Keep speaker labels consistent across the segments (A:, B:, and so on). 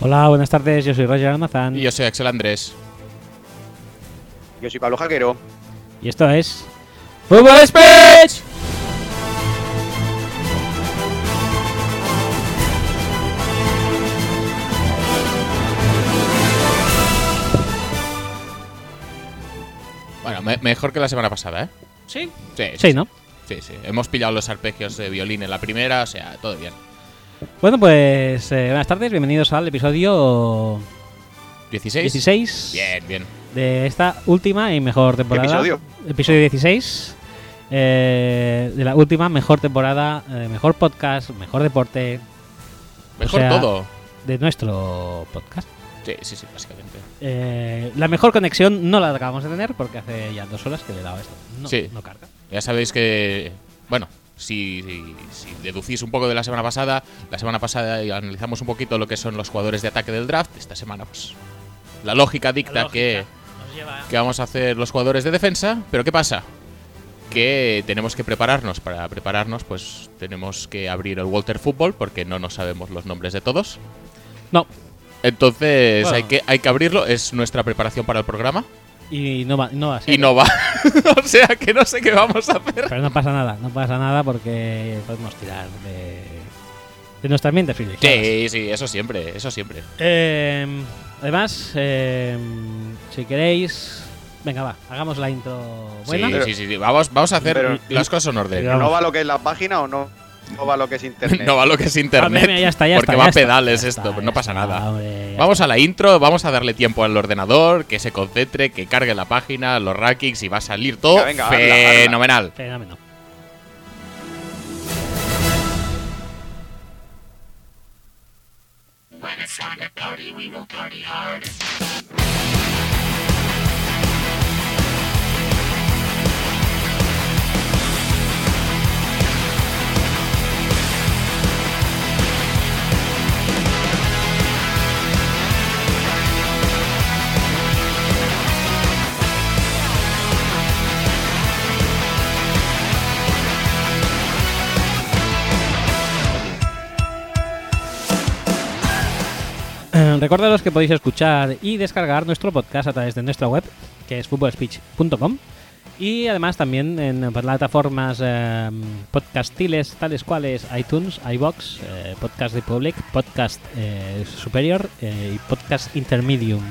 A: Hola, buenas tardes. Yo soy Roger Almazán.
B: Y yo soy Axel Andrés.
C: Yo soy Pablo Jaquero.
A: Y esto es.
B: ¡Fútbol Speech! Bueno, me- mejor que la semana pasada, ¿eh?
A: Sí.
B: Sí,
A: Sí, ¿no?
B: Sí, sí. Hemos pillado los arpegios de violín en la primera, o sea, todo bien.
A: Bueno, pues eh, buenas tardes. Bienvenidos al episodio
B: 16.
A: 16
B: Bien, bien.
A: de esta última y mejor temporada.
C: episodio?
A: Episodio 16. eh, de la última mejor temporada, eh, mejor podcast, mejor deporte
B: Mejor
A: sea-
B: todo.
A: de nuestro podcast.
B: Sí, sí, sí, básicamente.
A: Eh, la mejor conexión no la acabamos de tener porque hace ya dos horas que le he dado esto. No,
B: Sí.
A: no carga.
B: Ya sabéis que, bueno, si, si- si deducís un poco de la semana pasada, la semana pasada analizamos un poquito lo que son los jugadores de ataque del draft. Esta semana, pues, la lógica dicta Que, que vamos a hacer los jugadores de defensa. Pero ¿qué pasa? Que tenemos que prepararnos. Para prepararnos, pues, tenemos que abrir el Walter Football porque no nos sabemos los nombres de todos.
A: No,
B: Entonces
A: Bueno.
B: hay, que, hay que abrirlo, es nuestra preparación para el programa.
A: y no va, no va a ser.
B: Y no va. o sea que no sé qué vamos a hacer.
A: Pero no pasa nada, no pasa nada porque podemos tirar de, de nuestra mente privilegiada.
B: Sí, sí, eso siempre, eso siempre.
A: Eh, además, eh, si queréis, venga, va, hagamos la intro buena.
B: Sí, sí, sí, sí. Vamos, vamos a hacer
C: Pero-
B: las cosas en orden.
A: Pero-
C: ¿No va lo que es la página o no? ¿No va lo que es internet?
B: No va lo que es
A: Ah,
B: internet.
A: mira, ya está, ya
B: porque
A: está,
B: va
A: ya
B: a
A: está,
B: pedales
A: ya
B: esto,
A: está,
B: pues
A: ya
B: no pasa
A: está,
B: nada.
A: hombre, ya
B: Vamos a la intro, vamos a darle tiempo al ordenador, que se concentre, que cargue la página, los rankings y va a salir todo
C: Venga, venga, habla, habla.
B: fenomenal.
A: está, fenómeno. Eh, Recordaros que podéis escuchar y descargar nuestro podcast a través de nuestra web, que es footballspeech.com. Y además también en plataformas eh, podcastiles tales cuales iTunes, iBox, eh, Podcast Republic, Podcast eh, Superior eh, y Podcast Intermedium.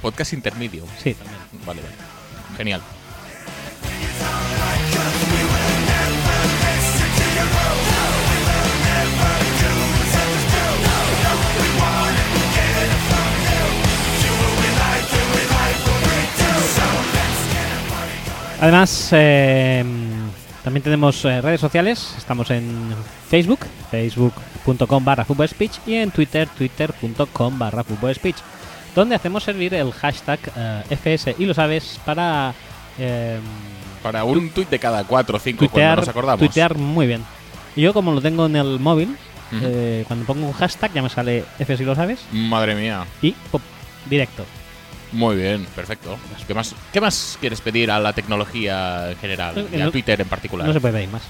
B: Podcast intermedio.
A: Sí, también.
B: Vale, vale. Genial.
A: Además, eh, también tenemos eh, redes sociales. Estamos en Facebook, facebook.com barra Fútbol speech y en Twitter, twitter.com barra Fútbol speech donde hacemos servir el hashtag eh, FS y lo sabes para eh,
B: Para un tuit de cada cuatro o cinco cuando
A: tuitear,
B: nos acordamos.
A: tuitear muy bien. Y Yo como lo tengo en el móvil,
B: Ujú.
A: eh, cuando pongo un hashtag ya me sale FS y lo sabes
B: Madre mía.
A: y pop, directo.
B: Muy bien, perfecto. ¿Qué más, ¿Qué más quieres pedir a la tecnología en general? Y a
A: No-
B: Twitter en particular.
A: No se puede ir más.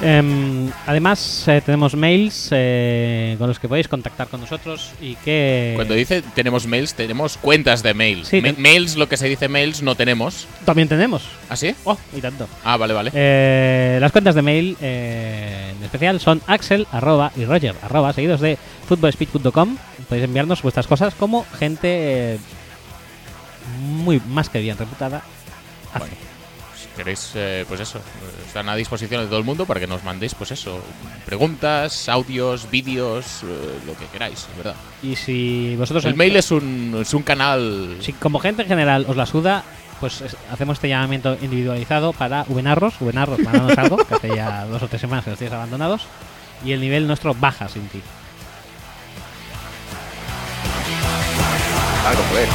A: Em, además, eh, tenemos mails eh, con los que podéis contactar con nosotros y que
B: Cuando dice tenemos mails, tenemos cuentas de mail.
A: Sí,
B: Ma-
A: ten-
B: mails, lo que se dice mails, no tenemos.
A: también tenemos.
B: ¿Ah, sí?
A: Oh, y tanto.
B: Ah, vale, vale.
A: Eh, las cuentas de mail eh, en especial son axel arroba, y roger arroba, seguidos de footballspeech.com. Podéis enviarnos vuestras cosas como gente eh, muy más que bien reputada. hace.
B: Bueno, si queréis, eh, pues eso, eh, están a disposición de todo el mundo para que nos mandéis, pues eso, preguntas, audios, vídeos, eh, lo que queráis, es verdad.
A: Y si vosotros
B: el mail es un, es un canal...
A: si como gente en general os la suda, pues es- hacemos este llamamiento individualizado para Ubenarros, Ubenarros, mándanos algo, que hace ya dos o tres semanas que los tienes abandonados, y el nivel nuestro baja sin ti.
C: Algo, joder.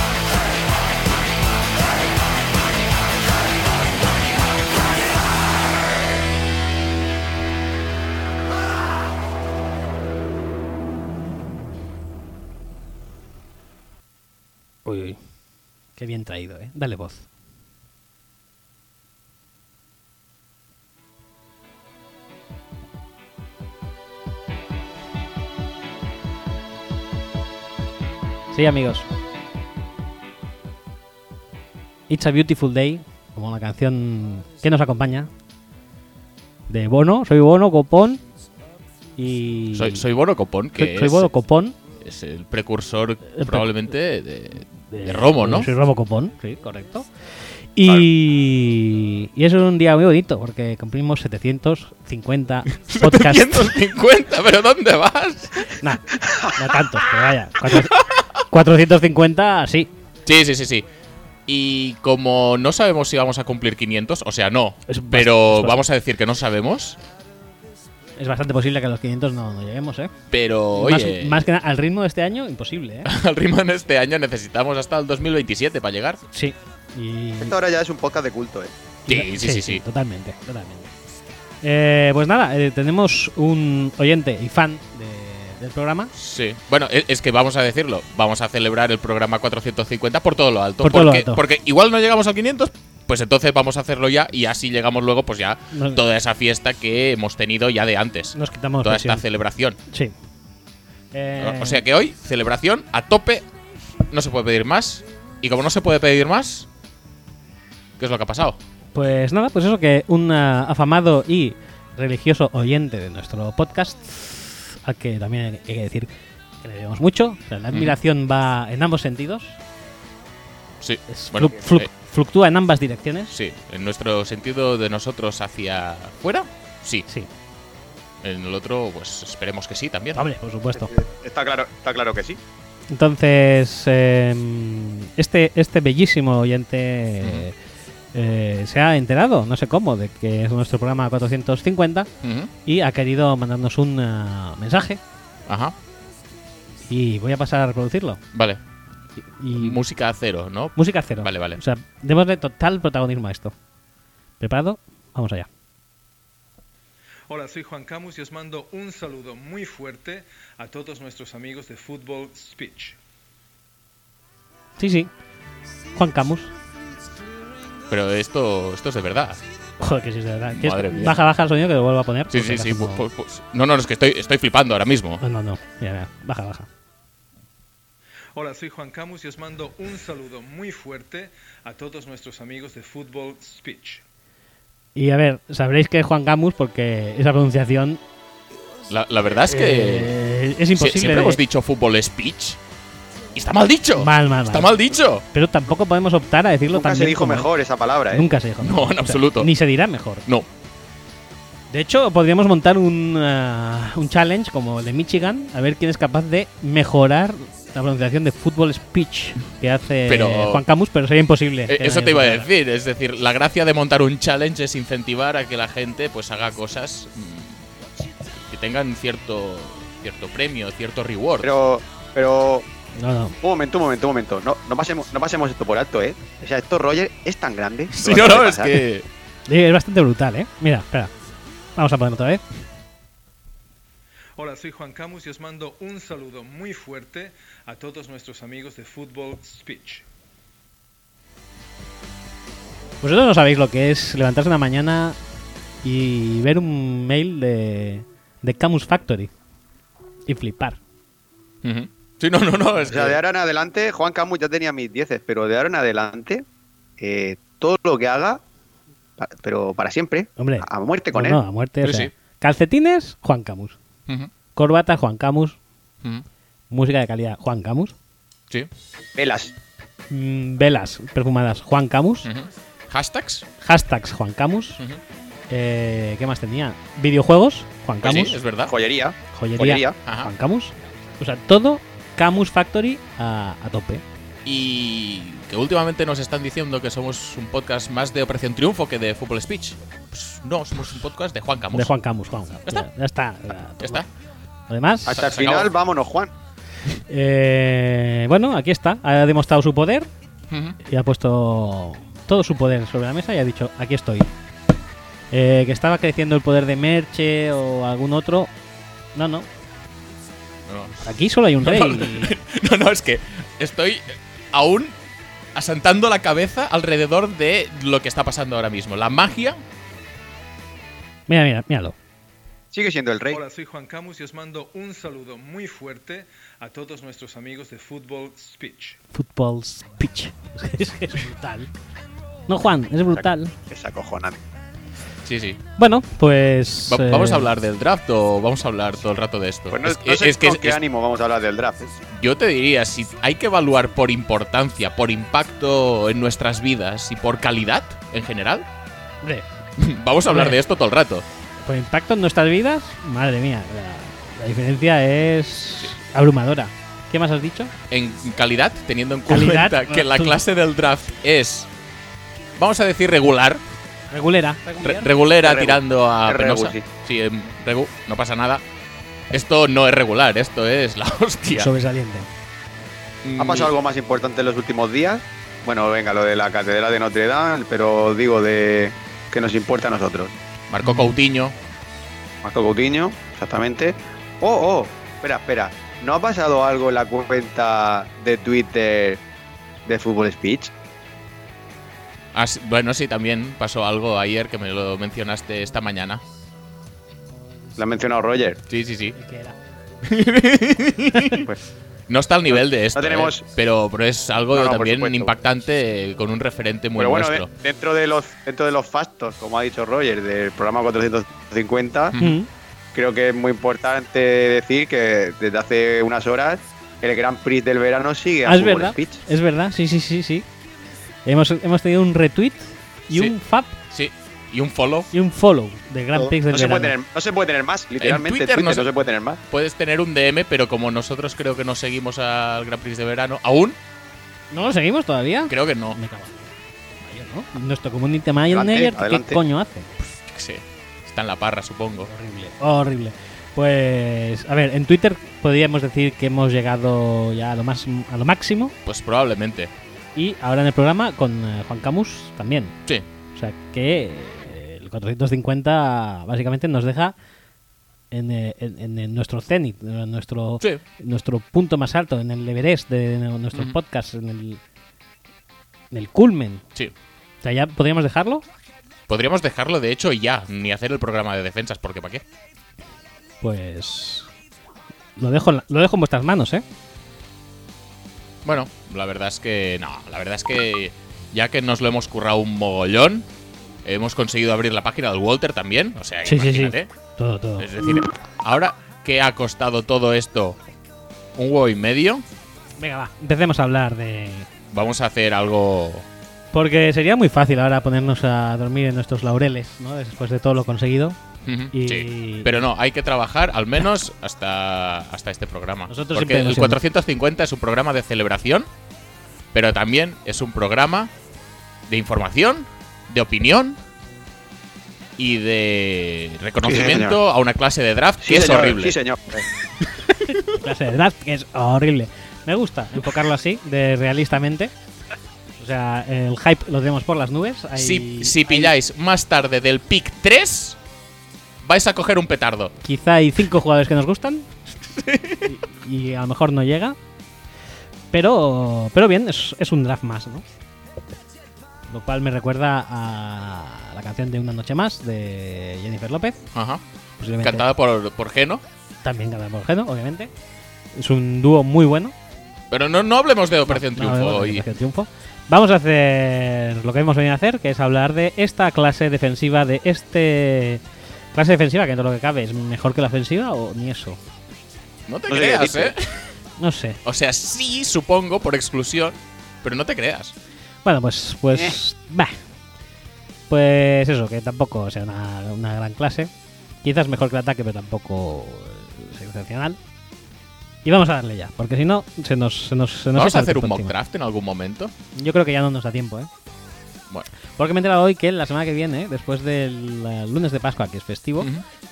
A: Uy, uy. Qué bien traído, ¿eh? Dale voz. Sí, amigos. It's a Beautiful Day, como la canción que nos acompaña. De Bono, soy Bono Copón. Y.
B: Soy, soy Bono Copón,
A: soy-
B: que
A: soy
B: es,
A: Bono Copón.
B: es el precursor
A: pre-
B: probablemente de, de Romo, ¿no?
A: Soy Romo Copón, sí, correcto. Y, y es un día muy bonito porque cumplimos 750 podcasts.
B: 750, pero ¿dónde vas?
A: Nah, no tantos, pero vaya. cuatro- 450, sí.
B: Sí, sí, sí, sí. Y como no sabemos si vamos a cumplir 500, o sea, no,
A: Es bast- es
B: pero
A: bast-
B: vamos a decir que no sabemos,
A: Es bastante posible que a los 500 no, no lleguemos, ¿eh?
B: pero
A: Más-
B: oye,
A: Más, que nada, al ritmo de este año, imposible, ¿eh?
B: al ritmo en este año necesitamos hasta el 2027 para llegar.
A: Sí. Y,
C: Esto ahora ya es un podcast de culto, eh.
B: Sí,
A: y-
B: sí, sí, sí.
A: Totalmente, totalmente. Eh, pues nada, eh, tenemos un oyente y fan de- del programa.
B: Sí. Bueno, e- es, que vamos a decirlo, vamos a celebrar el programa 450 por todo lo alto.
A: Por todo
B: porque,
A: lo alto.
B: porque igual no llegamos al 500, pues entonces vamos a hacerlo ya y así llegamos luego, pues ya
A: Nos-
B: toda esa fiesta que hemos tenido ya de antes.
A: Nos quitamos
B: toda
A: presión.
B: esta celebración.
A: Sí. Eh,
B: O sea que hoy, celebración a tope, no se puede pedir más. Y como no se puede pedir más, ¿qué es lo que ha pasado?
A: Pues nada, pues eso que un ah, afamado y religioso oyente de nuestro podcast, al que también hay que decir que le debemos mucho, o sea, la
B: Ujú.
A: admiración va en ambos sentidos,
B: Sí,
A: es
B: bueno,
A: flu- flu-
B: eh,
A: fluctúa en ambas direcciones.
B: sí, en nuestro sentido de nosotros hacia fuera, sí.
A: Sí,
B: En el otro, pues esperemos que sí también.
A: hombre, por supuesto.
C: Está claro, está claro que sí.
A: Entonces, eh, este, este bellísimo oyente eh, eh, se ha enterado, no sé cómo, de que es nuestro programa 450
B: Ujú,
A: y ha querido mandarnos un ah, mensaje
B: Ajá,
A: y voy a pasar a reproducirlo.
B: vale.
A: Y,
B: Música a cero, ¿no?
A: música cero.
B: Vale, vale.
A: O sea, démosle total protagonismo a esto. ¿Preparado? Vamos allá.
D: Hola, soy Juan Camus y os mando un saludo muy fuerte a todos nuestros amigos de Football Speech.
A: Sí, sí. Juan Camus.
B: Pero esto, esto es de verdad.
A: Joder, que sí, es de verdad. ¿Quieres
B: Madre
A: que-
B: mía.
A: Baja, baja el sonido que lo vuelvo a poner.
B: Sí,
A: Porque
B: sí, sí.
A: acaso
B: pu-
A: no-
B: pu- pu- No, no, es que estoy, estoy flipando ahora mismo.
A: No, no, no. Mira, mira. Baja, baja.
D: Hola, soy Juan Camus y os mando un saludo muy fuerte a todos nuestros amigos de Football Speech.
A: Y a ver, sabréis que es Juan Camus porque esa pronunciación
B: La, la verdad es que
A: eh, es
B: si-
A: imposible.
B: siempre
A: de-
B: hemos dicho fútbol speech. Y está mal dicho.
A: Mal, mal,
B: Está
A: mal.
B: mal dicho.
A: Pero tampoco podemos optar a decirlo
C: Nunca
A: tan
C: se
A: bien
C: dijo
A: como-
C: mejor esa palabra, eh.
A: Nunca se dijo
B: No,
A: mejor.
B: en absoluto.
A: Ni se dirá mejor.
B: No.
A: De hecho, podríamos montar un, ah, un challenge como el de Michigan, a ver quién es capaz de mejorar la pronunciación de fútbol speech que hace
B: Pero-
A: Juan Camus, pero sería imposible.
B: Eh,
A: que
B: Eso
A: nadie
B: te iba a
A: lo lograra.
B: decir, es decir, la gracia de montar un challenge es incentivar a que la gente pues haga cosas mm, que tengan cierto cierto premio, cierto reward.
C: Pero, pero,
A: No, no.
C: un momento, un momento, un momento. No, no pasemos, no pasemos esto por alto, eh. O sea, esto Roger es tan grande.
B: si
C: lo
B: no,
C: acaba
B: no,
C: de
B: es
C: pasar.
B: que
A: Sí, Es bastante brutal, ¿eh? Mira, espera. Vamos a ponerlo otra vez.
D: Hola, soy Juan Camus y os mando un saludo muy fuerte a todos nuestros amigos de Football Speech.
A: Vosotros no sabéis lo que es levantarse una mañana y ver un mail de, de Camus Factory y flipar.
B: Ujú. Sí, no, no, no, es
C: O sea, de
B: que-
C: ahora en adelante, Juan Camus ya tenía mis dieces, pero de ahora en adelante, eh, todo lo que haga, pa- pero para siempre,
A: Hombre.
C: a a muerte con
A: no,
C: él.
A: Pues no, a muerte. o
B: Sí,
A: sea,
B: sí.
A: Calcetines, Juan Camus.
B: Ujú,
A: Corbata, Juan Camus.
B: ujú.
A: Música de calidad, Juan Camus.
B: Sí.
C: Velas.
A: Mm, velas perfumadas, Juan Camus.
B: ujú. Hashtags.
A: Hashtags, Juan Camus.
B: Ujú.
A: Eh, ¿Qué más tenía? Videojuegos, Juan
B: Pues
A: Camus.
B: sí, es verdad.
C: Joyería.
A: joyería,
C: joyería.
B: Ajá.
A: Juan Camus. O sea, todo Camus Factory a, a tope.
B: Y que últimamente nos están diciendo que somos un podcast más de Operación Triunfo que de Fútbol Speech. Pues no, somos un podcast de Juan Camus.
A: De Juan Camus, Juan. Ya
B: está.
A: Ya está.
B: Ya está.
A: Además,
C: Hasta el
B: Ah, se acabó.
C: final, vámonos, Juan.
A: eh, bueno, aquí está. Ha demostrado su poder
B: Ujú.
A: y ha puesto todo su poder sobre la mesa y ha dicho, aquí estoy. Eh, que estaba creciendo el poder de Merche o algún otro. No, no.
B: No, no.
A: Aquí solo hay un rey.
B: No, no, es que estoy aún asentando la cabeza alrededor de lo que está pasando ahora mismo. La magia.
A: Mira, mira, míralo.
C: Sigue siendo el rey.
D: Hola, soy Juan Camus y os mando un saludo muy fuerte a todos nuestros amigos de Football Speech.
A: Football speech. es que es brutal. No, Juan, es brutal.
C: Es acojonante.
B: Sí, sí.
A: Bueno, pues.
B: Va-
A: eh,
B: ¿Vamos a hablar del draft o vamos a hablar todo el rato de esto?
C: Pues no,
B: Es-
C: no
B: es-
C: sé
B: es que
C: con
B: es-
C: qué
B: es-
C: ánimo vamos a hablar del draft.
B: yo te diría, si hay que evaluar por importancia, por impacto en nuestras vidas y por calidad en general,
A: eh, hombre,
B: vamos a hablar
A: Hombre.
B: de esto todo el rato.
A: por impacto en nuestras vidas, madre mía, la, la diferencia es abrumadora. ¿Qué más has dicho?
B: en calidad, teniendo en
A: Calidad,
B: cuenta que la
A: tú-
B: clase del draft es, vamos a decir, regular,
A: Regulera.
B: re- regulera
C: Regu.
B: tirando a
C: Es regu,
B: penosa.
C: sí.
B: Sí, em, regu, no pasa nada. Esto no es regular, esto es la hostia.
A: Sobresaliente.
B: Mm,
C: ¿Ha pasado algo más importante en los últimos días? Bueno, venga, lo de la Catedral de Notre Dame, pero digo de que nos importa a nosotros.
B: Marcó Coutinho.
C: Marco Coutinho, exactamente. Oh, oh, espera, espera. ¿No ha pasado algo en la cuenta de Twitter de Fútbol Speech?
B: Ah, sí, bueno, sí, también pasó algo ayer que me lo mencionaste esta mañana.
C: Lo ha mencionado Roger.
B: Sí, sí, sí.
A: ¿Qué era?
C: Pues,
B: No está al nivel de esto,
C: no tenemos-
B: eh, pero, pero es algo
C: No, no, por
B: también
C: supuesto.
B: impactante eh, con un referente muy
C: pero bueno, eh.
B: nuestro.
C: de- dentro de los dentro de los fastos, como ha dicho Roger, del programa 450,
B: Mm.
A: Mm.
C: creo que es muy importante decir que desde hace unas horas el Gran Prix del verano sigue a
A: Ah, es
C: Fútbol
A: verdad,
C: Speech.
A: es verdad, sí, sí, sí, sí. Hemos, hemos tenido un retweet y
B: Sí.
A: un fab
B: Sí, y un follow.
A: y un follow de Grand Prix del
C: no, se puede
A: verano.
C: tener, no se puede tener más, literalmente.
B: Twitter
C: Twitter
B: no
C: no,
B: se-
C: se puede tener más.
B: Puedes tener un DM, pero como nosotros creo que no seguimos al Gran Prix de verano, aún
A: ¿No lo seguimos todavía?
B: creo que no.
A: Oh, Me cago en la mayor, ¿no? Nuestro community manager, ¿qué
C: adelante.
A: coño hace?
B: Yo qué sé, está en la parra, supongo.
A: Horrible, horrible. Pues, a ver, en Twitter podríamos decir que hemos llegado ya a lo, más, a lo máximo
B: Pues probablemente.
A: y ahora en el programa con eh, Juan Camus también.
B: Sí.
A: O sea que eh, el 450 básicamente nos deja en, eh, en- en- en nuestro cenit, en nuestro,
B: Sí.
A: nuestro punto más alto, en el Everest de nuestro
B: Ujú.
A: podcast, en el, en el culmen.
B: Sí.
A: O sea, ya podríamos dejarlo.
B: Podríamos dejarlo, de hecho, ya, ni hacer el programa de defensas, porque ¿para qué?
A: Pues lo dejo, en la- lo dejo en vuestras manos, ¿eh?
B: Bueno, la verdad es que no, la verdad es que ya que nos lo hemos currado un mogollón, hemos conseguido abrir la página del Walter también, o sea,
A: Sí, sí, sí.
B: imagínate.
A: Todo, todo.
B: Es decir, ahora que ha costado todo esto un huevo y medio,
A: Venga, va, empecemos a hablar de...
B: vamos a hacer algo...
A: Porque sería muy fácil ahora ponernos a dormir en nuestros laureles, ¿no? Después de todo lo conseguido.
B: Ujú,
A: Y-
B: sí. Pero no, hay que trabajar al menos hasta, hasta este programa.
A: Nosotros
B: Porque
A: siempre hemos
B: el
A: sido-
B: 450 es un programa de celebración, pero también es un programa de información, de opinión y de
C: Sí,
B: reconocimiento
C: señor.
B: a una clase de draft
C: Sí,
B: que
C: señor,
B: es horrible.
C: Sí, señor.
A: clase de draft, que es horrible. Me gusta enfocarlo así, de realistamente. O sea, el hype lo tenemos por las nubes. Hay-
B: si, si
A: hay-
B: pilláis más tarde del pick 3, vais a coger un petardo.
A: quizá hay cinco jugadores que nos gustan. y, y a lo mejor no llega. Pero, pero bien, es, es un draft más, ¿no? Lo cual me recuerda a la canción de Una Noche Más de Jennifer López.
B: Ajá.
A: posiblemente
B: Cantada por, por Geno.
A: También cantada por Geno, obviamente. Es un dúo muy bueno.
B: Pero no, no hablemos de Operación
A: No,
B: Triunfo
A: no, no,
B: hoy.
A: Operación Triunfo. Vamos a hacer lo que hemos venido a hacer, que es hablar de esta clase defensiva, de este clase defensiva, que en todo lo que cabe es mejor que la ofensiva o ni eso.
B: No te
C: No sé qué
B: creas,
C: decirte.
B: eh.
A: No sé.
B: O sea, sí, supongo, por exclusión, pero no te creas.
A: Bueno, pues,
B: Eh.
A: pues, bah. Pues eso, que tampoco sea una, una gran clase. Quizás mejor que el ataque, pero tampoco eh, sensacional. Y vamos a darle ya, porque si no, se nos, se nos, se nos
B: ¿Vamos
A: echa
B: a
A: el
B: hacer un
A: tiempo
B: mock
A: encima.
B: draft en algún momento?
A: Yo creo que ya no nos da tiempo, ¿eh?
B: Bueno.
A: Porque me he enterado hoy que la semana que viene, después del eh, lunes de Pascua, que es festivo,
B: Ujú.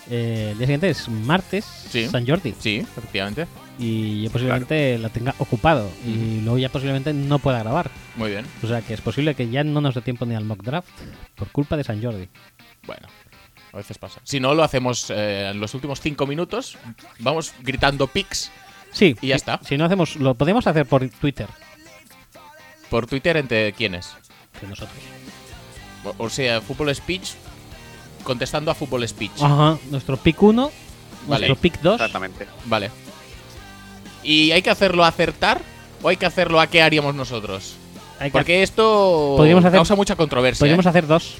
A: eh, el día siguiente es martes,
B: Mm. Sí.
A: San Jordi.
B: Sí, efectivamente.
A: Y yo posiblemente la tenga ocupado.
B: Mm.
A: Y luego ya posiblemente no pueda grabar.
B: Muy bien.
A: O sea que es posible que ya no nos dé tiempo ni al mock draft por culpa de San Jordi.
B: Bueno, a veces pasa. Si no, lo hacemos eh, en los últimos cinco minutos. Vamos gritando pics.
A: Sí.
B: Y ya
A: si-
B: está.
A: Si no hacemos, lo podemos hacer por Twitter.
B: ¿Por Twitter entre quiénes?
A: que nosotros.
B: O- O sea, Fútbol Speech contestando a Fútbol Speech.
A: Ajá, nuestro pick 1,
B: Vale.
A: nuestro pick 2.
C: Exactamente.
B: Vale. ¿Y hay que hacerlo acertar o hay que hacerlo a qué haríamos nosotros? Porque esto
A: Podríamos hacer-
B: causa mucha controversia.
A: Podríamos
B: ¿eh?
A: hacer dos.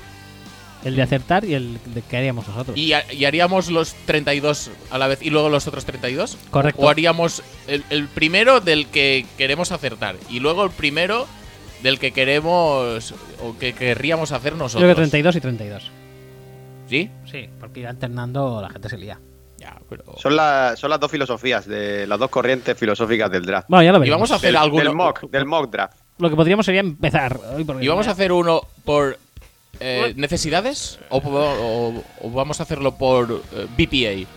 A: El de acertar y el de que haríamos nosotros.
B: Y, ha- y haríamos los 32 a la vez y luego los otros 32.
A: Correcto.
B: O haríamos el, el primero del que queremos acertar y luego el primero del que queremos o que querríamos hacer
A: Creo que
B: nosotros.
A: 32 y 32.
B: ¿Sí?
A: Sí, porque ir alternando la gente se lía.
B: Ya, pero...
C: Son, la- son las dos filosofías, de las dos corrientes filosóficas del draft.
A: Bueno, ya lo
B: Y
A: veremos.
B: vamos a hacer
C: Del,
B: alguno.
C: del mock, del mock draft.
A: Lo que podríamos sería empezar. hoy por hoy.
B: ¿Y vamos a hacer uno por eh, necesidades? O, po- o- o vamos a hacerlo por eh, BPA?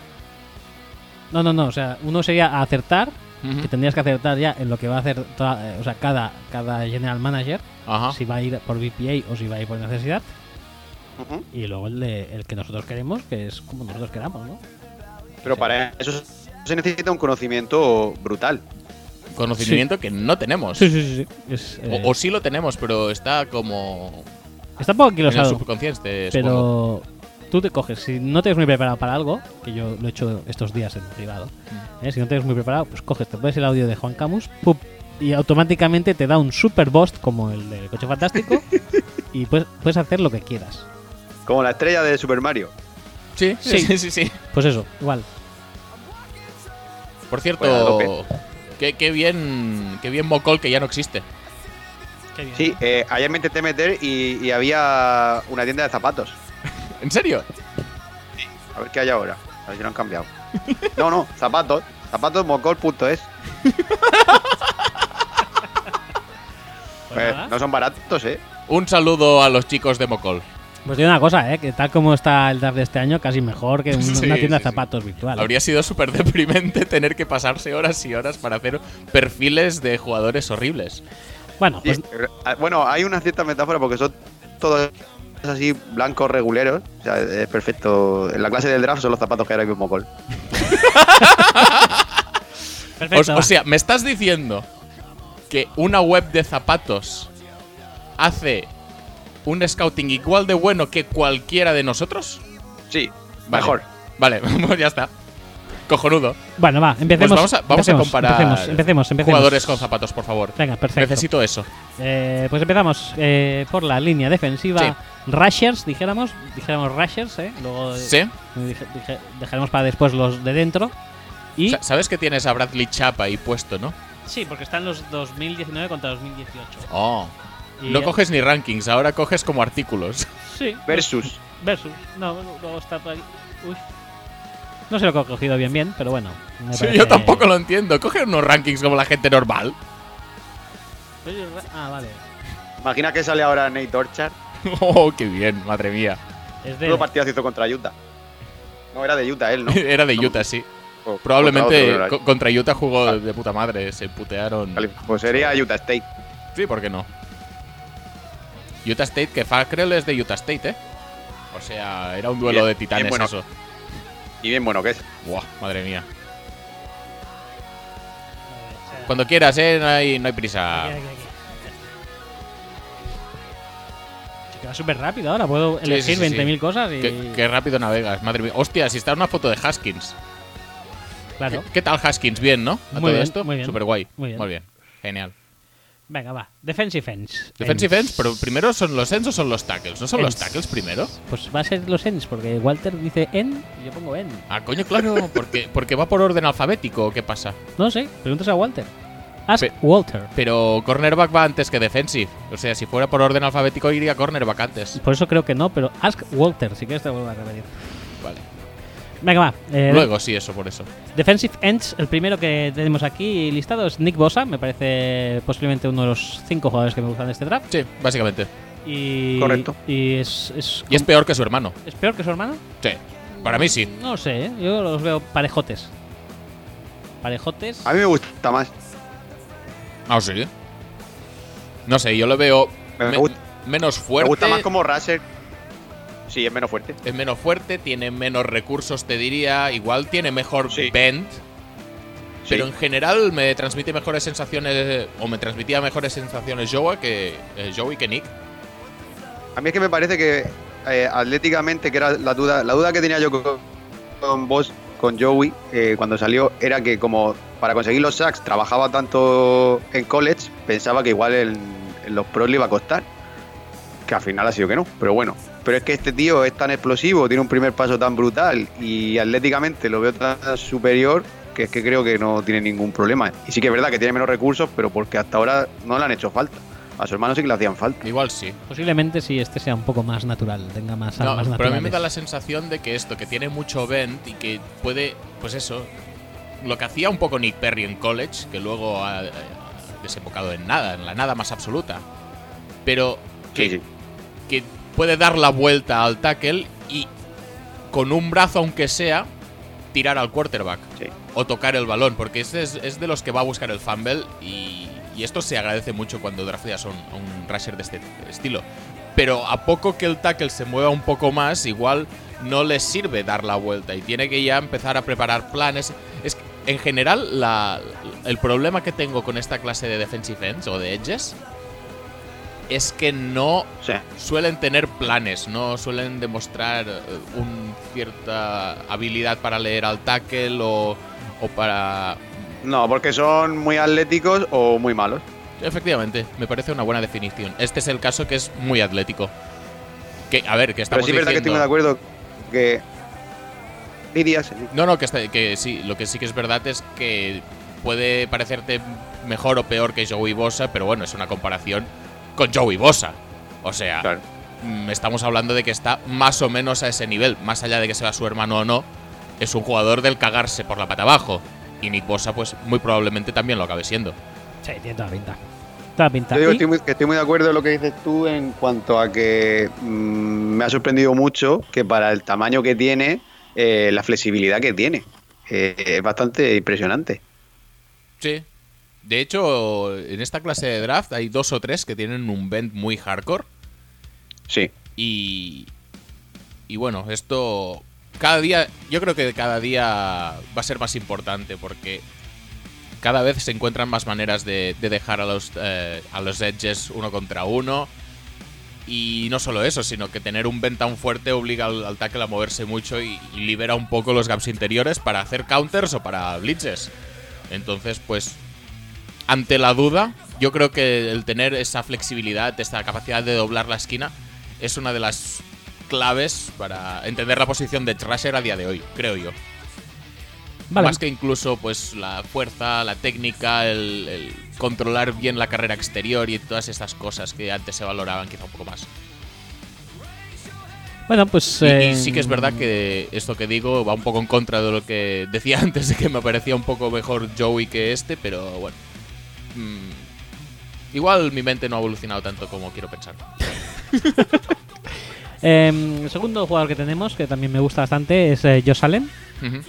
A: No, no, no. O sea, uno sería acertar,
B: Ujú.
A: que tendrías que acertar ya en lo que va a hacer toda- eh, o sea, cada, cada general manager,
B: Ajá.
A: si va a ir por BPA o si va a ir por necesidad.
C: Ujú.
A: Y luego el, de- el que nosotros queremos, que es como nosotros queramos, ¿no?
C: Pero para eso se necesita un conocimiento brutal.
B: Conocimiento que no tenemos.
A: Sí, sí, sí. sí. Es, eh,
B: O, o sí lo tenemos, pero está como
A: está un poco
B: en el
A: anquilosado.
B: subconsciente. supongo.
A: Pero tú te coges, si no te ves muy preparado para algo, que yo lo he hecho estos días en privado, ¿eh? si no te ves muy preparado, pues coges, te pones el audio de Juan Camus, ¡pup! y automáticamente te da un super boost como el del coche fantástico, y puedes, puedes hacer lo que quieras.
C: Como la estrella de Super Mario.
B: Sí, sí,
A: Sí.
B: sí, sí, sí.
A: Pues eso, igual.
B: Por
C: Bueno, a
B: cierto,
C: tope.
B: qué, qué bien, qué bien Mocol que ya no existe.
C: Sí, eh, ayer me intenté meter y, y había una tienda de zapatos.
B: ¿En serio?
C: A ver qué hay ahora. A ver si lo han cambiado. No, no, zapatos. Zapatosmocol.es.
A: Pues
C: Eh,
A: nada.
C: no son baratos, eh.
B: Un saludo a los chicos de Mocol.
A: Pues digo una cosa, ¿eh? que tal como está el draft de este año, casi mejor que un-
B: Sí,
A: una tienda
B: sí, sí.
A: de zapatos virtual. ¿eh?
B: Habría sido súper deprimente tener que pasarse horas y horas para hacer perfiles de jugadores horribles.
A: Bueno, pues
C: Sí, eh, Bueno, hay una cierta metáfora porque son todos así blancos reguleros. O sea, es perfecto. En la clase del draft son los zapatos que hay ahora mismo Mocol.
B: O,
A: perfecto.
B: o sea, me estás diciendo que una web de zapatos hace un scouting igual de bueno que cualquiera de nosotros.
C: Sí,
B: Vale.
C: mejor.
B: Vale, pues ya está. Cojonudo.
A: bueno, va, empecemos.
B: Pues vamos a, vamos a
A: empecemos,
B: comparar
A: Empecemos, empecemos, empecemos.
B: jugadores con zapatos, por favor.
A: Venga, perfecto.
B: Necesito eso.
A: Eh, pues empezamos eh, por la línea defensiva.
B: Sí.
A: Rushers, dijéramos. Dijéramos Rushers, ¿eh? Luego eh,
B: ¿Sí?
A: dije- dije- dejaremos para después los de dentro. Y.
B: Sa- Sabes que tienes a Bradley Chapa ahí puesto, ¿no?
A: sí, porque están los 2019 contra 2018.
B: Oh.
A: Y-
B: No coges ni rankings, ahora coges como artículos.
A: Sí.
C: Versus.
A: Versus. No, luego está por ahí. Uy. No sé lo que he cogido bien, bien, pero bueno. me
B: Sí,
A: parece-
B: yo tampoco lo entiendo. Coge unos rankings como la gente normal.
A: Ah, vale.
C: Imagina que sale ahora Nate Orchard.
B: Oh, qué bien, madre mía.
A: Es de.
C: Todo partido hizo contra Utah. No, era de Utah él, ¿no?
B: Era de
C: No,
B: Utah, sí.
C: o-
B: Probablemente
C: contra otro,
B: co- contra Utah jugó
C: Ah.
B: de puta madre, se putearon.
C: Vale, pues sería Utah State.
B: Sí, ¿por qué no? Utah State, que Fackrell es de Utah State, ¿eh? O sea, era un duelo
C: Bien,
B: de titanes
C: bien bueno.
B: eso.
C: Y bien bueno que es.
B: Buah, madre mía. Cuando quieras, ¿eh? No hay, no hay prisa.
A: Aquí, aquí, aquí. Que va súper rápido ahora, puedo
B: Sí,
A: elegir
B: sí, sí, sí.
A: 20.000 cosas y.
B: Qué, qué rápido navegas, madre mía. Hostia, si está una foto de Haskins.
A: Claro.
B: ¿Qué, qué tal Haskins? Bien, ¿no? A
A: Muy
B: todo
A: bien,
B: esto.
A: muy bien.
B: Super guay.
A: Muy bien.
B: Genial.
A: Venga, va. Defensive ends.
B: Defensive
A: Ends.
B: ends, pero primero son los ends o son los tackles. ¿No son los
A: Ends.
B: tackles primero?
A: Pues va a ser los ends, porque Walter dice end y yo pongo end.
B: Ah, coño, claro, porque, porque va por orden alfabético, ¿o ¿qué pasa?
A: No sé, preguntas a Walter. Ask
B: Pe-
A: Walter.
B: Pero cornerback va antes que defensive. O sea, si fuera por orden alfabético iría cornerback antes.
A: Por eso creo que no, pero ask Walter, si quieres te lo vuelvo a repetir.
B: Vale.
A: Venga, va. Eh,
B: Luego, sí, eso, por eso.
A: Defensive ends, el primero que tenemos aquí listado es Nick Bosa, me parece posiblemente uno de los cinco jugadores que me gustan de este draft.
B: Sí, básicamente.
A: Y,
C: Correcto.
A: Y es, es,
B: Y es peor que su hermano.
A: ¿Es peor que su hermano?
B: Sí. Para mí sí.
A: No lo sé, ¿eh? yo los veo parejotes. Parejotes.
C: A mí me gusta más.
B: Ah, sí. No sé, yo lo veo
C: Me
B: me-
C: gusta-
B: menos
C: Me
B: fuerte.
C: gusta más como Raser. Sí, es menos fuerte.
B: Es menos fuerte, tiene menos recursos, te diría. Igual tiene mejor
C: Sí.
B: bend. Pero en general me transmite mejores sensaciones, o me transmitía mejores sensaciones Joey que, eh, Joey que Nick.
C: A mí es que me parece que eh, atléticamente, que era la duda, la duda que tenía yo con, con vos, con Joey, eh, cuando salió, era que como para conseguir los sacks trabajaba tanto en college, pensaba que igual en, en los pros le iba a costar. Que al final ha sido que no, pero bueno. Pero es que este tío es tan explosivo, tiene un primer paso tan brutal y atléticamente lo veo tan superior que es que creo que no tiene ningún problema. Y sí que es verdad que tiene menos recursos, pero porque hasta ahora no le han hecho falta. A su hermano sí que le hacían falta.
B: Igual sí.
A: Posiblemente si este sea un poco más natural, tenga más
B: No,
A: armas
B: pero a mí me
A: naturales.
B: da la sensación de que esto, que tiene mucho vent y que puede, pues eso, lo que hacía un poco Nick Perry en college, que luego ha, eh, ha desembocado en nada, en la nada más absoluta, pero que,
C: Sí, sí.
B: que puede dar la vuelta al tackle y con un brazo aunque sea, tirar al quarterback
C: Sí.
B: o tocar el balón, porque este es, es de los que va a buscar el fumble y, y esto se agradece mucho cuando drafteas a un, a un rusher de este estilo. Pero a poco que el tackle se mueva un poco más, igual no les sirve dar la vuelta y tiene que ya empezar a preparar planes. Es que, en general, la- el problema que tengo con esta clase de defensive ends o de edges es que no
C: O sea,
B: suelen tener planes, no suelen demostrar eh, un cierta habilidad para leer al tackle o, o para...
C: no, porque son muy atléticos o muy malos.
B: Efectivamente, me parece una buena definición. Este es el caso que es muy atlético. Que, a ver, que
C: Pero
B: estamos
C: sí es verdad que estoy
B: diciendo...
C: muy de acuerdo que. Dirías, eh,
B: No, no, que, está- que sí, lo que sí que es verdad es que puede parecerte mejor o peor que Joey Bosa, pero bueno, es una comparación con Joey Bosa. O sea,
C: Claro.
B: mm, estamos hablando de que está más o menos a ese nivel, más allá de que sea su hermano o no, es un jugador del cagarse por la pata abajo. Y Nick Bosa, pues muy probablemente también lo acabe siendo.
A: Sí, tiene toda la pinta. Toda la pinta.
C: Yo digo,
A: Y-
C: estoy, muy, que estoy muy de acuerdo en lo que dices tú en cuanto a que mm, me ha sorprendido mucho que para el tamaño que tiene, eh, la flexibilidad que tiene. Eh, es bastante impresionante.
B: Sí. De hecho, en esta clase de draft hay dos o tres que tienen un bend muy hardcore.
C: Sí.
B: Y, y bueno, esto cada día, yo creo que cada día va a ser más importante porque cada vez se encuentran más maneras de, de dejar a los, eh, a los edges uno contra uno. Y no solo eso, sino que tener un bend tan fuerte obliga al, al tackle a moverse mucho y, y libera un poco los gaps interiores para hacer counters o para blitzes. Entonces, pues, ante la duda, yo creo que el tener esa flexibilidad, esta capacidad de doblar la esquina, es una de las claves para entender la posición de Thrasher a día de hoy, creo yo.
A: Vale.
B: Más que incluso pues la fuerza, la técnica, el, el controlar bien la carrera exterior y todas estas cosas que antes se valoraban quizá un poco más.
A: Bueno, pues.
B: Y- Y,
A: eh,
B: sí que es verdad que esto que digo va un poco en contra de lo que decía antes, de que me parecía un poco mejor Joey que este, pero bueno. Mm, igual mi mente no ha evolucionado tanto como quiero pensar.
A: eh, el segundo jugador que tenemos, que también me gusta bastante, es eh, Josh Allen.
B: Ujú.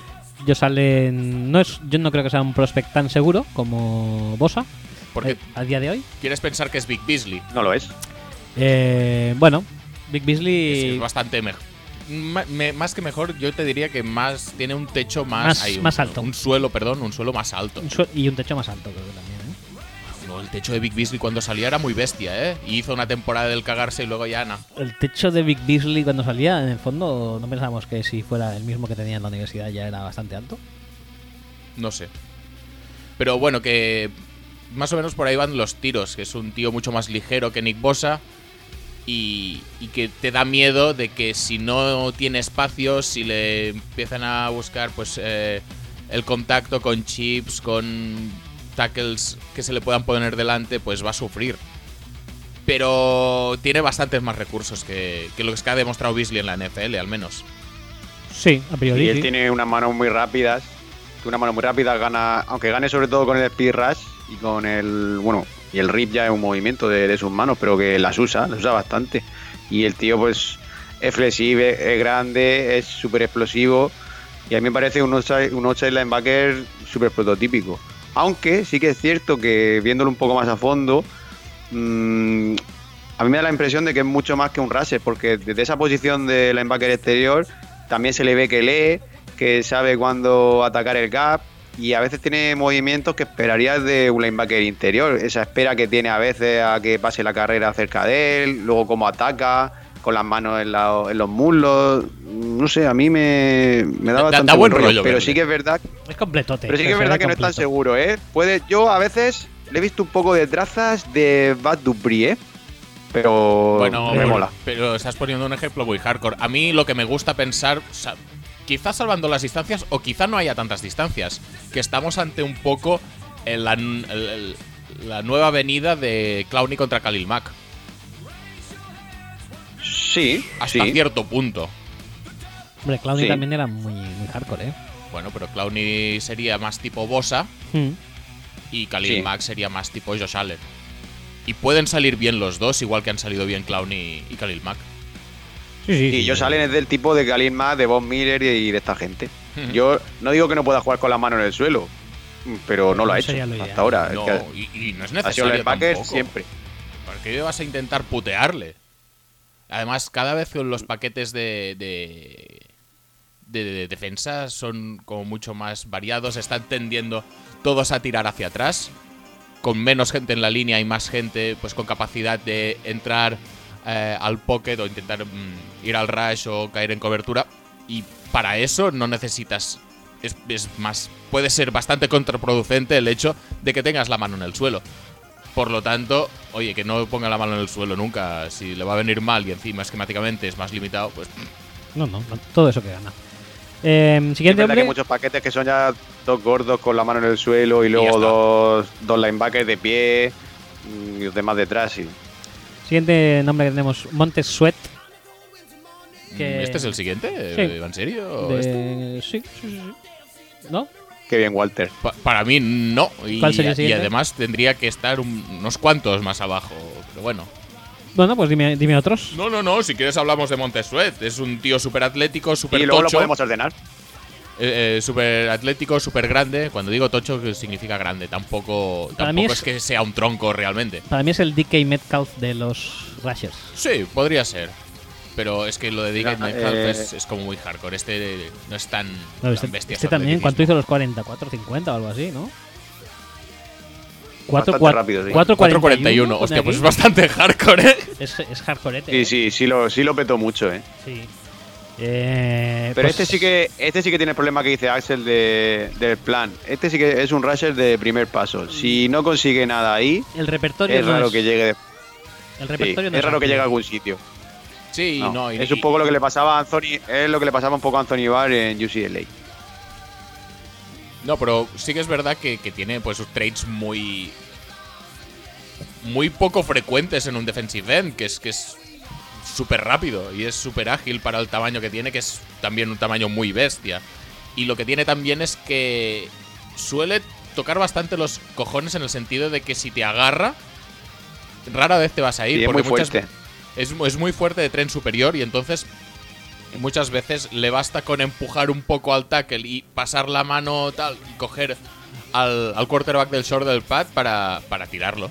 A: Josh Allen no es, yo no creo que sea un prospect tan seguro como Bosa
B: Porque
A: eh, a día de hoy.
B: quieres pensar que es Big Beasley.
C: No lo es.
A: Eh, bueno, Big
B: Es,
A: Beasley
B: es bastante mejor. Ma- me- más que mejor, yo te diría que más tiene un techo más,
A: Más-
B: hay un-
A: más alto.
B: Un suelo, perdón, un suelo más alto.
A: un su- y un techo más alto, creo que también. ¿eh?
B: No, el techo de Big Beasley cuando salía era muy bestia, ¿eh? Y hizo una temporada del cagarse y luego ya no.
A: El techo de Big Beasley cuando salía, en el fondo, no pensábamos que si fuera el mismo que tenía en la universidad ya era bastante alto.
B: No sé. Pero bueno, que más o menos por ahí van los tiros, que es un tío mucho más ligero que Nick Bosa y, y que te da miedo de que si no tiene espacio, si le empiezan a buscar pues eh, el contacto con chips, con tackles que se le puedan poner delante, pues va a sufrir. Pero tiene bastantes más recursos que, que los que ha demostrado Beasley en la NFL, al menos.
A: Sí, a priori.
C: Y él
A: sí.
C: tiene unas manos muy rápidas. Una mano muy rápida gana, aunque gane sobre todo con el speed rush y con el, bueno, y el rip ya es un movimiento de, de sus manos, pero que las usa, las usa bastante. Y el tío pues es flexible, es grande, es súper explosivo y a mí me parece un outside, un outside linebacker súper prototípico. Aunque sí que es cierto que viéndolo un poco más a fondo, mm, a mí me da la impresión de que es mucho más que un rusher, porque desde esa posición de linebacker exterior también se le ve que lee, que sabe cuándo atacar el gap, y a veces tiene movimientos que esperarías de un linebacker interior. Esa espera que tiene a veces a que pase la carrera cerca de él, luego cómo ataca, con las manos en, la- en los muslos. No sé, a mí me, me da
B: Da-
C: bastante
B: da buen rollo
C: Pero
B: verle.
C: sí que es verdad,
A: Es completote.
C: pero sí que es
A: se
C: verdad
A: ve
C: que no es tan
A: completo.
C: seguro, ¿eh? Puede, yo a veces le he visto un poco de trazas de Bad Dupri, ¿eh? Pero
B: Bueno,
C: me
B: bueno,
C: mola.
B: pero estás poniendo un ejemplo muy hardcore. A mí lo que me gusta pensar, o sea, quizás salvando las distancias o quizá no haya tantas distancias, que estamos ante un poco eh, la, n- el- el- la nueva venida de Clowney contra Khalil Mack,
C: Sí,
B: hasta
C: sí.
B: cierto punto.
A: Hombre, Clowney
C: Sí.
A: también era muy, muy hardcore, ¿eh?
B: Bueno, pero Clowney sería más tipo Bosa
A: Mm.
B: y Khalil
C: Sí.
B: Mack sería más tipo Josh Allen. Y pueden salir bien los dos, igual que han salido bien Clowney y Khalil Mack.
A: Sí, sí.
C: Y yo salen es del tipo de Kalin más de Bob Miller y de esta gente. Yo no digo que no pueda jugar con las manos en el suelo, pero no lo ha
A: No
C: hecho
A: sería lo ideal.
C: hasta ahora. Ah, Es
B: No,
C: que ha-
B: y, y no es
C: ha sido
B: necesario.
C: el linebacker
B: tampoco.
C: siempre.
B: ¿Por qué vas a intentar putearle? Además, cada vez que los paquetes de, de, de- de defensa son como mucho más variados, están tendiendo todos a tirar hacia atrás, con menos gente en la línea y más gente pues con capacidad de entrar eh, al pocket o intentar mm, ir al rush o caer en cobertura. Y para eso no necesitas... Es, es más, puede ser bastante contraproducente el hecho de que tengas la mano en el suelo. Por lo tanto, oye, que no ponga la mano en el suelo nunca. Si le va a venir mal y encima esquemáticamente es más limitado, pues
A: No, no, no, todo eso que gana. Eh,
C: Es
A: siguiente
C: verdad
A: hombre.
C: que hay muchos paquetes que son ya dos gordos con la mano en el suelo y
B: ya
C: luego
B: está.
C: dos, dos linebackers de pie mm, y los demás detrás. Y,
A: Siguiente nombre que tenemos: Montes Sweat.
B: mm,
A: Que-
B: ¿este es el siguiente?
A: Sí.
B: ¿En serio?
A: de-
B: Este-
A: Sí, sí, sí, sí. ¿No?
C: qué bien, Walter.
B: pa- para mí no. Y,
A: ¿Cuál sería el
B: y
A: siguiente?
B: además tendría que estar un- unos cuantos más abajo. Pero bueno.
A: Bueno, pues dime, dime otros.
B: No, no, no. Si quieres hablamos de Montesuet. Es un tío súper atlético, súper
C: Y luego lo
B: tocho.
C: podemos ordenar.
B: eh, eh, súper atlético, súper grande. Cuando digo tocho, que significa grande. Tampoco,
A: Para mí
B: tampoco
A: es-
B: es que sea un tronco realmente.
A: Para mí es el DK Metcalf de los Rushers.
B: Sí, podría ser. Pero es que lo de Dick
C: Mira,
B: Metcalf
C: eh,
B: es, es como muy hardcore. Este no es tan,
A: No,
B: tan
A: este,
B: bestia.
A: este
B: su
A: también, ¿cuánto
B: atleticismo.
A: hizo los 40? 4.50 o algo así, ¿no?
C: Bastante rápido, sí.
B: 4.41. Hostia, pues es bastante hardcore, ¿eh?
A: es, es hardcorete.
C: Sí, sí, sí lo, sí lo petó mucho, ¿eh?
A: Sí. Eh,
C: Pero
A: pues-
C: este sí que este sí que tiene el problema que dice Axel de, del plan. Este sí que es un rusher de primer
B: Mm.
C: paso. Si no consigue nada ahí,
A: El repertorio
C: es
A: no
C: raro que llegue. de-
A: El
C: sí,
A: repertorio no
C: es raro que
A: amplio.
C: llegue a algún sitio.
B: Sí, no.
C: No,
B: y,
C: es un poco lo que le pasaba a Anthony, es lo que le pasaba un poco a Anthony Barr en UCLA.
B: No, pero sí que es verdad que, que tiene pues sus trades muy. Muy poco frecuentes en un defensive end, que es que es súper rápido y es súper ágil para el tamaño que tiene, que es también un tamaño muy bestia. Y lo que tiene también es que suele tocar bastante los cojones en el sentido de que si te agarra, rara vez te vas a ir.
C: Y es
B: porque
C: muy
B: muchas-
C: fuerte.
B: Es, es muy fuerte de tren superior y entonces muchas veces le basta con empujar un poco al tackle y pasar la mano tal y coger al, al quarterback del short del pad para, para tirarlo.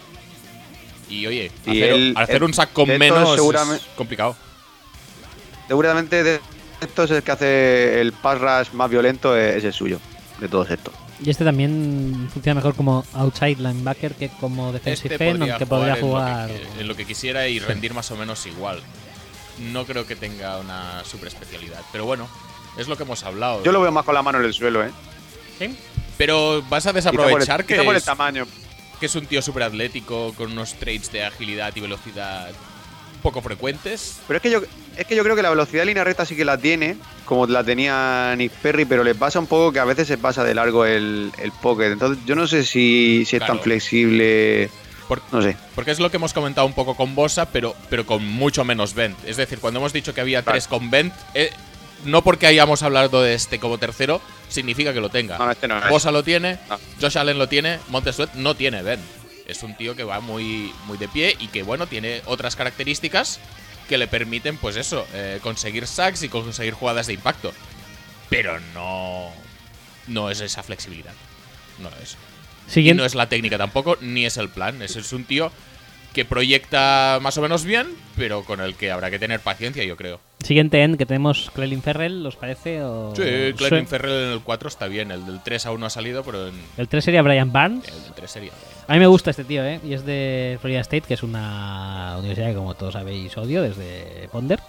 B: Y oye,
C: Y
B: hacer,
C: él- eh,
B: hacer
C: él-
B: un sack con
C: de esto
B: menos
C: seguramente-
B: es complicado.
C: Seguramente de estos es el que hace el pass rush más violento es, es el suyo, de todos estos.
A: Y este también funciona mejor como outside linebacker que como defensive end, aunque podría jugar.
B: Este En, lo que, qui- en lo que quisiera y rendir más o menos igual. No creo que tenga una super especialidad, pero bueno, es lo que hemos hablado.
C: Yo lo veo más con la mano en el suelo, ¿eh?
A: ¿Sí?
B: Pero vas a
C: Quizá por el-
B: desaprovechar
C: quizá por
B: que,
C: el
B: es,
C: tamaño.
B: que es un tío súper atlético con unos traits de agilidad y velocidad poco frecuentes.
C: Pero es que yo es que yo creo que la velocidad de línea recta sí que la tiene, como la tenía Nick Perry, pero le pasa un poco que a veces se pasa de largo el, el pocket. Entonces yo no sé si, si es
B: Claro.
C: tan flexible,
B: Por-
C: no sé.
B: Porque es lo que hemos comentado un poco con Bosa, pero, pero con mucho menos Vent. Es decir, cuando hemos dicho que había
C: Claro.
B: tres con Vent, eh, no porque hayamos hablado de este como tercero, significa que lo tenga.
C: No, no, este no es.
B: Bosa lo tiene,
C: No.
B: Josh Allen lo tiene, Montesuet no tiene Vent. Es un tío que va muy, muy de pie y que, bueno, tiene otras características que le permiten, pues eso, eh, conseguir sacks y conseguir jugadas de impacto. Pero no. No es esa flexibilidad. No lo es. Y
A: Siguiente.
B: no es la técnica tampoco, ni es el plan. Es, es un tío que proyecta más o menos bien, pero con el que habrá que tener paciencia, yo creo.
A: Siguiente end que tenemos, Clelin Ferrell, ¿os parece? O...
B: Sí,
A: Sue-
B: Clayton Ferrell en el 4 está bien, el del 3 aún no ha salido, pero en
A: El 3 sería Brian Barnes.
B: el del 3 sería.
A: A mí me gusta este tío, ¿eh? Y es de Florida State, que es una universidad que, como todos sabéis, odio desde Ponder.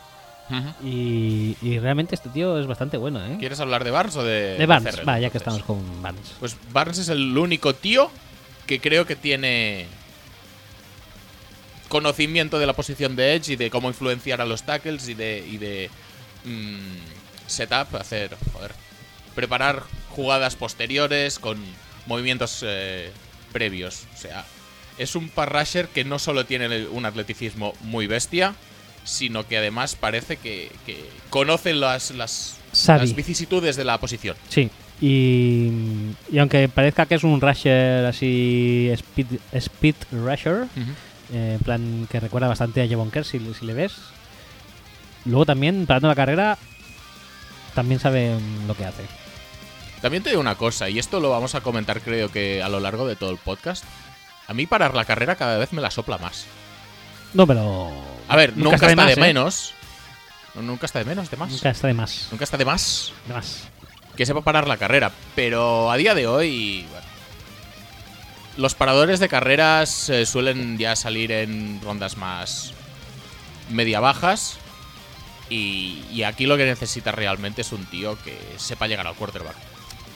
A: Y, y realmente este tío es bastante bueno, ¿eh?
B: ¿Quieres hablar de Barnes o de,
A: de Barnes,
B: Ferrell,
A: va, ya que
B: entonces?
A: estamos con Barnes.
B: Pues Barnes es el único tío que creo que tiene conocimiento de la posición de Edge y de cómo influenciar a los tackles y de, y de mm, setup, hacer, joder, preparar jugadas posteriores con movimientos eh, previos. O sea, es un pass rusher que no solo tiene un atleticismo muy bestia, sino que además parece que, que conoce las, las,
A: Sabe.
B: las vicisitudes de la posición.
A: Sí. Y, y aunque parezca que es un rusher así, speed, speed rusher, eh, en plan que recuerda bastante a Javon Kerr si, le- si le ves, luego también, parando la carrera, también sabe mm, lo que hace.
B: También te digo una cosa, y esto lo vamos a comentar creo que a lo largo de todo el podcast. A mí parar la carrera cada vez me la sopla más.
A: No, pero...
B: A ver, nunca, está,
A: de
B: de,
A: más, ¿eh?
B: menos. No, nunca está de menos, de más.
A: Nunca
B: Nunca.
A: está de más.
B: está de más
A: De más.
B: que sepa parar la carrera. Pero a día de hoy, bueno, los paradores de carreras eh, suelen ya salir en rondas más media-bajas. Y, y aquí lo que necesita realmente es un tío que sepa llegar al quarterback.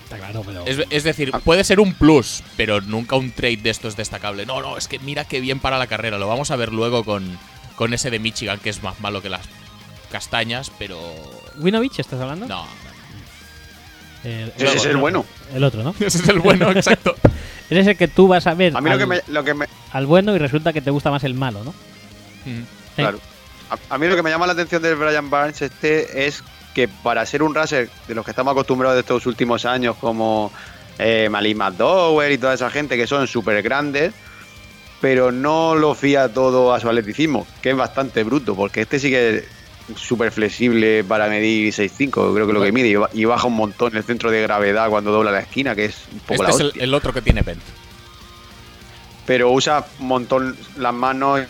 A: Está claro, pero...
B: Es, es decir, puede ser un plus, pero nunca un trade de estos destacable. No, no, es que mira qué bien para la carrera. Lo vamos a ver luego con, con ese de Michigan, que es más malo que las castañas, pero.
A: ¿Winovich estás hablando?
B: No.
A: El-
B: Ese es el
C: bueno.
A: El otro, ¿no?
B: Ese es el bueno, exacto.
A: Ese es el que tú vas a ver
C: A mí
A: al,
C: lo que me, lo que me-
A: al bueno y resulta que te gusta más el malo, ¿no?
B: Mm.
C: claro. A, a mí lo que me llama la atención del Brian Barnes este es que para ser un rusher de los que estamos acostumbrados de estos últimos años, como eh, Malik McDowell y toda esa gente que son súper grandes, pero no lo fía todo a su atleticismo, que es bastante bruto, porque este sí que es súper flexible para medir 6'5", creo que lo que mide, y ba- y baja un montón el centro de gravedad cuando dobla la esquina, que es un poco
B: Este
C: la
B: es el,
C: hostia.
B: el otro que tiene Bent.
C: pero usa un montón las manos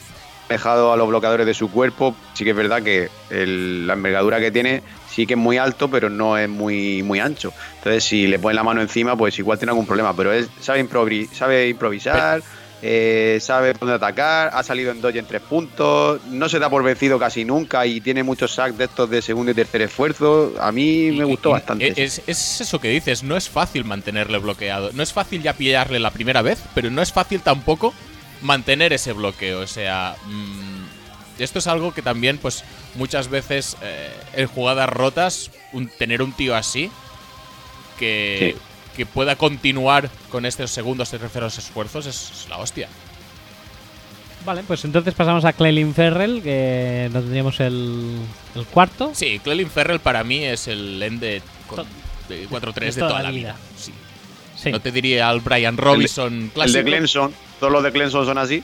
C: dejado a los bloqueadores de su cuerpo. Sí que es verdad que el- la envergadura que tiene sí que es muy alto, pero no es muy, muy ancho. Entonces, si le ponen la mano encima, pues igual tiene algún problema. Pero él sabe, improvi- sabe improvisar, eh, sabe dónde atacar, ha salido en dos y en tres puntos, no se da por vencido casi nunca y tiene muchos sacks de estos de segundo y tercer esfuerzo. A mí me
B: Y-
C: gustó
B: y-
C: bastante.
B: Es, es eso que dices, no es fácil mantenerle bloqueado. No es fácil ya pillarle la primera vez, pero no es fácil tampoco mantener ese bloqueo. O sea, mm, esto es algo que también, pues, muchas veces eh, en jugadas rotas, un- tener un tío así que,
C: Sí.
B: que pueda continuar con estos segundos y terceros esfuerzos es, es la hostia.
A: Vale, pues entonces pasamos a Clelin Ferrell, que no tendríamos el, el cuarto.
B: Sí, Clelin Ferrell para mí es el end de,
A: To-
B: de 4-3 de
A: de
B: toda, la vida. Sí.
A: Sí.
B: No te diría al Brian Robinson
C: el
B: clásico.
C: de Clemson, todos los de Clemson son así.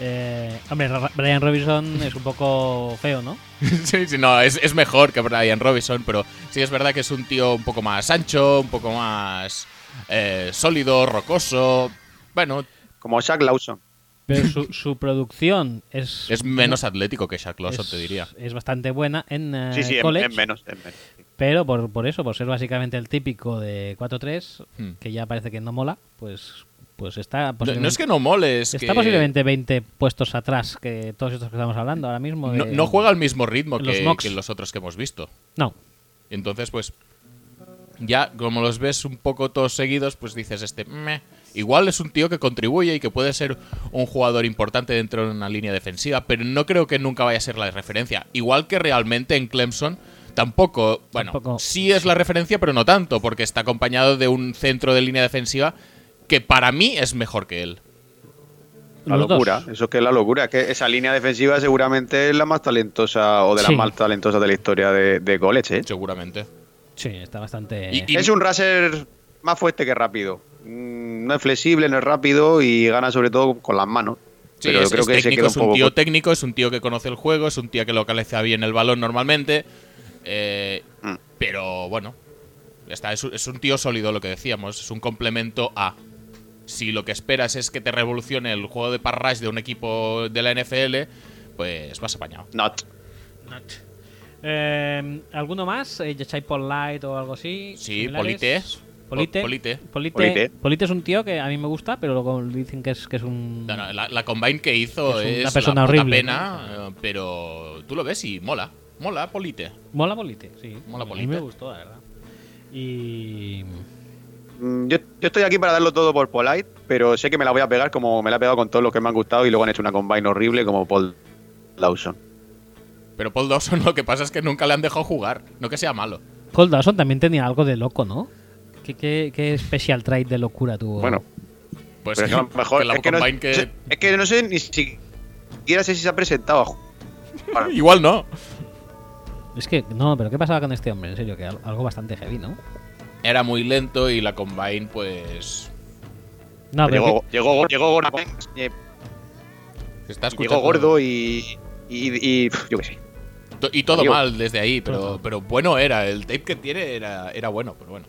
A: Eh, hombre, Ra- Brian Robinson es un poco feo, ¿no?
B: Sí, sí, no, es, es mejor que Brian Robinson, pero sí es verdad que es un tío un poco más ancho, un poco más eh, sólido, rocoso. Bueno,
C: Como Shaq Lawson.
A: Pero su, su producción es...
B: es menos atlético que Shaq Lawson,
A: es-
B: te diría.
A: Es bastante buena en eh,
C: Sí, sí, es
A: college,
C: menos. en menos.
A: pero por, por eso, por ser básicamente el típico de 4-3,
B: Hmm.
A: que ya parece que no mola, pues, pues está...
B: No,
A: posiblemente-
B: no es que no mole, es
A: Está
B: que
A: posiblemente 20 puestos atrás que todos estos que estamos hablando ahora mismo.
B: no,
A: de-
B: no juega al mismo ritmo
A: los
B: que
A: mocks.
B: que los otros que hemos visto.
A: No.
B: Entonces, pues, ya como los ves un poco todos seguidos, pues dices este, meh. igual es un tío que contribuye y que puede ser un jugador importante dentro de una línea defensiva, pero no creo que nunca vaya a ser la referencia. Igual que realmente en Clemson tampoco, bueno,
A: Tampoco.
B: sí es la referencia, pero no tanto, porque está acompañado de un centro de línea defensiva que para mí es mejor que él.
C: La
A: los dos.
C: locura, eso es que es la locura. Es que esa línea defensiva seguramente es la más talentosa o de las
A: Sí.
C: más talentosas de la historia de, de college. ¿eh?
B: Seguramente.
A: Sí, está bastante.
B: Y- y-
C: Es un racer más fuerte que rápido. Mm, No es flexible, no es rápido y gana sobre todo con las manos.
B: Sí,
C: Pero
B: es,
C: creo
B: es
C: que se
B: técnico,
C: queda
B: es
C: un
B: un
C: poco.
B: tío técnico, es un tío que conoce el juego, es un tío que localiza bien el balón normalmente. eh,
C: Mm.
B: Pero bueno, ya está, es, un- es un tío sólido lo que decíamos, es un complemento a. Si lo que esperas es que te revolucione el juego de pass rush de un equipo de la NFL, pues vas apañado.
C: Not.
A: Not. Eh, ¿Alguno más? Eh, ¿Yachai Paul Light o algo así?
B: Sí,
A: similares.
B: Polites.
A: Polite.
B: Polite.
A: Polite.
C: Polite.
A: Polite es un tío que a mí me gusta, pero luego dicen que es, que es un.
B: No, no, la, la combine que hizo
A: Es
B: es,
A: una persona
B: la puta
A: horrible,
B: pena, eh, pero tú lo ves y mola. Mola, Polite.
A: Mola Polite, sí.
B: Mola
A: A mí me
B: Polite.
A: gustó, la verdad. Y.
C: Mm, Yo, yo estoy aquí para darlo todo por Polite, pero sé que me la voy a pegar como me la he pegado con todos los que me han gustado y luego han hecho una combine horrible como Paul Lawson.
B: Pero Paul Dawson lo que pasa es que nunca le han dejado jugar. No que sea malo.
A: Paul Dawson también tenía algo de loco, ¿no? ¿Qué, qué, qué special trait de locura tuvo?
C: Bueno,
B: Oh, Pues
C: pero es que a lo mejor.
B: que la
C: es, que no,
B: combine que-
C: sé- es que no sé ni siquiera sé si se ha presentado a ju- para-
B: Igual no.
A: Es que, no, pero ¿qué pasaba con este hombre? En serio, que al- algo bastante heavy, ¿no?
B: Era muy lento y la combine, pues.
A: No, pero.
C: llegó, llegó, llegó gordo, eh,
B: se Está
C: llegó
B: escuchando-
C: gordo y, y, y, pf, Yo qué sé.
B: To- Y todo
C: Adiós.
B: mal desde ahí, pero,
A: Todo.
B: pero bueno era. El tape que tiene era, era bueno, pero bueno.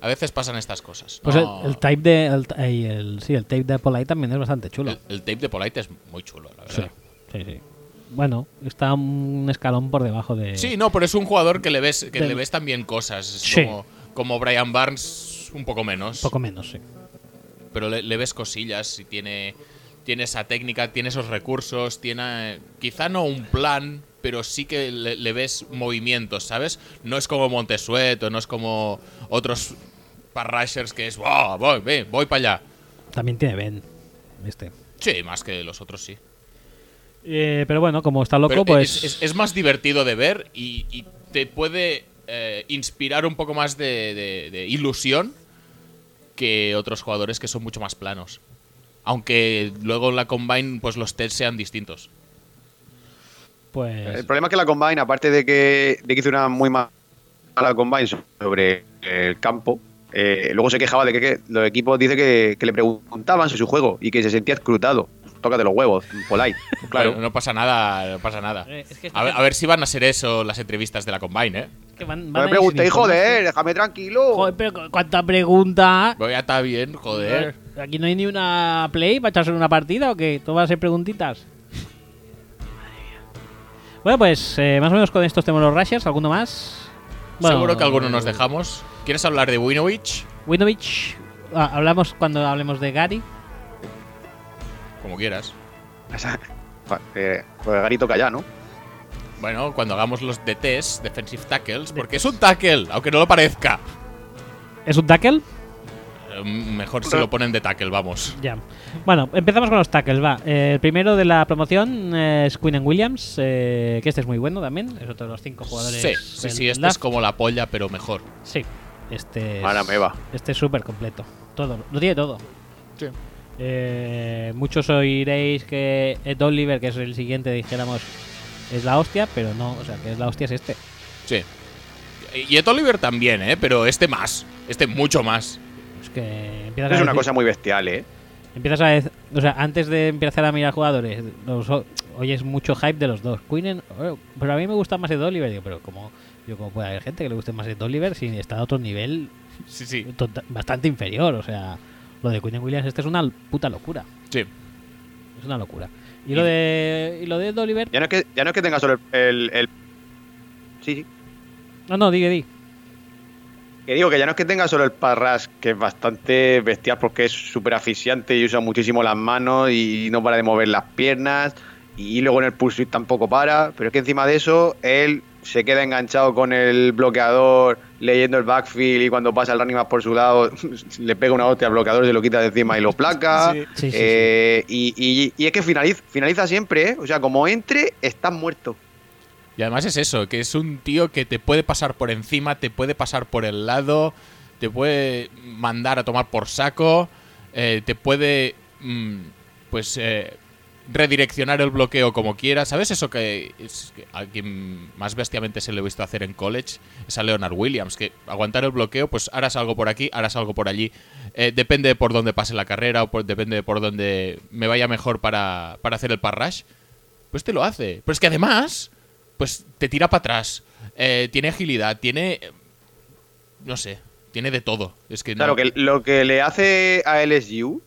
B: A veces pasan estas cosas.
A: Pues
B: No,
A: el, el type de. El, ay, el- sí, el tape de Polite también es bastante chulo.
B: el- el tape de Polite es muy chulo, la
A: Sí,
B: verdad.
A: sí, sí. Bueno, está un escalón por debajo de.
B: Sí, no, pero es un jugador que le ves, que
A: Del-
B: le ves también cosas. Es
A: Sí.
B: Como, como Brian Barnes, un poco menos.
A: Poco menos, sí.
B: Pero le, le ves cosillas y tiene, tiene esa técnica, tiene esos recursos, tiene. eh, Quizá no un plan, pero sí que le, le ves movimientos, ¿sabes? No es como Montesueto, no es como otros parrashers que es. "Buah, voy, ve, voy para allá.
A: También tiene Ben. Este.
B: Sí, más que los otros sí.
A: Eh, pero bueno, como está loco,
B: Pero
A: pues.
B: es, es- es más divertido de ver y, y te puede eh, inspirar un poco más de, de- de ilusión que otros jugadores que son mucho más planos. Aunque luego en la combine, pues los tests sean distintos.
A: pues
C: El problema es que la combine, aparte de que, de que hizo una muy ma- mala combine sobre el campo, eh, luego se quejaba de que, que los equipos dice que, que le preguntaban sobre su juego y que se sentía escrutado. Tócate los huevos, Polite. Claro.
B: Bueno, no pasa nada, no pasa nada.
A: Eh, es que esta
B: A ver,
A: gente-
B: a ver si van a ser eso las entrevistas de la combine, ¿eh?
A: que van-
C: No
A: van a
C: me preguntéis,
A: desinformarse.
C: joder, eh, déjame tranquilo.
A: Joder, pero cu- cuánta pregunta.
B: Voy a estar bien, joder.
A: Aquí no hay ni una play para echarse una partida o qué? ¿Todo va a ser preguntitas? Bueno, pues eh, más o menos con estos tenemos los Rushers. ¿Alguno más? eh,
B: Seguro que alguno nos dejamos. ¿Quieres hablar de Winovich?
A: Winovich. Ah, hablamos cuando hablemos de Gary.
B: Como quieras.
C: Eh, joder, Garito calla, ¿no?
B: Bueno, cuando hagamos los DTs, Defensive Tackles, porque es un tackle, aunque no lo parezca.
A: ¿Es un tackle?
B: Eh, Mejor si lo ponen de tackle, vamos.
A: Ya. Bueno, empezamos con los tackles, va. Eh, el primero de la promoción eh, es Quinn Williams, eh, que este es muy bueno también. Es otro de los cinco jugadores.
B: Sí, sí,
A: del
B: sí, este
A: draft.
B: es como la polla, pero mejor.
A: Sí, este es.
C: Ahora me va.
A: Este es súper completo. Todo, lo tiene todo. Eh, muchos oiréis que Ed Oliver, que es el siguiente, dijéramos, es la hostia, pero no, o sea, que es la hostia es este.
B: Sí. Y Ed Oliver también, ¿eh? Pero este más. Este mucho más.
A: Es que empiezas
C: Es
A: a
C: una
A: decir-
C: cosa muy bestial, ¿eh?
A: Empiezas a dec- o sea, antes de empezar a mirar jugadores, los o- oyes mucho hype de los dos. Queen, oh, pero a mí me gusta más Ed Oliver, Digo, pero como yo como puede haber gente que le guste más Ed Oliver si está a otro nivel
B: Sí, sí,
A: tota- bastante inferior, o sea, lo de Queen Williams este es una puta locura,
B: sí.
A: es una locura. Y lo de y lo de Ed Oliver,
C: Ya no es que, ya no es que tenga solo el, el- el- Sí, sí.
A: no, no, di, di.
C: Que digo que ya no es que tenga solo el parras, que es bastante bestial porque es súper asfixiante y usa muchísimo las manos y no para de mover las piernas. Y luego en el pursuit tampoco para. Pero es que encima de eso, él se queda enganchado con el bloqueador, leyendo el backfield y cuando pasa el running back por su lado, le pega una hostia al bloqueador, se lo quita de encima y lo placa.
A: Sí, sí, sí.
C: Eh, y, y- y es que finaliza, finaliza siempre, ¿eh? O sea, como entre, estás muerto.
B: Y además es eso, que es un tío que te puede pasar por encima, te puede pasar por el lado, te puede mandar a tomar por saco, eh, te puede, mm, pues, eh, redireccionar el bloqueo como quiera. ¿Sabes eso que, es, que a quien más bestiamente se le he visto hacer en college? Es a Leonard Williams, que aguantar el bloqueo, pues harás algo por aquí, harás algo por allí. Eh, depende de por dónde pase la carrera o por- depende de por dónde me vaya mejor para, para hacer el parrash pues te lo hace. Pero es que además, pues te tira para atrás. Eh, tiene agilidad, tiene. eh, No sé. tiene de todo. Es que no-
C: Claro, que lo que le hace a LSU,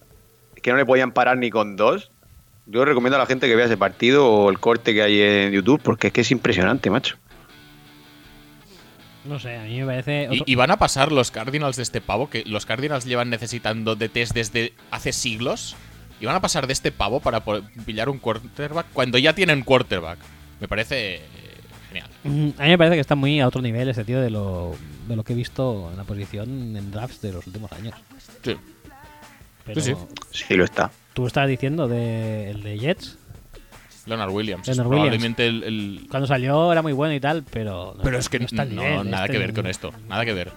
C: que no le podían parar ni con dos, yo recomiendo a la gente que vea ese partido o el corte que hay en YouTube, porque es que es impresionante, macho.
A: No sé, a mí me parece.
B: Y,
A: otro-
B: y van a pasar los Cardinals de este pavo, que los Cardinals llevan necesitando de test desde hace siglos. Y van a pasar de este pavo para po- pillar un quarterback cuando ya tienen quarterback. Me parece eh, genial.
A: Mm, A mí me parece que está muy a otro nivel ese tío de lo, de lo que he visto en la posición en drafts de los últimos años.
B: Sí.
A: Pero
B: Sí, sí.
C: Sí, lo está.
A: tú estabas diciendo de, el de Jets,
B: Leonard Williams. es
A: Leonard
B: probablemente el- el,
A: cuando salió era muy bueno y tal, pero. no-
B: Pero es que
A: no, está al
B: no,
A: nivel,
B: nada
A: este
B: que ver con
A: no-
B: esto. Nada que ver.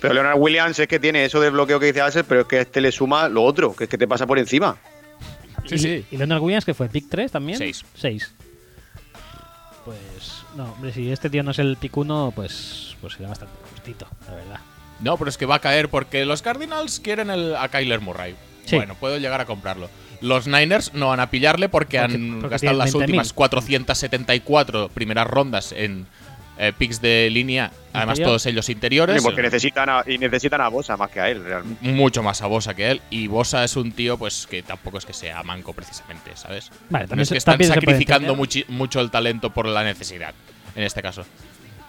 C: Pero Leonard Williams es que tiene eso del bloqueo que dice Axel, pero es que a este le suma lo otro, que es que te pasa por encima.
B: Sí,
A: y,
B: sí.
A: Y Leonard Williams, que fue pick 3 también.
B: Seis.
A: 6. Pues. No, hombre, si este tío no es el pick 1, pues, pues será bastante justito, la verdad.
B: No, pero es que va a caer porque los Cardinals quieren el, a Kyler Murray.
A: Sí.
B: Bueno, puedo llegar a comprarlo. Los Niners no van a pillarle porque,
A: Porque-
B: han
A: porque
B: gastado
A: tienen
B: las
A: 20.000.
B: últimas 474 primeras rondas en eh, picks de línea, además
A: Interior.
B: todos ellos interiores.
C: porque necesitan a, y necesitan a Bosa más que a él, realmente.
B: Mucho más a Bosa que él. Y Bosa es un tío pues que tampoco es que sea manco precisamente, ¿sabes?
A: Vale,
B: No
A: también
B: es
A: se-
B: que están
A: también se puede
B: sacrificando
A: entender.
B: muchi- mucho el talento por la necesidad, en este caso.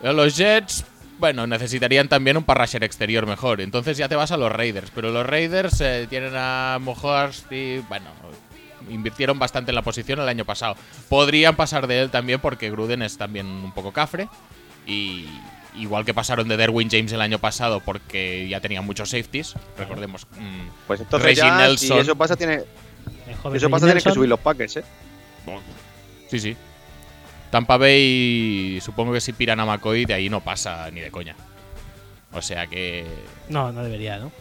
B: Eh, Los Jets, bueno, necesitarían también un parrasher exterior mejor. Entonces ya te vas a los Raiders. Pero los Raiders eh, tienen a Mohorst y, bueno, invirtieron bastante en la posición el año pasado. Podrían pasar de él también porque Gruden es también un poco cafre. Y igual que pasaron de Derwin James el año pasado porque ya tenían muchos safeties, recordemos. mm,
C: Pues entonces
B: Reggie
C: ya,
B: Nelson.
C: si eso pasa, tiene,
A: El joven
C: eso
A: Reggie
C: pasa, tienes que
A: Nelson,
C: subir los Packers, ¿eh?
B: Sí, sí. Tampa Bay, supongo que si piran a McCoy, de ahí no pasa ni de coña. O sea que.
A: No, no debería, ¿no?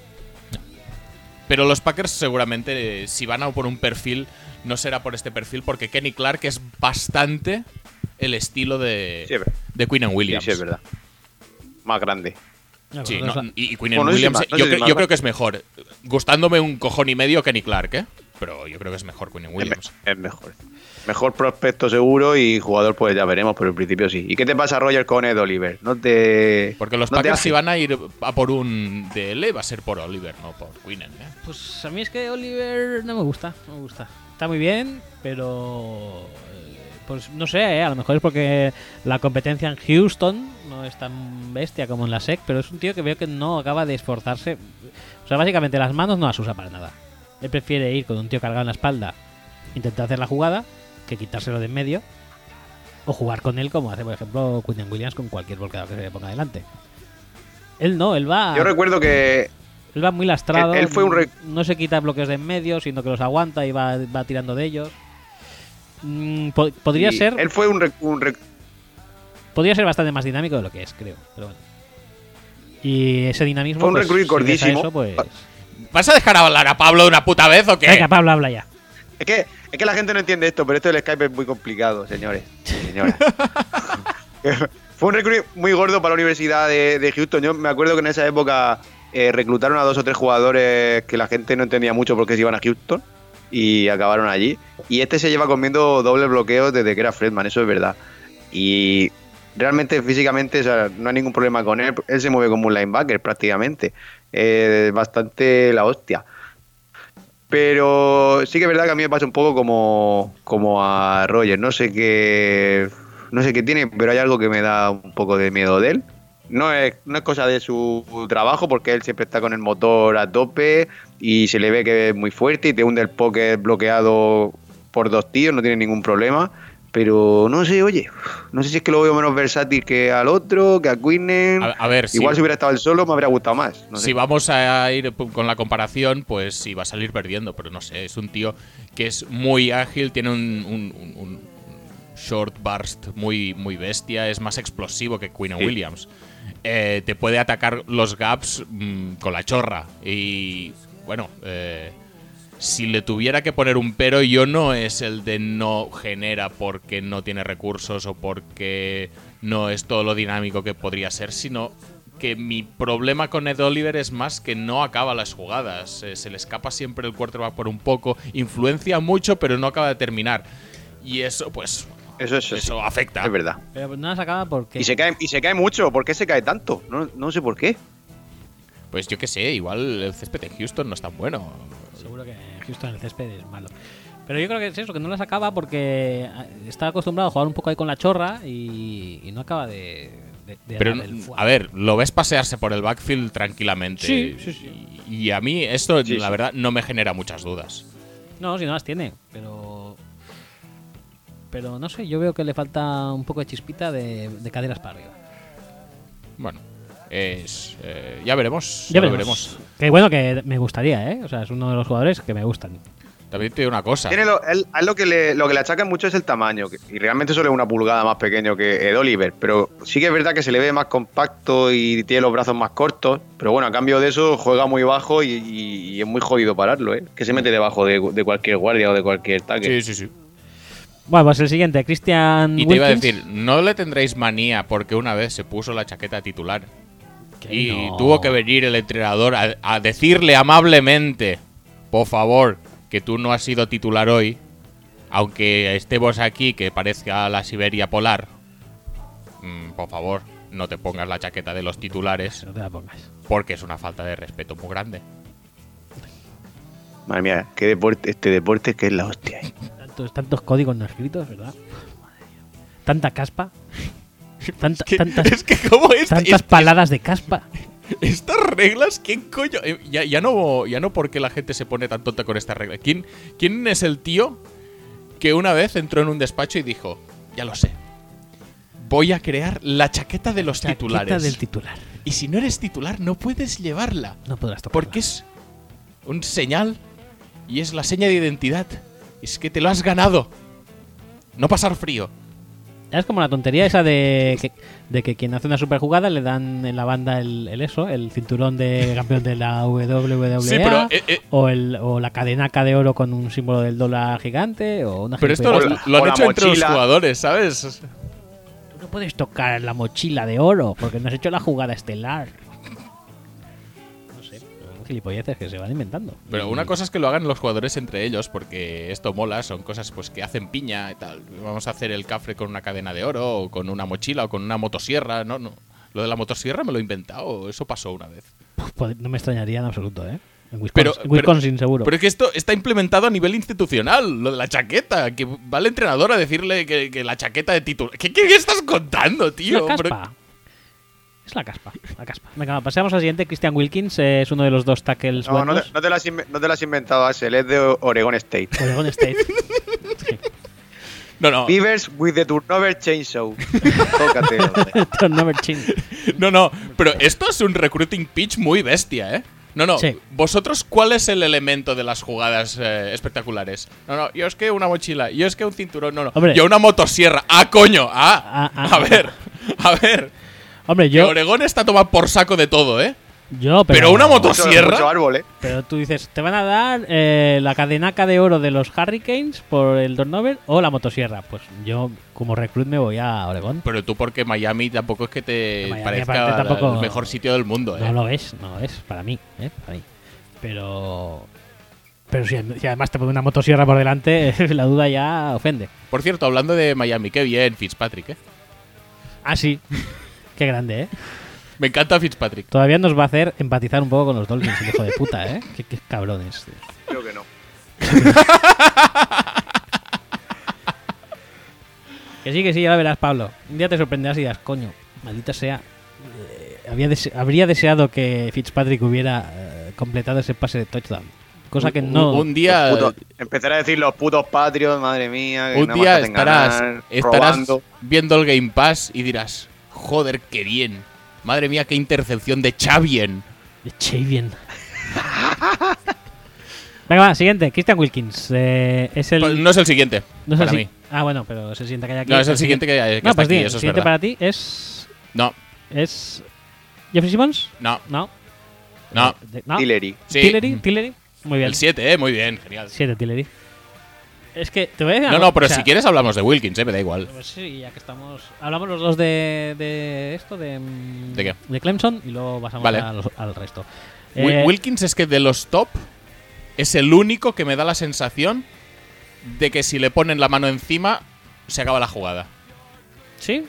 B: Pero los Packers, seguramente, eh, si van a por un perfil, no será por este perfil, porque Kenny Clark es bastante el estilo de,
C: Sí, es verdad.
B: de Queen and
C: Sí,
B: Williams.
C: sí, es verdad. Más grande.
A: No,
B: Sí,
A: no es
B: no,
A: la-
B: y, y Quinn
C: Bueno, no sé si
B: Williams,
C: más, no
B: yo,
C: sé si
B: creo-
C: más,
B: yo
C: ¿no?
B: creo que es mejor. Gustándome un cojón y medio Kenny Clark, ¿eh? Pero yo creo que es mejor Quinn and
C: Es, me-
B: Williams.
C: es mejor. Mejor prospecto seguro y jugador, pues ya veremos, pero en principio sí. ¿Y qué te pasa, Roger, con Ed Oliver? No te.
B: Porque los
C: no te
B: Packers,
C: hace.
B: si van a ir a por un DL, va a ser por Oliver, no por Quinn, ¿eh?
A: Pues a mí es que Oliver no me gusta, no me gusta. Está muy bien, pero eh, pues no sé, eh, a lo mejor es porque la competencia en Houston no es tan bestia como en la SEC, pero es un tío que veo que no acaba de esforzarse. O sea, básicamente las manos no las usa para nada. Él prefiere ir con un tío cargado en la espalda, intentar hacer la jugada, que quitárselo de en medio, o jugar con él como hace, por ejemplo, Quinn Williams con cualquier volcado que se le ponga delante. Él no, él va...
C: Yo recuerdo que
A: Él va muy lastrado.
C: Él- él fue un re-
A: No se quita bloques de en medio, sino que los aguanta y va, va tirando de ellos. Mm, po- podría,
C: y
A: ser,
C: Él fue un, rec- un rec-
A: podría ser bastante más dinámico de lo que es, creo. Pero bueno. Y ese dinamismo.
C: Fue un
A: pues,
C: recruit
A: si deja
C: gordísimo.
A: eso, pues-
B: ¿Vas a dejar hablar a Pablo de una puta vez
C: Ah,
B: o qué?
A: Venga, Pablo, habla ya.
C: Es que, es que la gente no entiende esto, pero esto del Skype es muy complicado, señores. Señoras. Fue un recruit muy gordo para la Universidad de, de Houston. Yo me acuerdo que en esa época eh, reclutaron a dos o tres jugadores que la gente no entendía mucho porque se iban a Houston y acabaron allí. Y este se lleva comiendo doble bloqueo desde que era Fredman, eso es verdad. Y realmente físicamente o sea, no hay ningún problema con él. Él se mueve como un linebacker prácticamente. Eh, bastante la hostia. Pero sí que es verdad que a mí me pasa un poco como, como a Roger. No sé qué. No sé qué tiene, pero hay algo que me da un poco de miedo de él. No es, no es cosa de su trabajo, porque él siempre está con el motor a tope y se le ve que es muy fuerte y te hunde el pocket bloqueado por dos tíos, no tiene ningún problema. Pero no sé, oye, no sé si es que lo veo menos versátil que al otro, que a Quinnen.
B: A, a ver, si,
C: Igual si hubiera estado él solo me habría gustado más. No sé.
B: si vamos a ir p- con la comparación, pues sí va a salir perdiendo, pero no sé, es un tío que es muy ágil, tiene un, un- un- un short burst muy, muy bestia, es más explosivo que Queen
C: Sí.
B: Williams. Eh, te puede atacar los gaps mm, con la chorra y bueno, eh, si le tuviera que poner un pero, yo no es el de no genera porque no tiene recursos o porque no es todo lo dinámico que podría ser, sino que mi problema con Ed Oliver es más que no acaba las jugadas. Eh, se le escapa siempre el quarterback por un poco, influencia mucho, pero no acaba de terminar. Y eso, pues,
C: Eso, es-
B: eso afecta.
C: es verdad.
A: Pero no las acaba porque.
C: Y se, cae, y se cae mucho. ¿Por qué se cae tanto? No, no sé por qué.
B: Pues yo qué sé, igual el césped de Houston no es tan bueno.
A: Seguro que Houston en el césped es malo. Pero yo creo que es eso, que no las acaba porque ah, está acostumbrado a jugar un poco ahí con la chorra y, y no acaba de. de- de
B: Pero, mm,
A: dar el fuego.
B: a ver, lo ves pasearse por el backfield tranquilamente.
A: Sí, sí, sí.
B: Y, y a mí esto,
C: Sí,
B: la
C: sí.
B: verdad, no me genera muchas dudas.
A: No, si no las tiene, pero. Pero no sé, yo veo que le falta un poco de chispita de, de caderas para arriba.
B: Bueno, es, eh, ya veremos.
A: Ya
B: lo
A: veremos. Que bueno, que me gustaría, ¿eh? O sea, es uno de los jugadores que me gustan.
B: También te digo una cosa.
C: Tiene lo, él- a él lo que le, lo que le achacan mucho es el tamaño, que- y realmente solo es una pulgada más pequeño que Ed Oliver, pero sí que es verdad que se le ve más compacto y tiene los brazos más cortos, pero bueno, a cambio de eso juega muy bajo y, y- y es muy jodido pararlo, ¿eh? que se mete debajo de, de cualquier guardia o de cualquier tackle.
B: Sí, sí, sí.
A: Bueno, pues el siguiente, Christian.
B: Y te iba a
A: Wilkins.
B: decir, no le tendréis manía porque una vez se puso la chaqueta titular
A: Que
B: y
A: no.
B: tuvo que venir el entrenador a, a decirle amablemente, por favor, que tú no has sido titular hoy, aunque estemos aquí que parezca la Siberia polar. mm, por favor, no te pongas la chaqueta de los titulares
A: No te la pongas.
B: porque es una falta de respeto muy grande.
C: Madre mía, qué deporte, este deporte es que es la hostia. ¿eh?
A: Tantos, tantos códigos no escritos, ¿verdad? Madre mía. Tanta caspa. Tanta- tantas,
B: es que como es,
A: tantas paladas de caspa.
B: Estas reglas, ¿quién coño? Eh, Ya, ya no, ya no porque la gente se pone tan tonta con estas reglas. ¿Quién, ¿Quién es el tío que una vez entró en un despacho y dijo, ya lo sé, voy a crear la chaqueta de los
A: Chaqueta
B: titulares?
A: del titular.
B: y si no eres titular, no puedes llevarla.
A: No podrás tocarla.
B: Porque es un señal y es la seña de identidad. Es que te lo has ganado. No pasar frío.
A: Ya Es como la tontería esa de que, de que quien hace una superjugada le dan en la banda el, el eso, el cinturón de campeón de la WWE
B: Sí, pero, eh, eh.
A: o, el, o la cadenaca de oro con un símbolo del dólar gigante o una
B: Pero esto
A: gilipollez.
B: lo,
C: O
B: lo
C: la- o
B: han
C: la
B: hecho entre los
C: mochila.
B: jugadores, ¿sabes?
A: Tú no puedes tocar la mochila de oro porque no has hecho la jugada estelar. No sé, pero son gilipolleces que se van inventando.
B: Pero
A: Y-
B: una cosa es que lo hagan los jugadores entre ellos, porque esto mola, son cosas pues que hacen piña y tal. Vamos a hacer el cafre con una cadena de oro, o con una mochila, o con una motosierra, no, no. Lo de la motosierra me lo he inventado, eso pasó una vez.
A: Puf, pod- no me extrañaría en absoluto, ¿eh? En Wisconsin,
B: Pero,
A: en Wisconsin, seguro.
B: Pero es que esto está implementado a nivel institucional, lo de la chaqueta, que va el entrenador a decirle que, que la chaqueta de título. ¿Qué, qué estás contando,
A: Es la
B: tío? Pero-
A: caspa. Es la caspa, la caspa. Venga, va, pasemos al siguiente. Christian Wilkins eh, es uno de los dos tackles
C: No, no
A: buenos.
C: te, no te las inve- no te las has inventado, Axel, es de Oregon State.
A: Oregon State.
B: No, no.
C: Beavers with the turnover chainsaw. Tócate. joder.
A: Turnover chin.
B: No, no, pero esto es un recruiting pitch muy bestia, ¿eh? No, no,
A: Sí.
B: vosotros, ¿cuál es el elemento de las jugadas eh, espectaculares? No, no, yo es que una mochila, yo es que un cinturón, no, no,
A: Hombre.
B: yo una motosierra. ¡Ah, coño! ¡Ah!
A: Ah, ah,
B: a ver, a ver.
A: Hombre,
B: que
A: yo,
B: Oregón está tomado por saco de todo, ¿eh?
A: yo pero,
B: pero una moto-
C: Mucho-
B: ¿Sierra?
C: Mucho árbol, ¿eh?
A: Pero tú dices, te van a dar eh, la cadenaca de oro de los Hurricanes por el turnover o la motosierra. Pues yo, como recruit, me voy a Oregón.
B: Pero tú, porque Miami tampoco es que te
A: Miami,
B: parezca
A: aparte,
B: la-
A: tampoco-
B: el mejor sitio del mundo, ¿eh?
A: No lo es, no lo es, para mí, ¿eh? para mí. Pero. Pero si, si además te pone una motosierra por delante, la duda ya ofende.
B: Por cierto, hablando de Miami, qué bien, Fitzpatrick, ¿eh?
A: Ah, sí. Qué grande, ¿eh?
B: Me encanta Fitzpatrick.
A: Todavía nos va a hacer empatizar un poco con los Dolphins, el hijo de puta, ¿eh? Qué, qué cabrones.
C: Creo que no.
A: Que sí, que sí, ya lo verás, Pablo. Un día te sorprenderás y dirás, coño, maldita sea. eh, había dese- habría deseado que Fitzpatrick hubiera eh, completado ese pase de touchdown. Cosa que
B: Un-
A: no.
B: Un, día.
C: Los putos- empezaré a decir los putos patrios, madre mía. que
B: Un
C: nada más
B: día
C: hacen
B: estarás,
C: ganar,
B: estarás
C: robando.
B: viendo el Game Pass y dirás, joder, qué bien. Madre mía, qué intercepción de Chavien.
A: Che, bien. Venga, va, siguiente. Christian Wilkins. eh, es el.
B: Pues No es el siguiente,
A: no es
B: para
A: el si-
B: mí.
A: Ah, bueno, pero se siente que hay aquí.
B: No, es el siguiente que, que
A: No,
B: está
A: pues
B: aquí,
A: di,
B: eso
A: el
B: es
A: siguiente
B: verdad.
A: para ti es.
B: No,
A: Es. Jeffrey Simmons?
B: no,
A: No. Eh,
B: no.
A: De- no.
C: Hillary.
B: Sí.
A: Tillery, Tillery. Muy bien.
B: El 7, eh, muy bien, genial.
A: 7 Tillery. Es que te voy a decir
B: No,
A: algo,
B: no, pero
A: o sea,
B: si quieres hablamos de Wilkins, eh, me da igual.
A: Pues sí, ya que estamos. Hablamos los dos de, de esto, de. mm,
B: ¿De qué?
A: Clemson y luego pasamos
B: Vale.
A: a los- al resto.
B: Wi-
A: Eh,
B: Wilkins es que de los top es el único que me da la sensación de que si le ponen la mano encima se acaba la jugada.
A: Sí,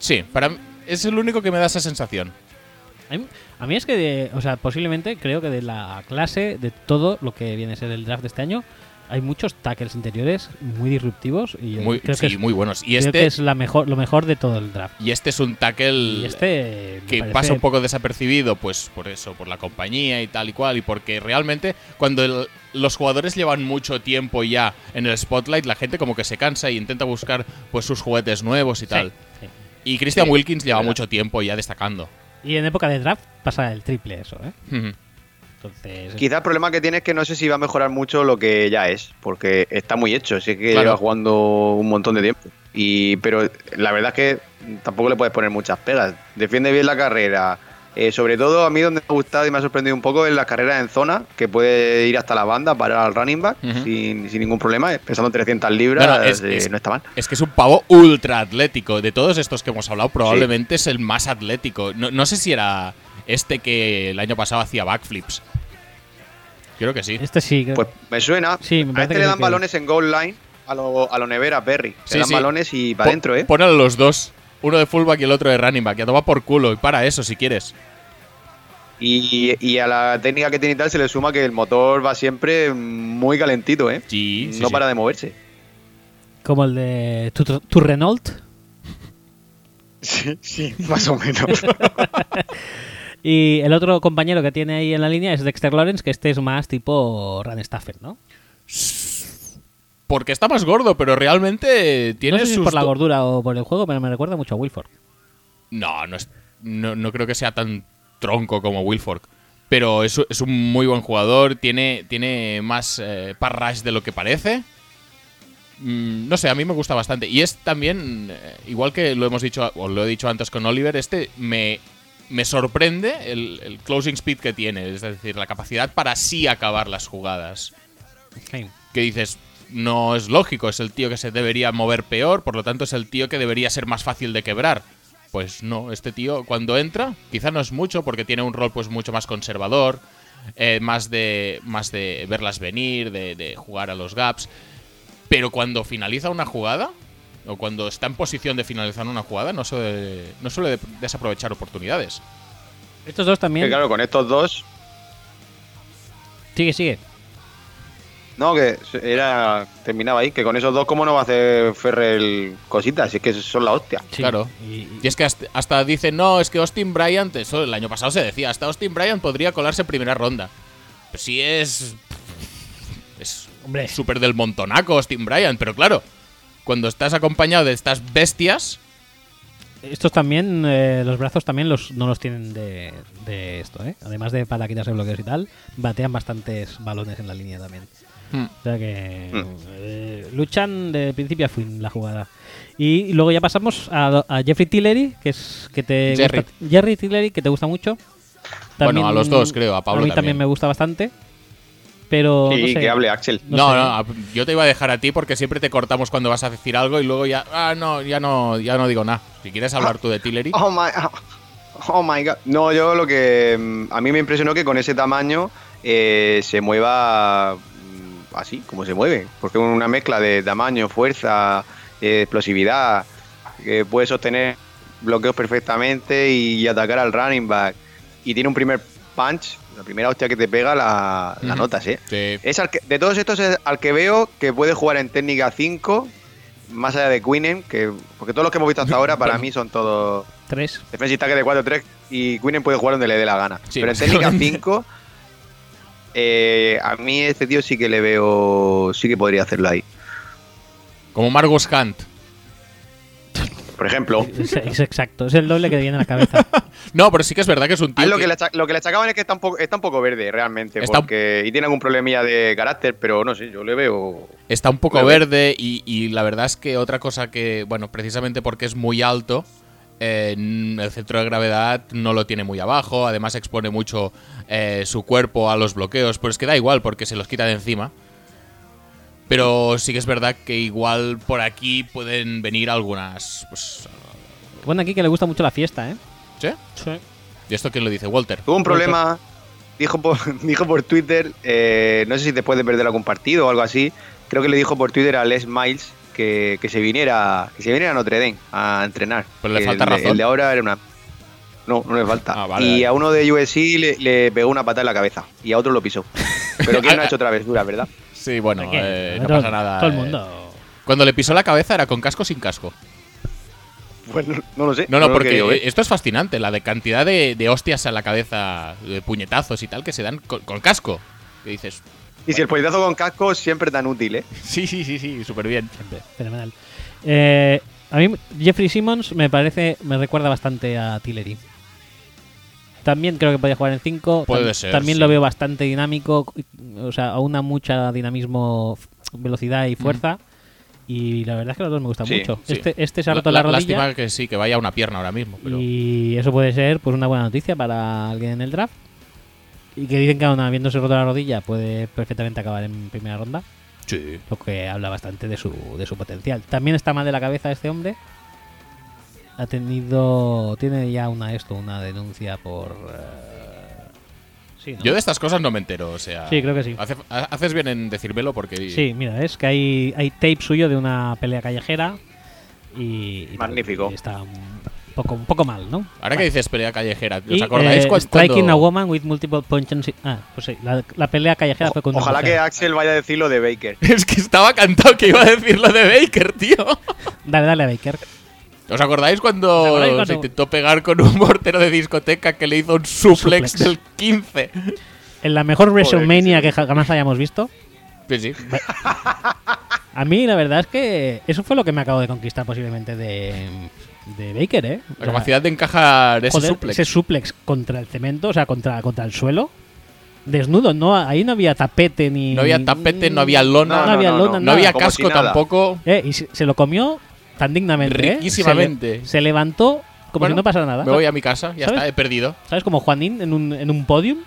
B: Sí, para mí es el único que me da esa sensación.
A: A mí, a mí es que, de- o sea, posiblemente creo que de la clase, de todo lo que viene a ser el draft de este año, hay muchos tackles interiores muy disruptivos y yo
B: Muy,
A: creo,
B: sí,
A: que es,
B: muy buenos. Y
A: creo
B: este,
A: que es la mejor, lo mejor de todo el draft.
B: y este es un tackle
A: Y este me
B: que
A: parece-
B: pasa un poco desapercibido, pues por eso, por la compañía y tal y cual, y porque realmente cuando el- los jugadores llevan mucho tiempo ya en el spotlight, la gente como que se cansa y intenta buscar pues sus juguetes nuevos y
A: Sí,
B: tal.
A: sí.
B: Y Christian
C: Sí,
B: Wilkins lleva
C: verdad.
B: mucho tiempo ya destacando.
A: Y en época de draft pasa el triple eso, ¿eh?
B: Ujú.
A: Entonces,
C: Quizás el problema que tiene es que no sé si va a mejorar mucho lo que ya es, porque está muy hecho, sí que
B: Claro.
C: lleva jugando un montón de tiempo. Y, pero la verdad es que tampoco le puedes poner muchas pegas. Defiende bien la carrera. Eh, sobre todo a mí donde me ha gustado y me ha sorprendido un poco es las carreras en zona, que puede ir hasta la banda, parar al running back
B: Ujú.
C: sin, sin ningún problema, eh, pesando 300 libras,
B: No, no, es-
C: eh,
B: es-
C: no está mal.
B: Es que es un pavo ultra atlético. De todos estos que hemos hablado, probablemente es el más atlético. No, no sé si era este que el año pasado hacía backflips. Creo que sí.
A: este sí. que-
C: Pues me suena.
A: Sí, me
C: a
A: parece
C: este
A: que
C: le
A: sí
C: dan
A: que-
C: balones en goal line a lo, a lo nevera Perry. Se
B: Sí,
C: dan
B: sí.
C: balones y
B: Po-
C: para adentro, ¿eh?
B: Pon a los dos. Uno de fullback y el otro de running back. Ya toma por culo. Y para eso, si quieres.
C: Y, y a la técnica que tiene y tal se le suma que el motor va siempre muy calentito, ¿eh?
B: Sí, sí,
C: no
B: sí.
C: para de moverse.
A: como el de tu, tu Renault.
C: Sí, sí, más o menos.
A: Y el otro compañero que tiene ahí en la línea es Dexter Lawrence, que este es más tipo Run Stafford, ¿no?
B: Porque está más gordo, pero realmente tiene
A: No sé si es
B: sus
A: por la
B: do-
A: gordura o por el juego, pero me recuerda mucho a Wilford.
B: No, no, es- no, no creo que sea tan tronco como Wilfork. Pero es, es un muy buen jugador, tiene, tiene más eh, parrash de lo que parece. Mm, no sé, a mí me gusta bastante. Y es también, eh, igual que lo hemos dicho, o lo he dicho antes con Oliver, este me, me sorprende el, el closing speed que tiene, es decir, la capacidad para sí acabar las jugadas que dices, no es lógico, es el tío que se debería mover peor, por lo tanto es el tío que debería ser más fácil de quebrar. Pues no, este tío cuando entra, quizá no es mucho porque tiene un rol pues mucho más conservador, eh, más, de, más de verlas venir, de, de jugar a los gaps, pero cuando finaliza una jugada, o cuando está en posición de finalizar una jugada, no suele, no suele de- desaprovechar oportunidades.
A: Estos dos también.
C: que claro, con estos dos.
A: Sigue, sigue.
C: No, que era. Terminaba ahí, que con esos dos, ¿cómo no va a hacer Ferrell cositas? Si es que son la hostia.
A: Sí.
B: Claro.
A: Y-
B: Y es que hasta, hasta dicen, no, es que Austin Bryant, eso el año pasado se decía, hasta Austin Bryant podría colarse en primera ronda. Pues sí es... Es
A: Hombre.
B: súper del montonaco Austin Bryant, pero claro, cuando estás acompañado de estas bestias,
A: Estos también, eh, los brazos también los, no los tienen de, de esto, ¿eh? Además de para quitarse bloqueos y tal, batean bastantes balones en la línea también.
B: Hmm.
A: O sea que
C: Mm.
A: eh, luchan de principio a fin la jugada. Y luego ya pasamos a, a Jeffrey Tillery, que es que te
B: Jerry.
A: gusta- Jerry Tillery, que te gusta mucho.
B: Bueno, a los dos, creo, a Pablo
A: A mí
B: también.
A: también me gusta bastante. Pero
C: Sí,
A: no sé,
C: que hable Axel.
A: No
B: no,
A: sé.
B: no, a- yo te iba a dejar a ti porque siempre te cortamos cuando vas a decir algo y luego ya, ah, no, ya no, ya no digo nada. Si quieres hablar tú de Tillery,
C: Oh my, oh my god. No, yo lo que. mm, A mí me impresionó que con ese tamaño eh, se mueva mm, así, como se mueve. Porque una mezcla de tamaño, fuerza, eh, explosividad, que puede sostener bloqueos perfectamente y atacar al running back. Y tiene un primer punch, la primera hostia que te pega, la, la
B: Ujú.
C: notas, ¿eh?
B: te-
C: Es al que- de todos estos es al que veo que puede jugar en técnica 5, más allá de Queenen, que porque todos los que hemos visto hasta ahora para mí son todos
A: tres.
C: defensa y de 4-3 y Queenen puede jugar donde le dé la gana.
B: Sí,
C: Pero en técnica
B: básicamente.
C: 5, eh, a mí este tío sí que le veo, sí que podría hacerlo ahí.
B: como Margus Hunt.
C: Por ejemplo,
A: Es, es exacto, es el doble que viene a la cabeza.
B: No, pero sí que es verdad que es un
C: a
B: tío
C: él lo,
B: que-
C: que le acha- lo que le achacaban es que está un poco, está un poco verde realmente,
B: Está un-
C: porque y tiene algún problemilla de carácter, pero no sé, yo le veo
B: Está un poco
C: Muy bien.
B: verde y, y la verdad es que otra cosa que, bueno, precisamente porque es muy alto, eh, n- el centro de gravedad no lo tiene muy abajo, además expone mucho eh, su cuerpo a los bloqueos, pero es que da igual porque se los quita de encima. Pero sí que es verdad que igual por aquí pueden venir algunas... Pues,
A: Bueno, aquí que le gusta mucho la fiesta, ¿eh?
B: ¿Sí?
A: Sí.
B: ¿Y esto quién lo dice? Walter.
C: Tuvo un problema, dijo por, dijo por Twitter, eh, no sé si después de perder algún partido o algo así, creo que le dijo por Twitter a Les Miles que, que se viniera que se viniera a Notre Dame a entrenar.
B: Pero Pues le
C: Que
B: falta
C: el de-
B: razón.
C: el de ahora era una... No, no le falta.
B: Ah, vale,
C: y
B: vale.
C: a uno de USC le, le pegó una patada en la cabeza y a otro lo pisó. Pero que no ha hecho travesuras, ¿verdad?
B: Sí, bueno,
A: Aquí,
B: eh, no
A: todo-
B: pasa nada.
A: Todo el
B: eh.
A: mundo.
B: Cuando le pisó la cabeza era con casco o sin casco.
C: Pues no, no lo sé.
B: No, no,
C: lo he
B: porque eh,
C: querido ver.
B: esto es fascinante, la de cantidad de, de hostias a la cabeza, de puñetazos y tal, que se dan con, con casco. Que dices,
C: Y si el puñetazo con casco siempre tan útil, ¿eh?
B: sí, sí, sí, sí, súper bien.
A: Siempre, fenomenal. Eh, a mí Jeffrey Simmons me parece, me recuerda bastante a Tillery. También creo que podía jugar en 5.
B: Puede ser,
A: También
B: sí.
A: lo veo bastante dinámico, o sea, aúna mucha dinamismo, f- velocidad y fuerza. Y la verdad es que los dos me gustan
C: Sí,
A: mucho.
B: sí.
A: Este, este se ha roto
B: Lá-
A: la, rodilla.
B: Lástima que sí, que vaya una pierna ahora mismo. Pero...
A: Y eso puede ser pues una buena noticia para alguien en el draft. Y que dicen que aún habiéndose roto la rodilla puede perfectamente acabar en primera ronda.
B: Sí.
A: Lo que habla bastante de su, de su potencial. También está mal de la cabeza este hombre. Ha tenido. Tiene ya una esto, una denuncia por. eh, sí, ¿no?
B: Yo de estas cosas no me entero, o sea.
A: Sí, creo que sí.
B: hace- ha- haces bien en decírmelo porque.
A: Sí, mira, es que hay, hay tape suyo de una pelea callejera. Y. y tal,
C: Magnífico.
A: y está un poco, un poco mal, ¿no?
B: Ahora que dices pelea callejera, ¿os
A: Y,
B: acordáis
A: eh,
B: cuan-
A: Striking
B: cuando-
A: a woman with multiple punches. in- Ah, pues sí, la, la pelea callejera fue con una
C: Ojalá
A: mujer.
C: que Axel vaya a decir lo de Baker.
B: Es que estaba cantado que iba a decir lo de Baker, tío.
A: Dale, dale a Baker.
B: ¿Os acordáis
A: ¿Os
B: cuando
A: acordáis cuando-
B: se intentó pegar con un mortero de discoteca que le hizo un suplex,
A: Suplex.
B: del 15?
A: En la mejor
C: que
A: WrestleMania que jamás hayamos visto.
B: Pues Sí, sí.
A: A mí, la verdad es que eso fue lo que me acabo de conquistar posiblemente de, de Baker, ¿eh? O
B: La
A: sea,
B: capacidad de encajar ese
A: joder,
B: suplex.
A: ese suplex contra el cemento, o sea, contra, contra el suelo. Desnudo, no, ahí no había tapete ni.
B: No había tapete, no había lona,
A: No,
B: no,
A: había lona,
B: no
A: nada.
B: había
C: Como si
B: casco
C: nada.
B: tampoco.
A: Eh, y se, se lo comió tan dignamente. ¿eh? Se le- Se,
B: Riquísimamente.
A: levantó como
B: Bueno,
A: si no pasara nada.
B: Me voy a mi casa, ya
A: ¿Sabes?
B: está, he perdido.
A: ¿Sabes? Como Juanín en un, en un podium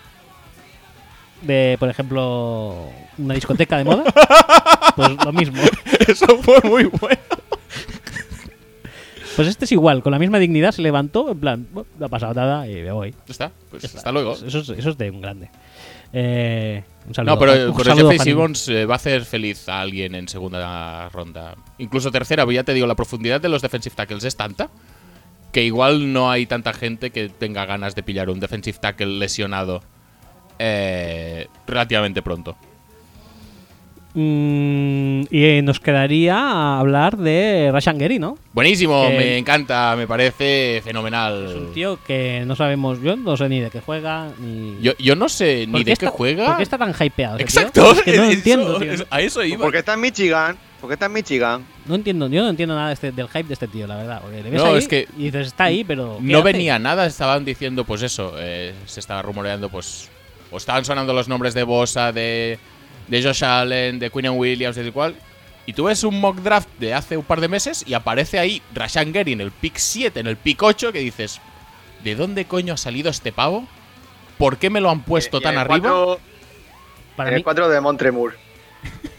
A: de, por ejemplo, una discoteca de moda. Pues lo mismo.
B: Eso fue muy bueno.
A: Pues este es igual, con la misma dignidad se levantó, en plan, "Bueno, no ha pasado nada y me voy.
B: Ya está, pues
A: Ya está.
B: hasta luego.
A: Eso es, eso es de un grande. Eh, un saludo.
B: No, pero
A: Un
B: por
A: saludo,
B: Jeffrey
A: Juanín.
B: Simmons eh, va a hacer feliz a alguien en segunda ronda. Incluso tercera, porque ya te digo, la profundidad de los defensive tackles es tanta que igual no hay tanta gente que tenga ganas de pillar un defensive tackle lesionado eh, relativamente pronto.
A: Mm, y eh, nos quedaría hablar de Rashan Gary, ¿no?
B: Buenísimo,
A: Eh,
B: me encanta, me parece fenomenal.
A: Es un tío que no sabemos, yo no sé ni de qué juega, ni.
B: Yo, yo no sé
A: ¿Por qué
B: ni de qué
A: está- ¿Por
B: juega.
A: qué está tan hypeado? ese tío?
B: Exacto,
A: Es que no
B: eso-
A: entiendo, tío.
B: es- a eso iba.
C: Porque está en Michigan. Porque está en Michigan.
A: No entiendo, yo no entiendo nada de este- del hype de este tío, la verdad. Porque le ves
B: No,
A: ahí
B: es que
A: y dices, está ahí, pero. ¿qué
B: no
A: hace?
B: venía nada, estaban diciendo pues eso, eh, se estaba rumoreando pues o estaban sonando los nombres de Bosa, de, de Josh Allen, de Quinn Williams, de tal cual. Y tú ves un mock draft de hace un par de meses y aparece ahí Rashan Gary en el pick 7, en el pick 8, que dices, ¿de dónde coño ha salido este pavo? ¿Por qué me lo han puesto
C: eh, Y en
B: tan
C: el
B: arriba?
C: cuatro-
A: Para
C: en
A: mí,
C: el 4 de Montremoor.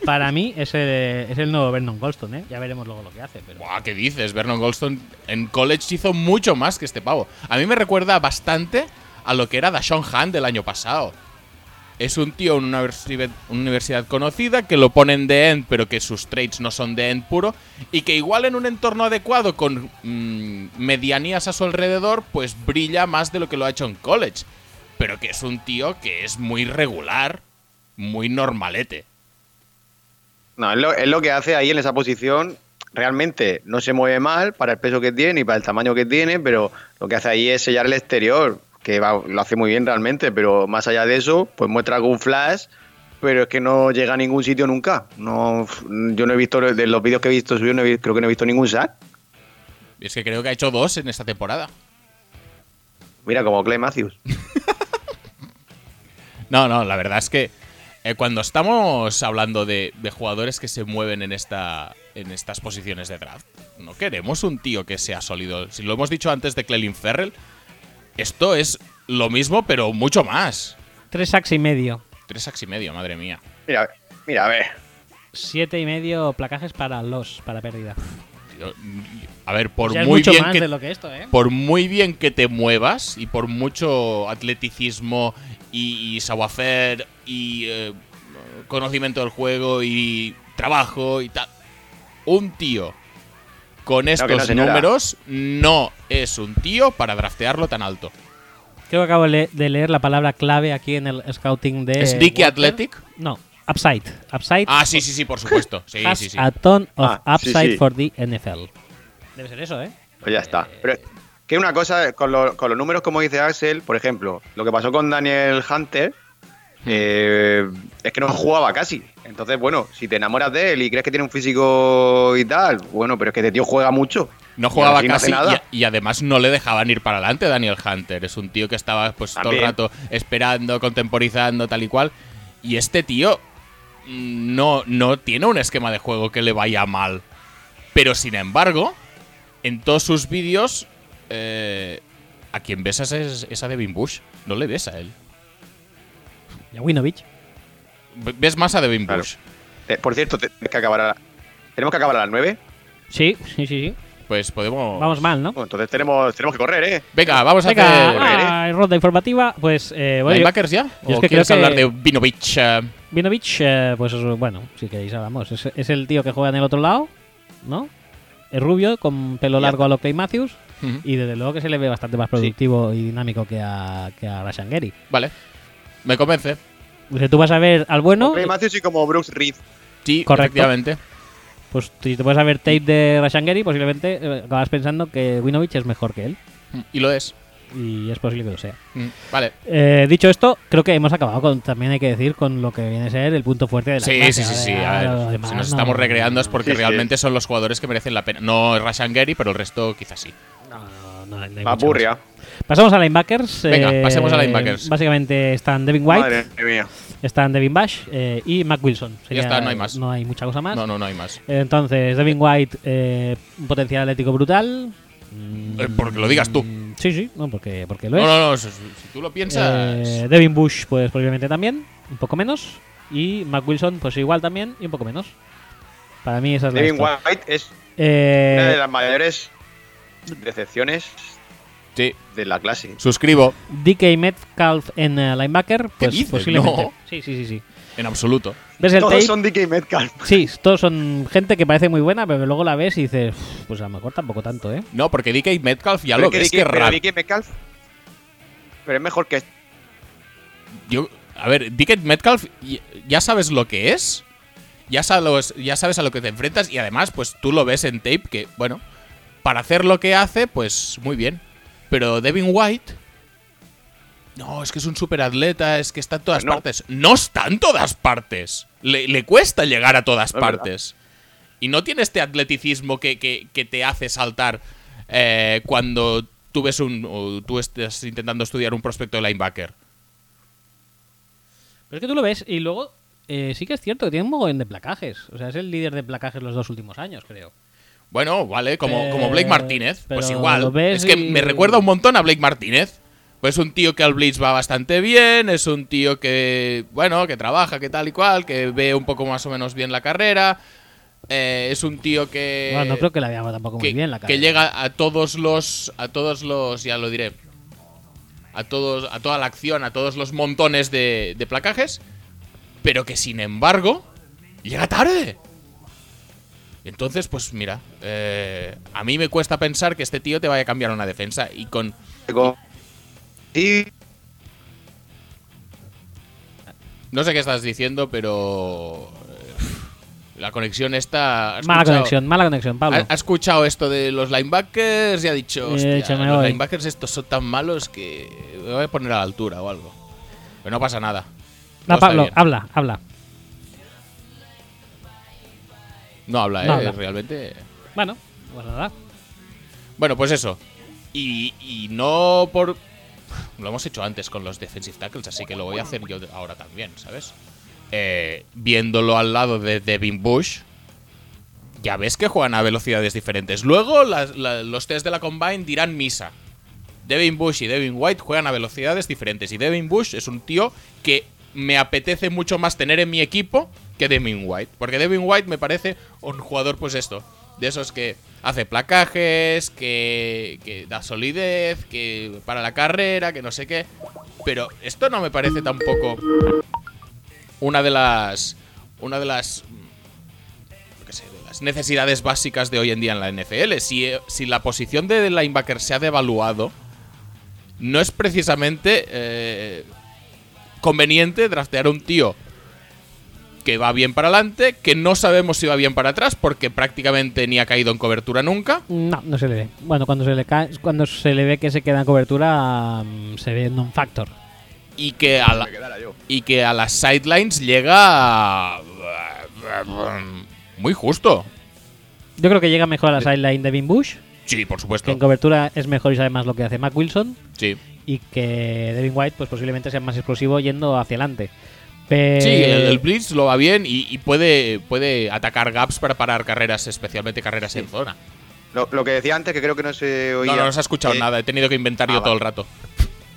A: para mí es, el, es el nuevo Vernon Goldstone, ¿eh? Ya veremos luego lo que hace, pero.
B: Buah, ¿qué dices? Vernon Goldstone en college hizo mucho más que este pavo. A mí me recuerda bastante a lo que era Dashon Han del año pasado. Es un tío en una universidad, una universidad conocida que lo ponen de end, pero que sus trades no son de end puro. Y que igual en un entorno adecuado con mm, medianías a su alrededor, pues brilla más de lo que lo ha hecho en college. Pero que es un tío que es muy regular, muy normalete.
C: No, es lo, es lo que hace ahí en esa posición. Realmente no se mueve mal para el peso que tiene y para el tamaño que tiene, pero lo que hace ahí es sellar el exterior, que va- lo hace muy bien realmente, pero más allá de eso, pues muestra algún flash, pero es que no llega a ningún sitio nunca. No, yo no he visto, de los vídeos que he visto suyo, no he vi- creo que no he visto ningún sack.
B: Es que creo que ha hecho dos en esta temporada.
C: Mira, como Clay Matthews.
B: No, no, la verdad es que eh, cuando estamos hablando de, de jugadores que se mueven en, esta, en estas posiciones de draft, no queremos un tío que sea sólido. Si lo hemos dicho antes de Clelin Ferrell, esto es lo mismo, pero mucho más.
A: Tres sacks y medio.
B: Tres sacks y medio, madre mía.
C: Mira, mira, a ver.
A: Siete y medio placajes para los, para pérdida.
B: Yo- a ver, por
A: Ya es
B: muy
A: mucho
B: bien
A: más
B: que
A: de lo que esto, ¿eh?
B: por muy bien que te muevas y por mucho atleticismo y, y savoir-faire y eh, conocimiento del juego y trabajo y tal, un tío con estos
C: que no, señora.
B: números no es un tío para draftearlo tan alto.
A: Creo que acabo de le- de leer la palabra clave aquí en el scouting de.
B: ¿Es Dicky
A: Walker.
B: Athletic?
A: No, Upside. Upside.
B: Ah, sí, sí, sí, por supuesto. Sí,
A: has
B: sí, sí.
A: a ton of
C: Ah, sí,
A: upside
C: sí.
A: for the NFL. Debe ser eso, ¿eh?
C: Pues ya está. Pero que una cosa, con, lo- con los números como dice Axel, por ejemplo, lo que pasó con Daniel Hunter
A: Hmm.
C: eh, es que no jugaba casi. Entonces, bueno, si te enamoras de él y crees que tiene un físico y tal, bueno, pero es que este tío juega mucho.
B: No jugaba
C: Y aún así
B: casi
C: no hace nada.
B: y, y además no le dejaban ir para adelante Daniel Hunter. Es un tío que estaba pues todo el
C: También.
B: rato esperando, contemporizando, tal y cual. Y este tío mm, no, no tiene un esquema de juego que le vaya mal. Pero sin embargo, en todos sus vídeos, eh, a quien besas es, es a Devin Bush. No le ves a él.
A: Jawinovich.
B: Ve- Ves más a Devin
C: Claro.
B: Bush.
C: Eh, por cierto, te- tenemos que acabar a, tenemos que acabar a las 9.
A: Sí, sí, sí, sí.
B: Pues podemos.
A: Vamos mal, ¿no?
C: Bueno, entonces tenemos, tenemos que correr, ¿eh?
B: Venga, vamos a hacer.
A: Venga, ah, ronda informativa. Pues, eh, bueno, yo-
B: ¿Linebackers ya?
A: yo es
B: ¿O
A: que
B: quieres
A: creo que-
B: hablar de Vinovich? eh?
A: Vinovich, eh, pues eso, bueno, si queréis hablamos. Es, es el tío que juega en el otro lado, ¿no? Es rubio, con pelo largo a lo Clay Matthews.
B: Ujú.
A: Y desde luego que se le ve bastante más productivo y dinámico que a, que a Rashan Gary.
B: Vale. Me convence.
A: O sea, tú vas a ver al bueno,
C: Como Clay Matthews y como Brooks Reed.
B: Sí,
A: Correcto.
B: efectivamente.
A: pues si te vas a ver tape de Rashan Gary, posiblemente eh, acabas pensando que Winovich es mejor que él.
B: Mm, Y lo es.
A: Y es posible que lo sea.
B: Mm, Vale.
A: Eh, dicho esto, creo que hemos acabado con, también hay que decir, con lo que viene a ser el punto fuerte de la
B: Sí,
A: clase.
B: sí, sí, sí.
A: Ahora,
B: A ver,
A: lo demás
B: si nos
A: no-
B: estamos recreando es porque
C: Sí, sí.
B: realmente son los jugadores que merecen la pena. No Rashan Gary, pero el resto quizás sí.
A: No, no, no, no hay mucho más.
C: Papurria.
A: Pasamos a linebackers.
B: Venga,
A: eh,
B: pasemos a linebackers.
A: Básicamente están Devin White,
C: Madre mía.
A: están Devin Bash eh, y Mac Wilson.
B: está, no hay más.
A: No hay mucha cosa más.
B: No, no, no hay más.
A: Entonces, Devin White, eh, un potencial atlético brutal. Mm,
B: Eh, porque lo digas tú.
A: mm, Sí, sí, no, porque, porque lo
B: No,
A: es.
B: no, no. Si, si tú lo piensas.
A: Eh, Devin Bush, pues posiblemente también, un poco menos. Y Mac Wilson, pues igual también y un poco menos. Para mí esa es la
C: Devin
A: esto.
C: White es
A: Eh,
C: una de las mayores decepciones
B: Sí,
C: de la clase.
B: suscribo.
A: DK Metcalf en eh, linebacker, pues
B: dices?
A: posiblemente.
B: No.
A: Sí, sí, sí, sí.
B: En absoluto.
A: ¿Ves el
C: Todos
A: tape?
C: son DK Metcalf.
A: Sí, todos son gente que parece muy buena, pero que luego la ves y dices, "Uf, pues a lo mejor tampoco tanto, ¿eh?
B: No, porque DK Metcalf ya lo
C: Pero es que
B: ves
C: DK
B: que
C: pero
B: raro.
C: DK Metcalf. Pero es mejor que. este,
B: Yo, a ver, DK Metcalf, y- ya sabes lo que es. Ya sabes, ya sabes a lo que te enfrentas. Y además, pues tú lo ves en tape que, bueno, para hacer lo que hace, pues muy bien. Pero Devin White. No, es que es un superatleta, es que está en todas
C: Pues no.
B: partes. No está en todas partes. Le, le cuesta llegar a todas
C: Es verdad.
B: partes. Y no tiene este atleticismo que, que- que te hace saltar eh, cuando tú ves un. o tú estás intentando estudiar un prospecto de linebacker.
A: Pero es que tú lo ves y luego eh, sí que es cierto que tiene un mogollón de placajes. O sea, es el líder de placajes los dos últimos años, creo.
B: Bueno, vale, como,
A: Eh,
B: como Blake Martínez, pues
A: pero
B: igual.
A: lo ves
B: Es que
A: y-
B: me recuerda un montón a Blake Martínez. Pues un tío que al Blitz va bastante bien, es un tío que, bueno, que trabaja, que tal y cual, que ve un poco más o menos bien la carrera. eh, es un tío que,
A: bueno, no creo que la veamos tampoco
B: Eh, que,
A: muy bien la
B: que
A: cara.
B: llega a todos los, a todos los, ya lo diré, a todos, a toda la acción, a todos los montones de, de placajes, pero que sin embargo llega tarde. Entonces, pues mira, eh, a mí me cuesta pensar que este tío te vaya a cambiar una defensa y con
C: con- Sí,
B: no sé qué estás diciendo, pero eh, la conexión está
A: Mala conexión, mala conexión, Pablo. Eh,
B: Ha, ha escuchado esto de los linebackers y ha dicho,
A: Y he
B: "Hostia,
A: dicho, me
B: los
A: voy".
B: linebackers estos son tan malos que me voy a poner a la altura o algo. Pero no pasa nada. Todo
A: no,
B: está
A: Ah, Pablo,
B: bien.
A: habla, habla.
B: No habla,
A: no
B: eh,
A: habla.
B: realmente.
A: Bueno, pues nada.
B: Bueno, pues eso. Y, y no por... Lo hemos hecho antes con los defensive tackles, así que lo voy a hacer yo ahora también, ¿sabes? Eh, viéndolo al lado de Devin Bush, ya ves que juegan a velocidades diferentes. Luego las- la- los test de la Combine dirán misa. Devin Bush y Devin White juegan a velocidades diferentes. Y Devin Bush es un tío que me apetece mucho más tener en mi equipo que Devin White. Porque Devin White me parece un jugador, pues esto, de esos que hace placajes, que, que da solidez, que para la carrera, que no sé qué. Pero esto no me parece tampoco una de las. Una de las. mm, Yo qué sé, de las las necesidades básicas de hoy en día en la NFL. Si, eh, si la posición de linebacker se ha devaluado, no es precisamente eh, conveniente draftear a un tío que va bien para adelante, que no sabemos si va bien para atrás, porque prácticamente ni ha caído en cobertura nunca.
A: No, no se le ve. Bueno, cuando se le, cae, cuando se le ve que se queda en cobertura, mm, se ve non-factor.
B: Y que a, la-
C: Me quedara yo.
B: y que a las sidelines llega mm, muy justo.
A: Yo creo que llega mejor a la sideline Devin Bush,
B: Sí, por
A: que
B: supuesto.
A: en cobertura es mejor y sabe más lo que hace Mac Wilson,
B: Sí.
A: y que Devin White pues posiblemente sea más explosivo yendo hacia adelante. Pe-
B: Sí, el, el blitz lo va bien y, y puede, puede atacar gaps para parar carreras, especialmente carreras en zona.
C: Lo, lo que decía antes, que creo que no se oía.
B: No, no, no se ha escuchado
C: Eh,
B: nada, he tenido que inventar
C: ah,
B: yo todo
C: vale.
B: el rato.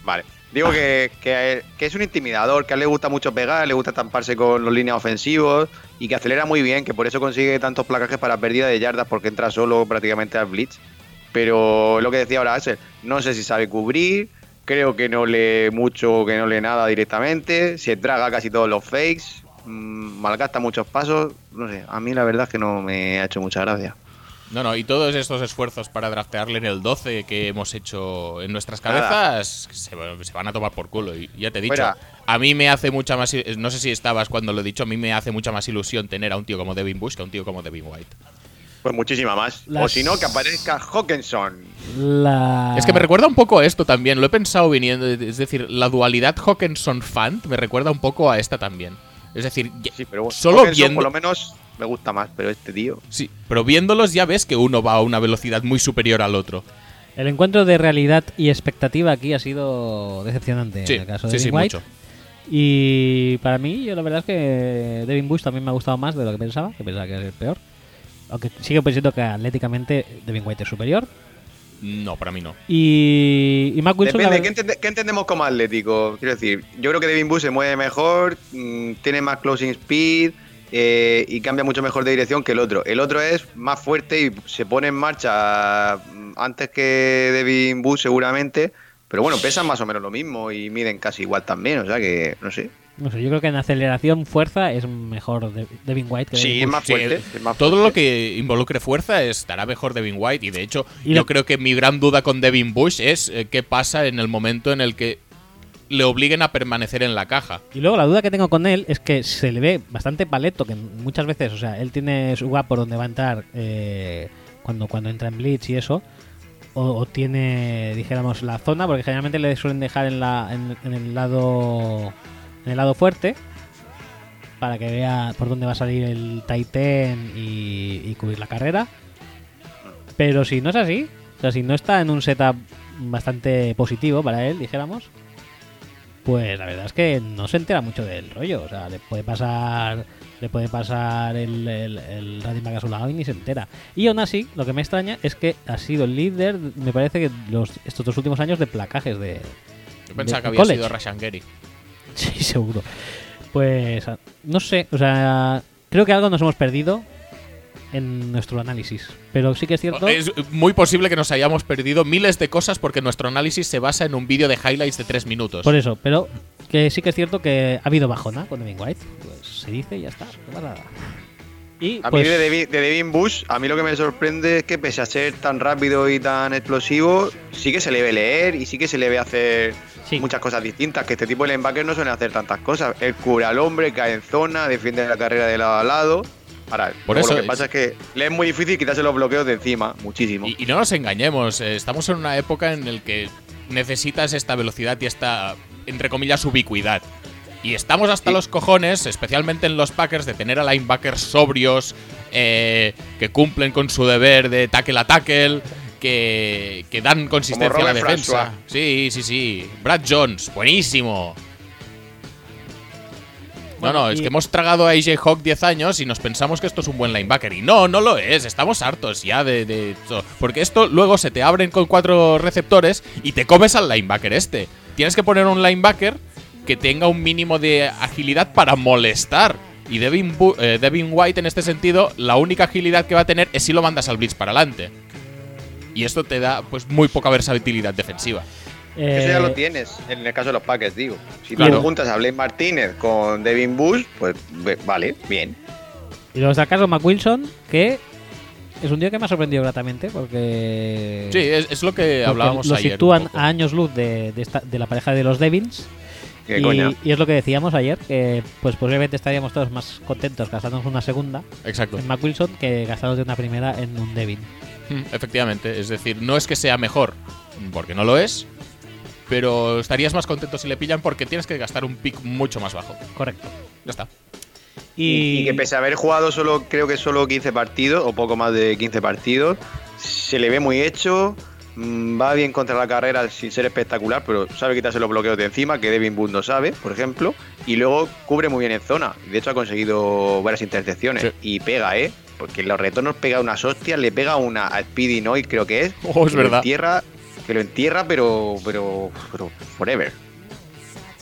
C: Vale. Digo que, que, que es un intimidador, que a él le gusta mucho pegar, le gusta estamparse con los líneas ofensivos y que acelera muy bien, que por eso consigue tantos placajes para pérdida de yardas porque entra solo prácticamente al blitz. Pero es lo que decía ahora Axel, no sé si sabe cubrir, creo que no lee mucho, que no lee nada directamente, se traga casi todos los fakes, mm, malgasta muchos pasos, no sé, a mí la verdad es que no me ha hecho mucha gracia.
B: No, no, y todos estos esfuerzos para draftearle en el 12 que hemos hecho en nuestras
C: Nada.
B: cabezas se, va- se van a tomar por culo. Y ya te he dicho,
C: Fuera.
B: a mí me hace mucha más. il- No sé si estabas cuando lo he dicho, a mí me hace mucha más ilusión tener a un tío como Devin Bush que a un tío como Devin White.
C: Pues muchísima más. O
A: Las-
C: si no, que aparezca Hawkinson.
A: La-
B: Es que me recuerda un poco a esto también, lo he pensado viniendo. Es decir, la dualidad Hawkinson-Fant me recuerda un poco a esta también. Es decir, ya-
C: Sí, pero bueno,
B: solo
C: Hawkinson,
B: viendo.
C: por lo menos me gusta más, pero este tío.
B: Sí, pero viéndolos ya ves que uno va a una velocidad muy superior al otro.
A: El encuentro de realidad y expectativa aquí ha sido decepcionante
B: Sí,
A: en el caso de
B: sí, sí,
A: Devin White.
B: mucho.
A: Y para mí, yo la verdad es que Devin Bush también me ha gustado más de lo que pensaba, que pensaba que era el peor. Aunque sigo pensando que atléticamente Devin White es superior.
B: No, para mí no.
A: Y, y Mac Wilson. la
C: Depende, ¿qué,
A: verdad-
C: entende- qué entendemos como atlético? Quiero decir, yo creo que Devin Bush se mueve mejor, mm, tiene más closing speed eh, y cambia mucho mejor de dirección que el otro. El otro es más fuerte y se pone en marcha mm, antes que Devin Bush seguramente, pero bueno, pesan más o menos lo mismo y miden casi igual también, o sea que, no sé.
A: No sé, yo creo que en aceleración, fuerza es mejor de- Devin White que
C: Sí,
A: Devin
C: es
A: Bush.
C: más
B: Sí,
C: fuerte.
B: el-
C: es más
B: todo lo
C: fuerte.
B: que involucre fuerza estará mejor Devin White. Y de hecho,
A: Y
B: yo
A: lo-
B: creo que mi gran duda con Devin Bush es eh, qué pasa en el momento en el que le obliguen a permanecer en la caja.
A: Y luego la duda que tengo con él es que se le ve bastante paleto, que muchas veces, o sea, él tiene su gap por donde va a entrar eh, cuando, cuando entra en Blitz y eso, o, o tiene, dijéramos, la zona, porque generalmente le suelen dejar en, la, en, en el lado en el lado fuerte para que vea por dónde va a salir el Titan y, y cubrir la carrera. Pero si no es así, o sea, si no está en un setup bastante positivo para él, dijéramos, pues la verdad es que no se entera mucho del rollo. O sea, le puede pasar. Le puede pasar el, el, el running back a su lado y ni se entera. Y aún así, lo que me extraña es que ha sido el líder, me parece que los, estos dos últimos años de placajes de.
B: Yo pensaba
A: de
B: que había
A: college.
B: sido Rashan Gary.
A: Sí, seguro. Pues ah, no sé, o sea, creo que algo nos hemos perdido en nuestro análisis. Pero sí que es cierto.
B: Es muy posible que nos hayamos perdido miles de cosas porque nuestro análisis se basa en un vídeo de highlights de tres minutos.
A: Por eso, pero que sí que es cierto que ha habido bajona con Devin White. Pues se dice y ya está. no pasa nada. Y
C: A
A: pues,
C: mí de Devin, de Devin Bush, a mí lo que me sorprende es que pese a ser tan rápido y tan explosivo, sí que se le ve leer y sí que se le ve hacer
A: sí.
C: muchas cosas distintas, que este tipo de linebackers no suelen hacer tantas cosas. Él cubre al hombre, cae en zona, defiende la carrera de lado a lado. Ahora,
B: Por
C: luego
B: eso
C: lo que
B: es-
C: pasa es que le es muy difícil quitarse los bloqueos de encima, muchísimo.
B: Y, y no nos engañemos, eh, estamos en una época en la que necesitas esta velocidad y esta, entre comillas, ubicuidad. Y estamos hasta
C: Sí.
B: los cojones, especialmente en los Packers, de tener a linebackers sobrios, eh, que cumplen con su deber de tackle a tackle, que, que dan consistencia a la
C: Robert
B: defensa.
C: François.
B: Sí, sí, sí. Brad Jones, buenísimo. No,
A: Bueno,
B: no, es
A: y-
B: que hemos tragado a AJ Hawk 10 años y nos pensamos que esto es un buen linebacker. Y no, no lo es. Estamos hartos ya de, de esto. Porque esto luego se te abren con cuatro receptores y te comes al linebacker este. Tienes que poner un linebacker que tenga un mínimo de agilidad para molestar. Y Devin, Bu- eh, Devin White, en este sentido, la única agilidad que va a tener es si lo mandas al blitz para adelante. Y esto te da pues muy poca versatilidad defensiva.
C: Eso
A: eh,
C: ya lo tienes, en el caso de los Packers, digo. Si
A: Claro.
C: tú juntas a Blake Martínez con Devin Bush, pues ve- vale, bien.
A: Y los del caso McWilson, que es un tío que me ha sorprendido gratamente porque.
B: Sí, es, es lo que
A: porque
B: hablábamos
A: lo
B: ayer. un
A: sitúan
B: poco.
A: a años luz de, de esta- de la pareja de los Devins.
C: Qué
A: y,
C: coña.
A: y es lo que decíamos ayer, que pues posiblemente estaríamos todos más contentos gastándonos una segunda
B: Exacto.
A: en McWilson que gastándote una primera en un Devin.
B: Mm, Efectivamente, es decir, no es que sea mejor, porque no lo es, pero estarías más contento si le pillan porque tienes que gastar un pick mucho más bajo.
A: Correcto.
B: Ya está.
A: Y,
C: Y, que pese a haber jugado solo, creo que solo 15 partidos, o poco más de 15 partidos, se le ve muy hecho, mm, va bien contra la carrera sin ser espectacular, pero sabe quitarse los bloqueos de encima, que Devin Bundo sabe, por ejemplo, y luego cubre muy bien en zona. De hecho ha conseguido varias intercepciones
B: Sí.
C: y pega, ¿eh? Porque en los retornos pega unas hostias, le pega una a Speedy Noid, creo que es.
B: Oh, es
C: que lo
B: verdad.
C: entierra- que lo entierra, pero, pero, pero forever.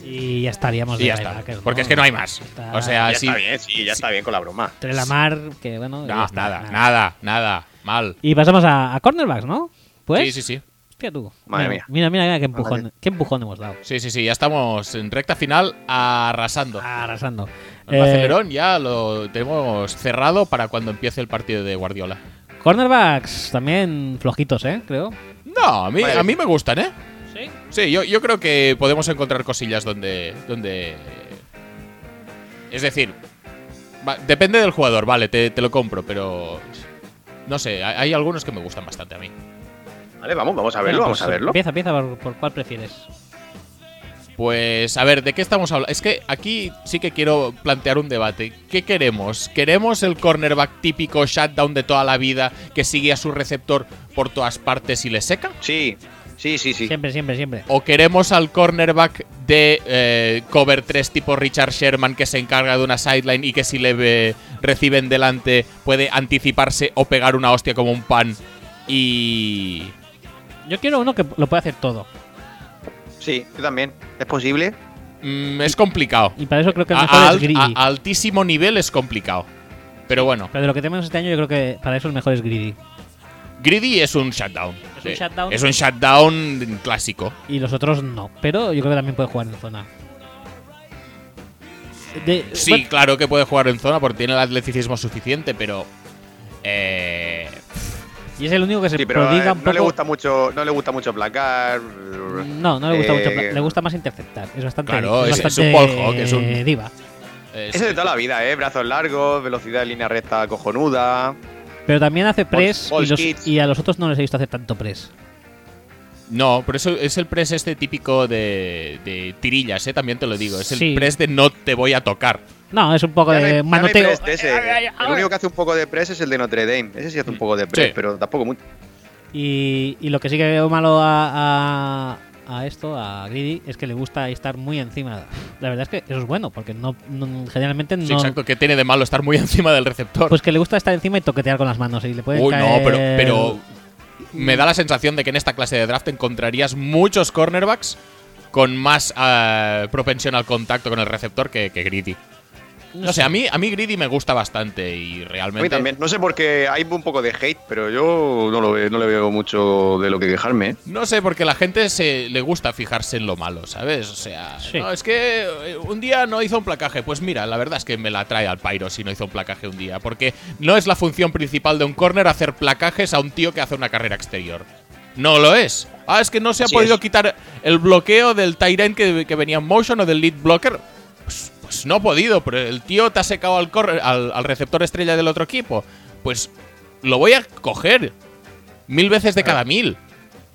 A: y ya estaríamos Pues de
B: Y ya
A: Kyle
B: está.
A: Tucker,
B: Porque es que no hay más.
A: Está-
B: O sea,
C: ya
B: sí.
C: está bien, sí, ya está bien con la broma.
A: Entre la mar, que bueno. ya
B: No,
A: está,
B: nada, nada, nada. Mal.
A: Y pasamos a, a cornerbacks, ¿no? Pues.
B: Sí, sí, sí.
A: Hostia, tú.
C: Madre
A: mira,
C: mía.
A: Mira, mira, mira qué empujón, qué empujón hemos dado.
B: Sí, sí, sí. Ya estamos en recta final arrasando.
A: Ah, Arrasando. Eh,
B: El acelerón ya lo tenemos cerrado para cuando empiece el partido de Guardiola.
A: cornerbacks también flojitos, ¿eh? Creo.
B: No, a mí,
C: Vale.
B: a mí me gustan, ¿eh?
A: Sí.
B: Sí, yo, yo creo que podemos encontrar cosillas donde. donde es decir, va- depende del jugador, vale, te, te lo compro, pero. No sé, hay, hay algunos que me gustan bastante a mí.
C: Vale, vamos, vamos a verlo, vamos a verlo.
A: pues, Empieza, empieza por, por cuál prefieres.
B: Pues, a ver, ¿de qué estamos hablando? Es que aquí sí que quiero plantear un debate. ¿Qué queremos? ¿Queremos el cornerback típico shutdown de toda la vida que sigue a su receptor por todas partes y le seca?
C: Sí, sí, sí, sí.
A: Siempre, siempre, siempre.
B: ¿O queremos al cornerback de eh, cover 3 tipo Richard Sherman que se encarga de una sideline y que si le ve- reciben delante puede anticiparse o pegar una hostia como un pan? Y...
A: Yo quiero uno que lo pueda hacer todo.
C: Sí, yo también. ¿Es posible?
B: mm, es complicado.
A: Y para eso creo que el
B: A-
A: mejor
B: a
A: es
B: al-
A: Greedy.
B: a altísimo nivel es complicado. Pero bueno,
A: Pero de lo que tenemos este año, yo creo que para eso el mejor es Greedy.
B: Greedy es un shutdown.
A: Es un
B: Eh,
A: shutdown.
B: Es un shutdown clásico.
A: Y los otros no. Pero yo creo que también puede jugar en zona. De-
B: Sí,
A: bueno,
B: claro que puede jugar en zona porque tiene el atleticismo suficiente, pero... Eh,
A: Y es el único que se
C: Sí, pero eh,
A: prodiga
C: no
A: un
C: le
A: poco-
C: gusta mucho, no le gusta mucho placar.
A: No, no le gusta mucho.
C: Eh,
A: pla- Le gusta más interceptar. Es bastante.
B: Claro,
A: es,
B: es- es
A: bastante
B: un ball hawk, es un-
A: diva.
B: eh,
C: Eso de toda la vida, eh, brazos largos, velocidad de línea recta cojonuda.
A: Pero también hace press
C: ball
A: y, los-
C: hits.
A: y a los otros no les he visto hacer tanto press.
B: No, pero eso es el press este típico de, de tirillas, ¿eh? también te lo digo. Es el
A: Sí.
B: press de no te voy a tocar.
A: No, es un poco
C: Ya no hay-
A: de
C: ya no
A: Pues,
C: hay
A: manoteo.
C: press de ese. El único que hace un poco de press es el de Notre Dame. Ese sí hace
A: Mm.
C: un poco de press,
B: Sí.
C: pero tampoco mucho.
A: Y, y lo que sí que veo malo a, a- a esto, a Greedy, es que le gusta estar muy encima. La verdad es que eso es bueno, porque no, no- generalmente no.
B: Sí, exacto, que tiene de malo estar muy encima del receptor.
A: Pues que le gusta estar encima y toquetear con las manos. Y le puede
B: Uy, no, pero, pero me da la sensación de que en esta clase de draft encontrarías muchos cornerbacks con más eh, propensión al contacto con el receptor que, que Greedy. No sé, a mí, a mí Greedy me gusta bastante y
C: A
B: realmente...
C: mí también. No sé por qué hay un poco de hate, pero yo no, lo veo- no le veo mucho de lo que quejarme. eh.
B: No sé, porque la gente se le gusta fijarse en lo malo, ¿sabes? O sea,
A: Sí.
B: no, es que eh, un día no hizo un placaje. Pues mira, la verdad es que me la trae al Pyro si no hizo un placaje un día. Porque no es la función principal de un corner hacer placajes a un tío que hace una carrera exterior. No lo es. Ah, es que no se ha
C: Así
B: podido
C: es.
B: quitar el bloqueo del Tyrant que, que venía en motion o del lead blocker. Pues, pues no ha podido, pero el tío te ha secado al, corre- al, al receptor estrella del otro equipo. Pues lo voy a coger mil veces de cada mil.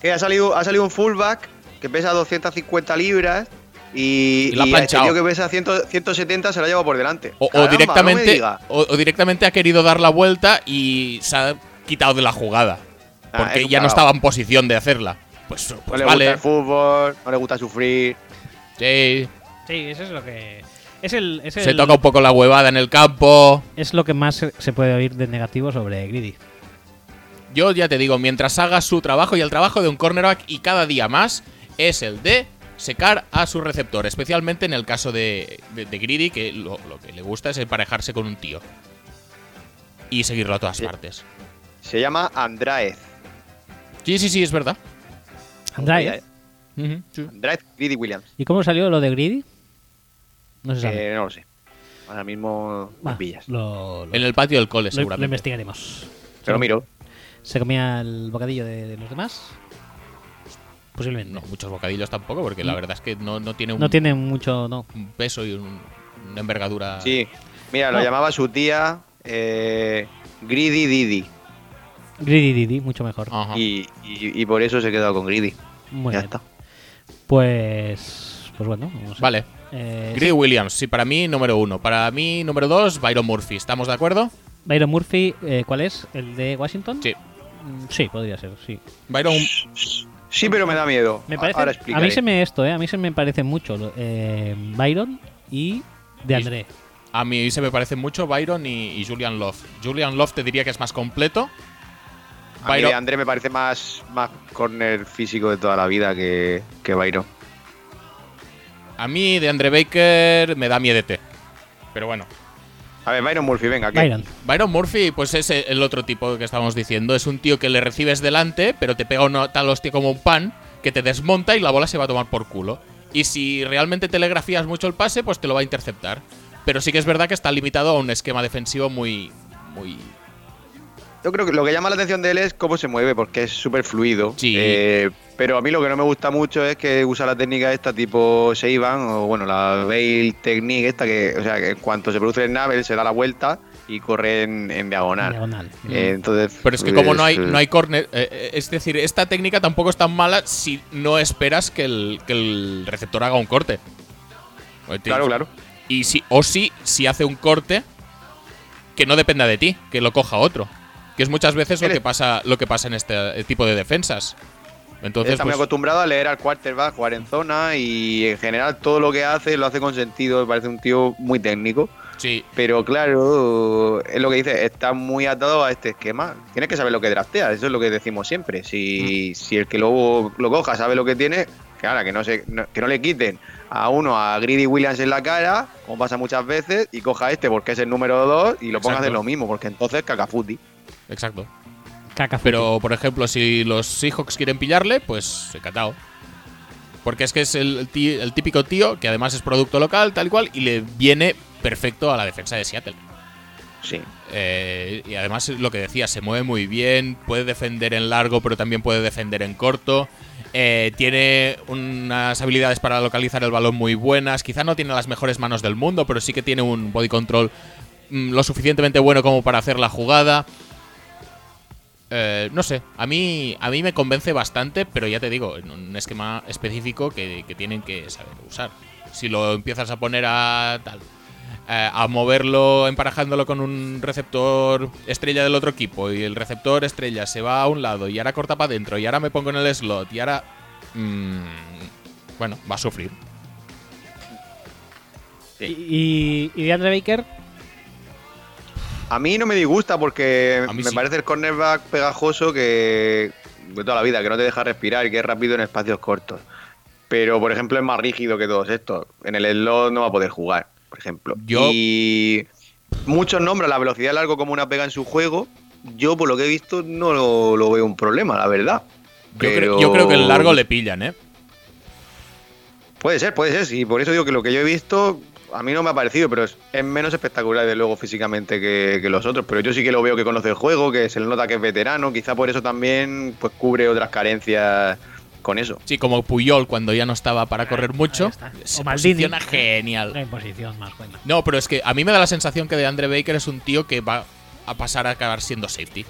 C: Que ha salido, ha salido un fullback que pesa 250 libras y,
B: Y la ha
C: y a este
B: planchado.
C: tío que pesa 100 170 se lo ha llevado por delante.
B: O, o
C: Caramba, no me
B: directamente,
C: diga.
B: o, o directamente ha querido dar la vuelta y se ha quitado de la jugada.
C: Ah,
B: Porque
C: es un
B: ya no
C: cagao.
B: estaba en posición de hacerla. Pues,
C: No
B: pues
C: le gusta
B: vale.
C: el fútbol, no le gusta sufrir.
B: sí,
A: Sí, eso es lo que. Es el. Es
B: se
A: el-
B: toca un poco la huevada en el campo.
A: Es lo que más se se puede oír de negativo sobre Greedy.
B: Yo ya te digo, mientras haga su trabajo y el trabajo de un cornerback y cada día más es el de secar a su receptor, especialmente en el caso de, de, de Greedy, que lo, lo que le gusta es emparejarse con un tío y seguirlo a todas
C: Sí.
B: partes.
C: Se llama Andraez.
B: Sí, sí, sí, es verdad.
A: Andrade, ¿eh?
B: Ujú, sí.
C: Andraez Greedy Williams.
A: ¿Y cómo salió lo de Greedy? No se sabe.
C: Eh, no lo sé. Ahora mismo me
A: Va,
C: pillas.
A: Lo, lo-
B: En el patio del
A: lo-
B: cole,
A: lo
B: seguramente.
A: investigaremos.
C: Te lo miro.
A: ¿Se comía el bocadillo de, de los demás? Posiblemente.
B: no, muchos bocadillos tampoco, porque la verdad es que no, no tiene un,
A: No tiene mucho, no.
B: un peso y un- una envergadura.
C: Sí. Mira, lo
A: No.
C: llamaba su tía eh, Greedy Didi.
A: Greedy Didi, mucho mejor.
B: Ajá.
C: Y, y- y por eso se he quedado con Greedy.
A: Ah. Muy
C: ya
A: bien.
C: está.
A: Pues. Pues bueno, no sé.
B: Vale.
A: Eh,
B: Greg Williams, sí, para mí número uno. Para mí número dos, Byron Murphy. ¿Estamos de acuerdo?
A: Byron Murphy, eh, ¿cuál es? ¿El de Washington?
B: Sí.
A: Mm, Sí, podría ser, sí.
B: Byron,
C: Sí, pero me da miedo.
A: Me
C: A-
A: parece,
C: Ahora
A: a mí
C: explicaré.
A: se me esto, ¿eh? A mí se me parece mucho lo- eh, Byron y de André.
B: a mí se me parecen mucho Byron y, y Julian Love. Julian Love te diría que es más completo.
C: A mí
B: Byron-
C: de André me parece más, más corner físico de toda la vida que, que Byron.
B: A mí de Andre Baker me da miedete. Pero bueno.
C: A ver, Byron Murphy, venga. ¿qué?
A: Byron.
B: Byron Murphy, pues es el otro tipo que estábamos diciendo. Es un tío que le recibes delante, pero te pega una tal hostia como un pan, que te desmonta y la bola se va a tomar por culo. Y si realmente telegrafías mucho el pase, pues te lo va a interceptar. Pero sí que es verdad que está limitado a un esquema defensivo muy. muy.
C: Yo creo que lo que llama la atención de él es cómo se mueve, porque es súper fluido.
B: Sí.
C: Eh, pero a mí lo que no me gusta mucho es que usa la técnica esta tipo Seiban, o bueno, la Veil Technique esta, que, o sea, que en cuanto se produce el nave, él se da la vuelta y corre en, en diagonal.
A: Diagonal.
C: Eh, entonces,
B: Pero es que como no hay,
C: eh,
B: no hay corner. eh, eh, es decir, esta técnica tampoco es tan mala si no esperas que el, que el receptor haga un corte.
C: Claro, claro.
B: Y si, o si, si hace un corte, que no dependa de ti, que lo coja otro. Que es muchas veces lo
C: Él
B: que
C: es-
B: pasa, lo que pasa en este eh, tipo de defensas.
C: Él
B: Entonces,
C: está muy
B: pues,
C: acostumbrado a leer al quarterback, jugar en zona y en general todo lo que hace lo hace con sentido. Me parece un tío muy técnico.
B: sí,
C: Pero claro, es lo que dice, está muy atado a este esquema. Tienes que saber lo que drafteas, eso es lo que decimos siempre.
B: Mm.
C: Si, si el que luego lo coja sabe lo que tiene, que ahora que no, se, no- que no le quiten a uno a Greedy Williams en la cara, como pasa muchas veces, y coja a este porque es el número 2 y lo ponga a hacer
B: Exacto.
C: lo mismo, porque entonces cacafuti.
B: exacto.
A: Caca
B: Pero, por ejemplo, si los Seahawks quieren pillarle, pues encantado. Porque es que es el, ti- el típico tío que además es producto local, tal y cual, y le viene perfecto a la defensa de Seattle.
C: Sí.
B: Eh, y además lo que decía, se mueve muy bien, puede defender en largo, pero también puede defender en corto. Eh, tiene unas habilidades para localizar el balón muy buenas. Quizá no tiene las mejores manos del mundo, pero sí que tiene un body control mm, lo suficientemente bueno como para hacer la jugada. Eh, no sé, a mí, a mí me convence bastante, pero ya te digo, en un esquema específico que, que tienen que saber usar. Si lo empiezas a poner a tal, eh, a moverlo emparejándolo con un receptor estrella del otro equipo y el receptor estrella se va a un lado y ahora corta para adentro y ahora me pongo en el slot y ahora... mm, bueno, va a sufrir.
A: Y, y de Andre Baker,
C: A mí no me disgusta porque
B: A mí
C: me
B: sí.
C: parece el cornerback pegajoso que de toda la vida, que no te deja respirar y que es rápido en espacios cortos. Pero, por ejemplo, es más rígido que todos estos. En el slot no va a poder jugar, por ejemplo.
B: Yo-
C: Y muchos nombran la velocidad largo como una pega en su juego. Yo, por lo que he visto, no lo, lo veo un problema, la verdad.
B: Yo, cre-
C: Pero-
B: yo creo que el largo le pillan, ¿eh?
C: Puede ser, puede ser. Sí, por eso digo que lo que yo he visto a mí no me ha parecido, pero es, es menos espectacular, de luego, físicamente que, que los otros. Pero yo sí que lo veo que conoce el juego, que se le nota que es veterano. Quizá por eso también pues cubre otras carencias con eso.
B: Sí, como Puyol cuando ya no estaba para correr mucho.
A: ahí está.
B: Se
A: O Maldini.
B: posiciona genial.
A: la imposición más buena.
B: No, pero es que a mí me da la sensación que de Andre Baker es un tío que va a pasar a acabar siendo safety.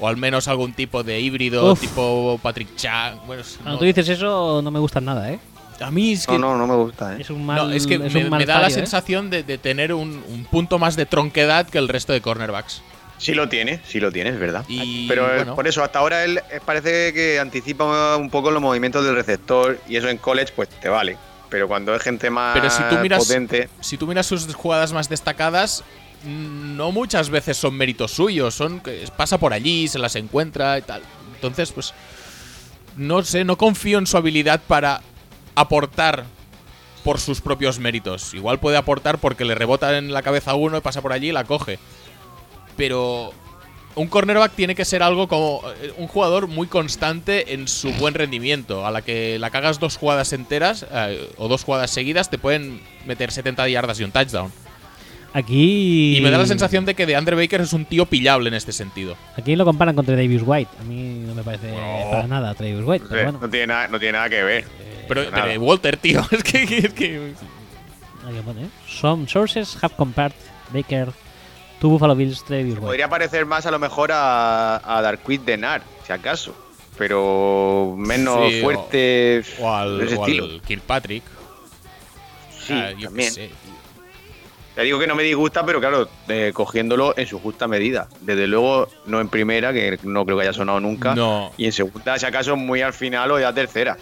B: O al menos algún tipo de híbrido,
A: Uf.
B: tipo Patrick Chang. Bueno, es-
A: Cuando
B: no-
A: tú dices eso, no me gusta nada, ¿eh?
B: a mí es que,
C: No, no, no me gusta, ¿eh?
A: Es un mal.
B: no, es que
A: es
B: me,
A: un mal
B: me da la
A: fallo, ¿eh?
B: sensación de, de tener un, un punto más de tronquedad que el resto de cornerbacks.
C: Sí lo tiene, sí lo tiene, es verdad.
B: Y,
C: pero eh,
B: bueno.
C: por eso, hasta ahora él eh, parece que anticipa un poco los movimientos del receptor y eso en college pues te vale. Pero cuando es gente más
B: Pero si tú miras-
C: Ah, potente...
B: Si tú miras sus jugadas más destacadas, mm, no muchas veces son méritos suyos. Son que pasa por allí, se las encuentra y tal. Entonces, pues. No sé, no confío en su habilidad para aportar por sus propios méritos. Igual puede aportar porque le rebota en la cabeza a uno y pasa por allí y la coge. Pero un cornerback tiene que ser algo como eh, un jugador muy constante en su buen rendimiento. A la que la cagas dos jugadas enteras eh, o dos jugadas seguidas, te pueden meter 70 yardas y un touchdown.
A: Aquí.
B: Y me da la sensación de que DeAndre Baker es un tío pillable en este sentido.
A: Aquí lo comparan con Trey Davis White. A mí no me parece
B: No.
A: para nada Trey Davis White. Pero bueno,
C: eh, No, tiene nada, no tiene nada que ver.
B: Pero
C: nada.
B: eh, Walter, tío, es que, es que-
A: ahí lo pone. ¿eh? Some sources have compared Baker to Buffalo Bills Trey Davis White.
C: Podría parecer más a lo mejor a, a Darkwit Denar, si acaso. Pero menos
B: Sí, o-
C: fuerte.
B: O al,
C: de ese
B: o al
C: estilo.
B: Kirkpatrick.
C: Sí,
B: Ah, yo qué
C: también.
B: sé, tío.
C: Ya digo que no me disgusta, pero claro, eh, cogiéndolo en su justa medida. Desde luego, no en primera, que no creo que haya sonado nunca.
B: No.
C: Y en segunda, si acaso, muy al final o ya tercera.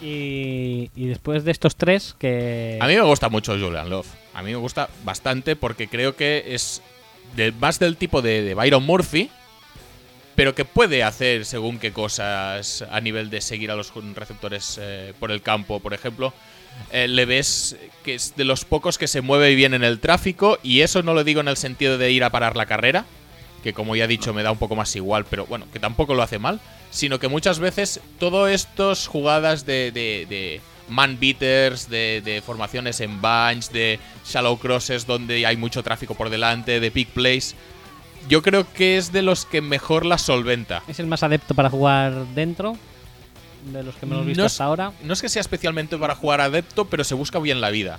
A: Y, y después de estos tres que.
B: A mí me gusta mucho Julian Love. A mí me gusta bastante porque creo que es de- más del tipo de, de Byron Murphy, pero que puede hacer según qué cosas a nivel de seguir a los receptores eh, por el campo, por ejemplo. Eh, le ves que es de los pocos que se mueve bien en el tráfico y eso no lo digo en el sentido de ir a parar la carrera, que como ya he dicho me da un poco más igual, pero bueno, que tampoco lo hace mal, sino que muchas veces todas estas jugadas de, de- de man beaters, de, de formaciones en bunch, de shallow crosses donde hay mucho tráfico por delante, de big plays, yo creo que es de los que mejor las solventa.
A: Es el más adepto para jugar dentro de los que hemos visto
B: No es-
A: hasta ahora.
B: No es que sea especialmente para jugar adepto, pero se busca bien la vida.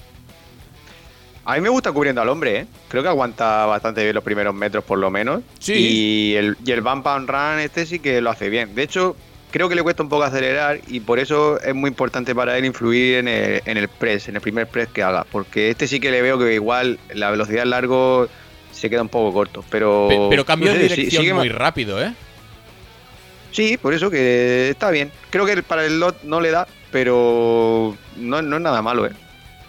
C: A mí me gusta cubriendo al hombre, ¿eh? Creo que aguanta bastante bien los primeros metros, por lo menos.
B: Sí.
C: Y el, y el bump and run este sí que lo hace bien. De hecho, creo que le cuesta un poco acelerar y por eso es muy importante para él influir en el, en el press, en el primer press que haga. Porque este sí que le veo que igual la velocidad largo se queda un poco corto. Pero,
B: Pe- pero cambió de
C: no sé, sí-
B: dirección
C: sigue ma-
B: muy rápido, ¿eh?
C: Sí, por eso que está bien. Creo que el- para el lot no le da, pero no, no es nada malo, ¿eh?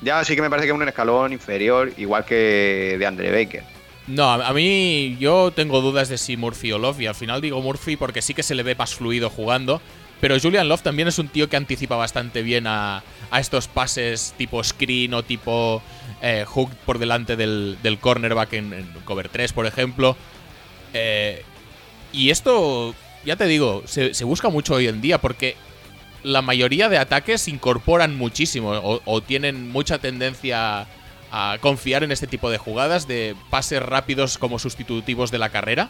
C: Ya sí que me parece que es un escalón inferior, igual que de Andre Baker.
B: No, a a mí yo tengo dudas de si Murphy o Love, y al final digo Murphy porque sí que se le ve más fluido jugando. Pero Julian Love también es un tío que anticipa bastante bien a, a estos pases tipo screen o tipo eh, hook por delante del, del cornerback en, en cover 3, por ejemplo. Eh, y esto, ya te digo, se, se busca mucho hoy en día porque la mayoría de ataques incorporan muchísimo o, o tienen mucha tendencia a confiar en este tipo de jugadas de pases rápidos como sustitutivos de la carrera.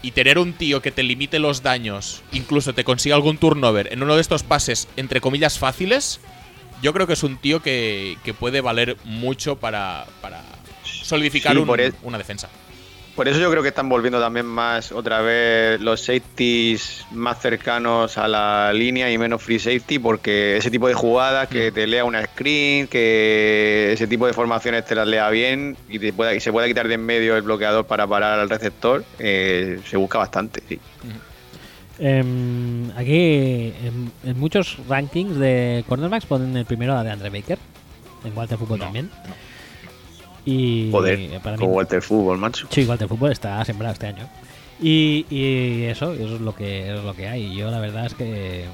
B: Y tener un tío que te limite los daños, incluso te consiga algún turnover en uno de estos pases, entre comillas, fáciles, yo creo que es un tío que, que puede valer mucho para, para solidificar
C: Sí,
B: un-
C: por e- el-
B: una defensa.
C: Por eso yo creo que están volviendo también más otra vez los safeties más cercanos a la línea y menos free safety, porque ese tipo de jugadas que
A: Mm.
C: te lea una screen, que ese tipo de formaciones te las lea bien y, te pueda, y se pueda quitar de en medio el bloqueador para parar al receptor, eh, se busca bastante, sí.
A: Em, aquí en, en muchos rankings de cornerbacks ponen el primero a de Andre Baker. En Walter Fútbol
B: No,
A: también.
B: no.
A: Y
C: Joder,
A: para mí,
C: con Walter Fútbol, macho.
A: sí, Walter Fútbol está sembrado este año. Y, y eso, eso es lo que eso es lo que hay. Yo la verdad es que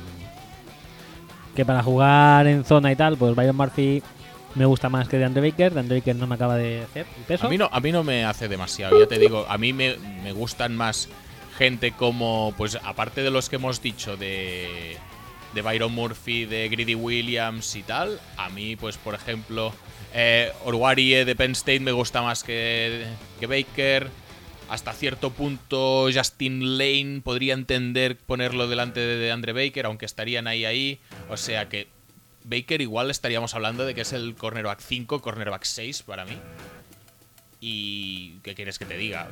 A: que para jugar en zona y tal, pues Byron Murphy me gusta más que de Andre Baker. De Andre Baker no me acaba de hacer el peso.
B: A mí, no, a mí no me hace demasiado, ya te digo, a mí me, me gustan más gente como, pues aparte de los que hemos dicho, de, de Byron Murphy, de Greedy Williams y tal, a mí, pues por ejemplo, eh, Orwarie de Penn State me gusta más que, que Baker. Hasta cierto punto, Justin Lane podría entender ponerlo delante de, de Andre Baker, aunque estarían ahí ahí. O sea que Baker igual estaríamos hablando de que es el cornerback 5, cornerback 6 para mí. Y ¿qué quieres que te diga?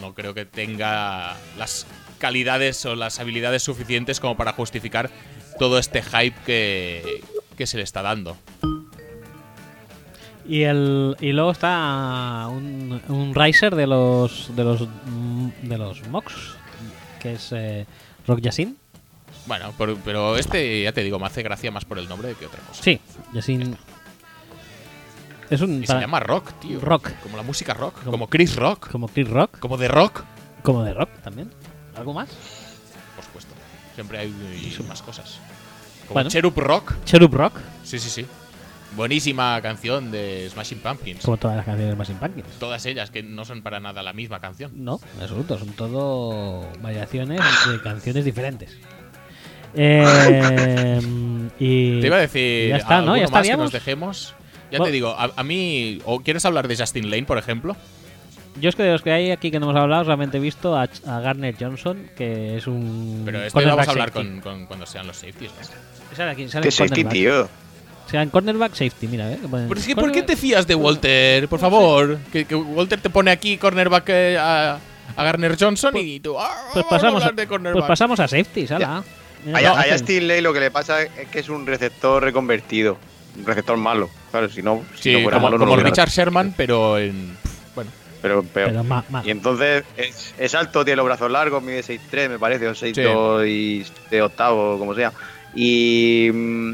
B: No creo que tenga las calidades o las habilidades suficientes como para justificar todo este hype que, que se le está dando.
A: Y, el, y luego está un, un riser de los de los mm, de los Mox, que es eh, Rock Yasin.
B: Bueno, por- pero, este, ya te digo, me hace gracia más por el nombre que otra cosa.
A: Sí, Yasin. Es un
B: Y se
A: para-
B: llama Rock, tío.
A: Rock.
B: Como la música rock.
A: Como-
B: Como Chris Rock.
A: como Chris Rock,
B: Como The Rock.
A: como de Rock también. ¿Algo más?
B: Por supuesto. Siempre hay eh, más cosas. Como
A: Bueno.
B: Cherub Rock.
A: Cherub Rock,
B: Sí, sí, sí. Buenísima canción de Smashing Pumpkins.
A: como todas las canciones más impactantes.
B: Todas ellas que no son para nada la misma canción.
A: No, en absoluto, son todo variaciones de canciones diferentes. Eh, y
B: Te iba a decir.
A: Ya está, ¿no?
B: ¿alguno
A: Ya
B: más que
A: estaríamos.
B: nos dejemos. Ya te digo, a, a mí. ¿O quieres hablar de Justin Lane, por ejemplo?
A: Yo es que de los que hay aquí que no hemos hablado, solamente he visto a, a Garner Johnson, que es un.
B: Pero esto lo
A: cornerback
B: vamos a hablar
A: safety. Mm.
B: con, con- cuando sean los safeties. ¿no?
A: Sale aquí, sale
C: Este
A: en
C: safety,
A: cornerback.
C: tío.
A: O sea, en cornerback safety, mira, eh. que ponen
B: Pero es que, ¿por qué
A: cornerback-
B: te fías de Walter? Por favor. Que, que Walter te pone aquí cornerback eh, a, a Garner Johnson y tú. "Ah,
A: Pues
B: vamos a
A: pasamos, a,
B: hablar de cornerback".
A: pues pasamos a safety, sala.
C: A, a Justin Lane lo que le pasa es que es un receptor reconvertido. Un receptor malo. Claro, si no, si
B: Sí,
C: no fuera
B: como,
C: malo, no
B: como
C: lo hubiera-
B: Richard Sherman, pero en. pff, Bueno,
C: Pero, peor.
A: Pero ma- ma-
C: Y entonces es, es alto, tiene los brazos largos, mide 6'3 me parece, o 6'2 y de octavo, como sea. Y, mm,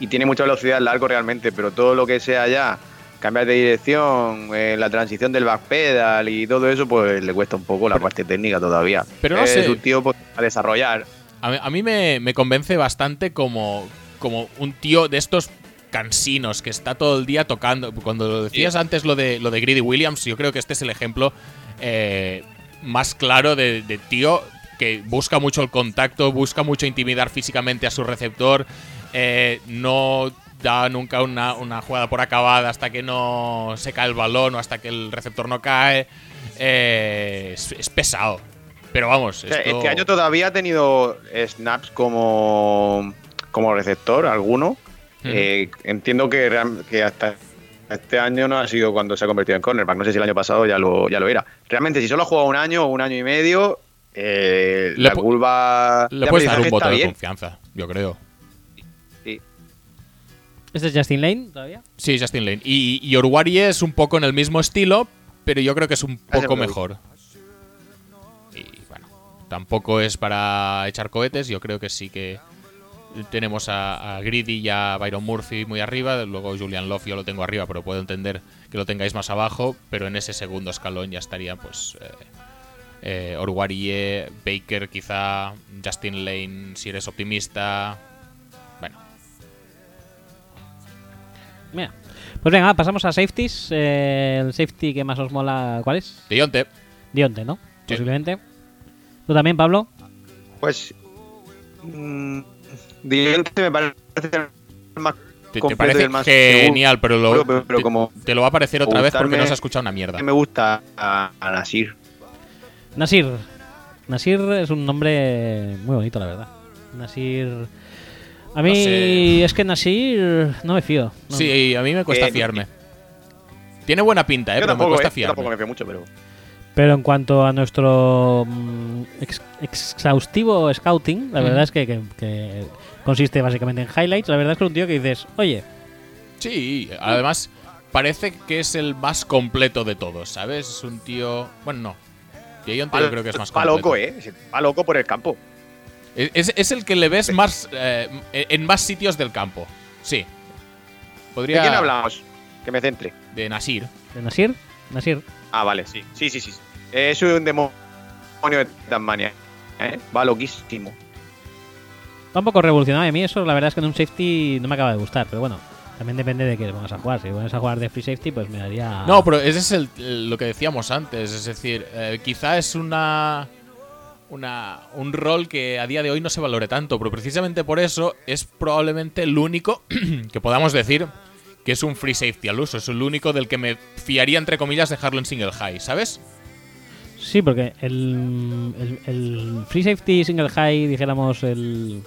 C: y tiene mucha velocidad el largo realmente, pero todo lo que sea ya, cambiar de dirección, eh, la transición del backpedal y todo eso, pues le cuesta un poco la parte técnica todavía.
B: pero no
C: es
B: sé.
C: un tío pues, a desarrollar.
B: A mí, a mí me, me convence bastante como, como un tío de estos cansinos que está todo el día tocando. Cuando lo decías antes lo de, lo de Greedy Williams, yo creo que este es el ejemplo eh, más claro de, de tío que busca mucho el contacto, busca mucho intimidar físicamente a su receptor, eh, no da nunca una, una jugada por acabada hasta que no se cae el balón o hasta que el receptor no cae. Eh, es, es pesado. Pero vamos,
C: O sea,
B: esto-
C: Este año todavía ha tenido snaps como, como receptor, alguno. Eh, entiendo que, real- que hasta este año no ha sido cuando se ha convertido en cornerback. No sé si el año pasado ya lo, ya lo era. Realmente, si solo ha jugado un año o un año y medio, eh,
B: Le
C: la
B: pu-
C: curva.
B: Le
C: de
B: puedes dar
C: aprendizaje
B: un voto
C: está
B: de
C: bien.
B: confianza, yo creo.
A: Este es Justin Lane todavía.
B: Sí, Justin Lane. Y, y Oruwari es un poco en el mismo estilo, pero yo creo que es un poco
C: me lo
B: mejor. Y bueno, tampoco es para echar cohetes. Yo creo que sí que tenemos a, a Greedy y a Byron Murphy muy arriba. Luego Julian Love yo lo tengo arriba, pero puedo entender que lo tengáis más abajo. Pero en ese segundo escalón ya estaría pues eh, eh, Oruwariye, Baker quizá, Justin Lane si eres optimista. Bueno,
A: Mira. Pues venga, pasamos a safeties. Eh, el safety que más os mola, ¿cuál es?
B: Dionte.
A: Dionte, ¿no? Posiblemente. ¿Tú también, Pablo?
C: Pues. mm, Diente me parece el más
B: Te, te
C: completo y
B: parece
C: el más
B: genial, pero, lo-
C: seguro, pero- pero
B: te,
C: como
B: te lo va a parecer otra vez porque
C: gustarme-
B: no se ha escuchado una mierda.
C: que me gusta a, a Nasir.
A: Nasir. Nasir es un nombre muy bonito, la verdad. Nasir. A mí
B: No sé.
A: es que Nasir no me fío. No.
B: Sí, a mí me cuesta
C: Eh,
B: fiarme. Tiene buena pinta, eh,
C: yo
B: pero me
C: tampoco,
B: cuesta
C: eh, yo tampoco
B: fiarme.
C: me fío mucho, pero.
A: Pero en cuanto a nuestro mm, ex- exhaustivo scouting, la
B: Mm.
A: verdad es que, que- que consiste básicamente en highlights. La verdad es que es un tío que dices, oye,
B: Sí, además parece que es el más completo de todos, ¿sabes? Es un tío. Bueno, no. Dionte yo creo que es más
C: va
B: completo.
C: loco, ¿eh? Va loco por el campo.
B: Es, es el que le ves más eh, en más sitios del campo. Sí.
C: ¿De
B: Podría.
C: quién hablamos? Que me centre.
B: De Nasir.
A: ¿de Nasir, Nasir.
C: Ah, vale, sí. Sí, sí, sí. Eh, Es un demonio de Tasmania. ¿eh? Va loquísimo.
A: Está un poco revolucionado. Y A mí eso, la verdad es que en un safety no me acaba de gustar. Pero bueno, también depende de qué le pongas a jugar. Si le pones a jugar de free safety, pues me daría...
B: No, pero ese es el- el- lo que decíamos antes. Es decir, eh, quizá es una, una un rol que a día de hoy no se valore tanto, pero precisamente por eso es probablemente el único que podamos decir que es un free safety al uso. Es el único del que me fiaría, entre comillas, dejarlo en single high, ¿sabes?
A: Sí, porque el, el, el free safety single high, dijéramos, el...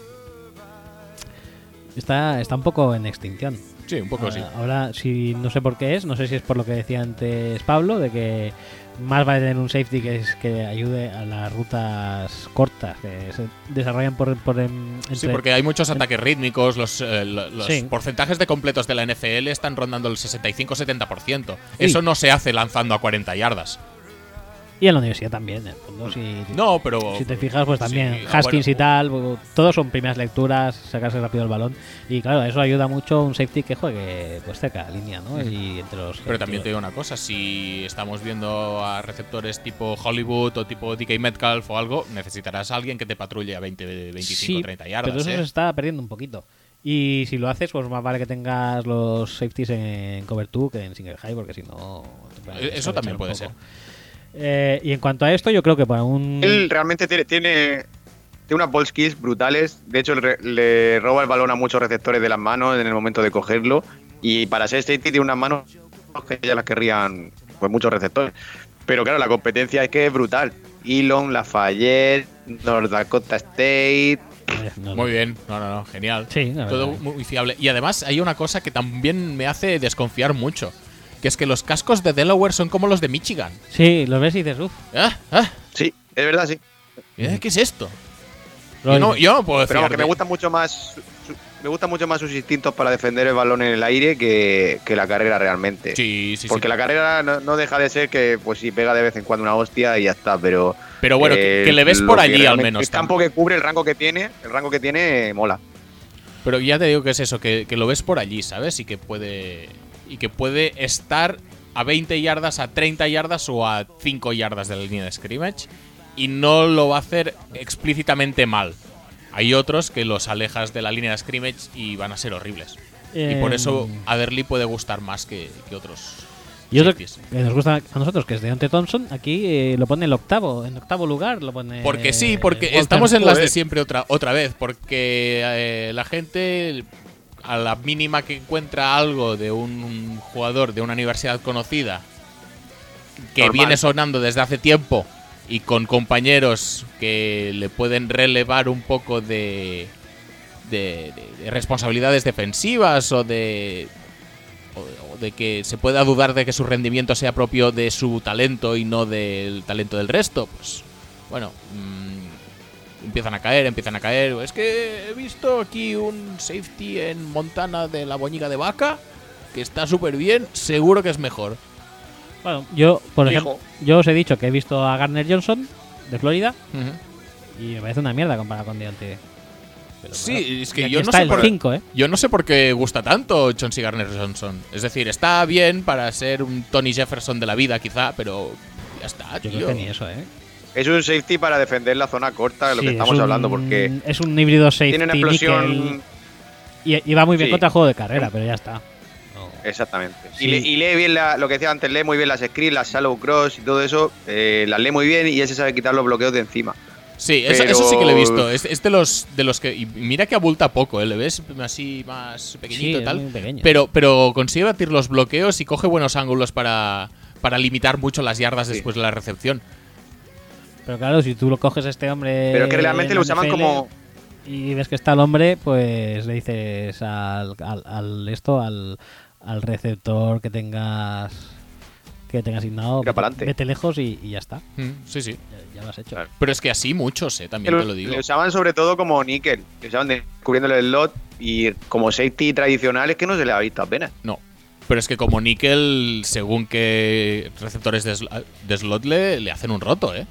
A: Está, está un poco en extinción.
B: Sí, un poco
A: ahora,
B: sí.
A: ahora, si no sé por qué es, no sé si es por lo que decía antes Pablo, de que más vale tener un safety que, es, que ayude a las rutas cortas que se desarrollan por, por en- entre-
B: Sí, porque hay muchos ataques rítmicos, los, eh, lo- los
A: Sí.
B: porcentajes de completos de la NFL están rondando el 65-70%. Eso no se hace lanzando a 40 yardas.
A: y en la universidad también. en el fondo, si,
B: Mm. No, pero...
A: si te fijas, pues también
B: Sí, ah,
A: Haskins
B: bueno,
A: y tal, bu- todos son primeras lecturas, sacarse rápido el balón y claro, eso ayuda mucho un safety que juegue pues cerca de la línea, ¿no? Y entre los
B: Pero también te digo una cosa, si estamos viendo a receptores tipo Hollywood o tipo DK Metcalf o algo, necesitarás a alguien que te patrulle a 20, 25,
A: Sí,
B: 30 yardas.
A: Pero eso
B: ¿eh?
A: se está perdiendo un poquito. Y si lo haces, pues más vale que tengas los safeties en cover 2 que en single high, porque si no. te pueden
B: Eh, eso también
A: aprovechar un
B: puede
A: poco.
B: ser.
A: Eh, y en cuanto a esto, yo creo que para
B: Mm.
A: un.
C: Él realmente tiene, tiene, tiene unas ball skills brutales. De hecho, le, le roba el balón a muchos receptores de las manos en el momento de cogerlo. Y para ser safety tiene unas manos que ya las querrían pues muchos receptores. Pero claro, la competencia es que es brutal. Elon, Lafayette, North Dakota State,
A: Eh, No, no.
B: Muy bien, no, no, no, genial.
A: Sí, la
B: Todo
A: verdad.
B: muy fiable. Y además hay una cosa que también me hace desconfiar mucho, que es que los cascos de Delaware son como los de Michigan.
A: Sí, lo ves y dices, uff.
B: Ah, ah,
C: sí, es verdad, sí.
A: Mm.
B: eh, ¿Qué es esto? Yo no, yo no puedo decir.
C: Pero vamos, que me gusta mucho más su- me gustan mucho más sus instintos para defender el balón en el aire que, que la carrera realmente.
B: Sí, sí, sí.
C: Porque la carrera no, no deja de ser que, pues sí, pega de vez en cuando una hostia y ya está, pero. eh,
B: Pero bueno, que- que le ves por
C: lo que
B: allí al
C: realmente-
B: menos
C: El campo que cubre, el rango que tiene, el rango que tiene, eh, mola.
B: Pero ya te digo que es eso, que, que lo ves por allí, ¿sabes? Y que puede. Y que puede estar a 20 yardas, a 30 yardas o a 5 yardas de la línea de scrimmage. Y no lo va a hacer explícitamente mal. Hay otros que los alejas de la línea de scrimmage y van a ser horribles. Y por eso a Derly puede gustar más que, que otros.
A: Y otro
B: safeties.
A: que nos gusta a nosotros, que es Deontay Thompson, aquí eh, lo pone el octavo, en octavo lugar lo pone.
B: Porque sí,
A: eh,
B: porque
A: Walter.
B: estamos en las de
C: Joder.
B: siempre otra, otra vez. Porque eh, la gente, a la mínima que encuentra algo de un jugador de una universidad conocida que
C: Normal.
B: viene sonando desde hace tiempo y con compañeros que le pueden relevar un poco de, de, de- de responsabilidades defensivas o de, o- o de que se pueda dudar de que su rendimiento sea propio de su talento y no del talento del resto, pues bueno, mm, empiezan a caer, empiezan a caer. Es que he visto aquí un safety en Montana de la boñiga de vaca que está súper bien, seguro que es mejor.
A: Bueno, yo, por
C: Fijo.
A: ejemplo, yo os he dicho que he visto a Garner Johnson de Florida
B: Ujú.
A: y me parece una mierda comparado con Deontay. Pero bueno,
B: Sí, es
A: y
B: que
A: aquí
B: yo no,
A: está
B: sé
A: el
B: por,
A: 5, ¿eh?
B: yo no sé por qué gusta tanto Chauncey Garner Johnson. Es decir, está bien para ser un Tony Jefferson de la vida, quizá, pero ya está,
A: Yo
B: tío.
A: creo que ni eso, ¿eh?
C: Es un safety para defender la zona corta de lo
A: Sí,
C: que estamos
A: es un-
C: hablando, porque
A: Es un híbrido safety
C: tiene una explosión.
A: níquel, y, y va muy bien
C: Sí.
A: contra el juego de carrera, pero ya está.
C: Exactamente.
A: Sí.
C: Y, le- y lee bien la- lo que decía antes, lee muy bien las screens, las shallow cross y todo eso, eh, las lee muy bien y ese sabe quitar los bloqueos de encima.
B: Sí, eso,
C: Pero-
B: eso sí que lo he visto. Es, es de los de los que. Y mira que abulta poco, ¿eh? Le ves así más pequeñito
A: sí,
B: y
A: es
B: tal.
A: muy pequeño.
B: Pero, pero consigue batir los bloqueos y coge buenos ángulos para, para limitar mucho las yardas
C: Sí.
B: después de la recepción.
A: Pero claro, si tú lo coges a este hombre.
C: Pero que realmente
A: en
C: lo
A: la
C: usaban
A: NFL
C: como-
A: Y ves que está el hombre, pues le dices al, al, al esto, al, al receptor que tengas que tengas asignado.
C: Tira
A: vete-
C: pa'lante.
A: Vete lejos y, y ya está.
B: Mm, Sí, sí.
A: Ya, ya lo has hecho.
C: Claro.
B: Pero es que así muchos, ¿eh? También te lo digo.
C: Lo usaban sobre todo como níquel, lo usaban de- cubriendo el slot y como safety tradicional es que no se le ha visto apenas.
B: No. Pero es que como Nickel, según que receptores de, sl- de slot le, le hacen un roto, ¿eh?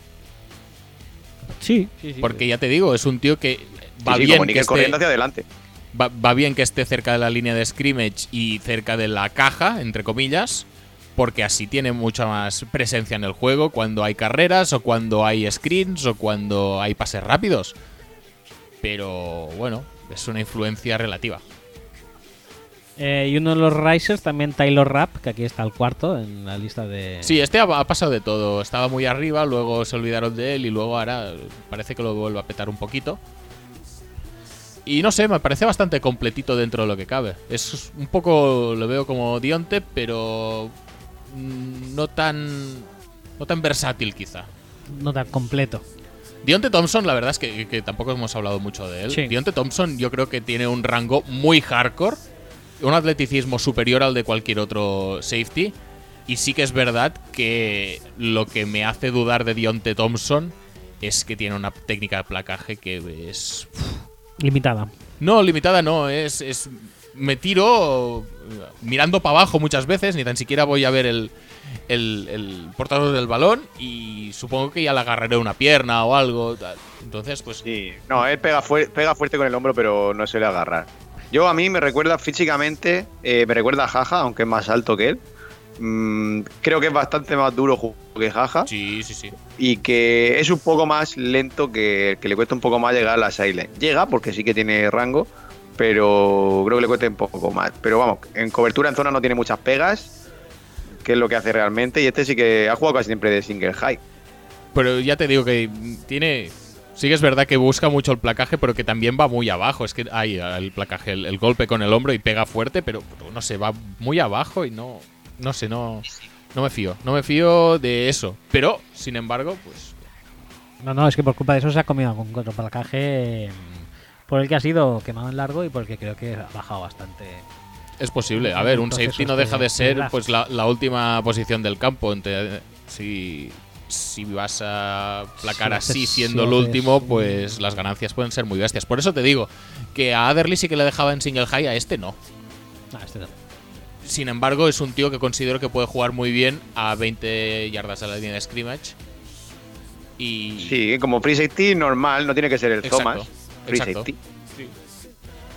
A: Sí, sí, sí.
B: Porque ya te digo, es un tío que va
C: Sí, sí,
B: bien
C: como
B: que
C: níquel
B: esté-
C: corriendo hacia adelante.
B: va, va bien que esté cerca de la línea de scrimmage y cerca de la caja, entre comillas, porque así tiene mucha más presencia en el juego cuando hay carreras o cuando hay screens o cuando hay pases rápidos. Pero bueno, es una influencia relativa.
A: Eh, y uno de los risers también, Taylor Rapp, que aquí está el cuarto en la lista de.
B: Sí, este ha, ha pasado de todo. Estaba muy arriba, luego se olvidaron de él y luego ahora parece que lo vuelve a petar un poquito. Y no sé, me parece bastante completito dentro de lo que cabe. Es un poco, lo veo como Dionte, pero mm, no tan, no tan versátil quizá.
A: No tan completo.
B: Dionte Thompson, la verdad es que, que tampoco hemos hablado mucho de él.
A: Sí.
B: Dionte Thompson yo creo que tiene un rango muy hardcore, un atleticismo superior al de cualquier otro safety. Y sí que es verdad que lo que me hace dudar de Dionte Thompson es que tiene una técnica de placaje que es...
A: Limitada.
B: No, limitada no, es... es me tiro eh, mirando para abajo muchas veces, ni tan siquiera voy a ver el, el, el portador del balón y supongo que ya le agarraré una pierna o algo. tal. Entonces, pues
C: Sí, no, él pega, fuer- pega fuerte con el hombro, pero no suele agarrar. Yo a mí me recuerda físicamente, eh, me recuerda a Jaja, aunque es más alto que él. Mm, creo que es bastante más duro ju- que Jaja
B: Sí, sí, sí.
C: y que es un poco más lento que, que le cuesta un poco más llegar a la sideline. Llega porque sí que tiene rango, pero creo que le cuesta un poco más. Pero vamos, en cobertura en zona no tiene muchas pegas, que es lo que hace realmente. Y este sí que ha jugado casi siempre de single high.
B: Pero ya te digo que tiene Sí que es verdad que busca mucho el placaje, pero que también va muy abajo. Es que hay el placaje, el, el golpe con el hombro y pega fuerte, pero, pero no sé, va muy abajo y no, no sé, no, no me fío. No me fío de eso. Pero, sin embargo, pues
A: No, no, es que por culpa de eso se ha comido algún otro placaje eh, por el que ha sido quemado en largo y porque creo que ha bajado bastante.
B: es posible. A ver, un
A: Entonces,
B: safety no
A: este,
B: deja de ser
A: draft.
B: pues la, la última posición del campo. Ente- si, si vas a placar
A: Si
B: así
A: haces-
B: siendo
A: si
B: el
A: haces
B: último,
A: un-
B: pues las ganancias pueden ser muy bestias. Por eso te digo que a Adderley sí que le dejaba en single high, a este no.
A: Ah, este no.
B: Sin embargo, es un tío que considero que puede jugar muy bien a 20 yardas a la línea de scrimmage. Y
C: Sí, como free safety normal, no tiene que ser el
B: Exacto,
C: Thomas. Free
B: exacto.
C: safety.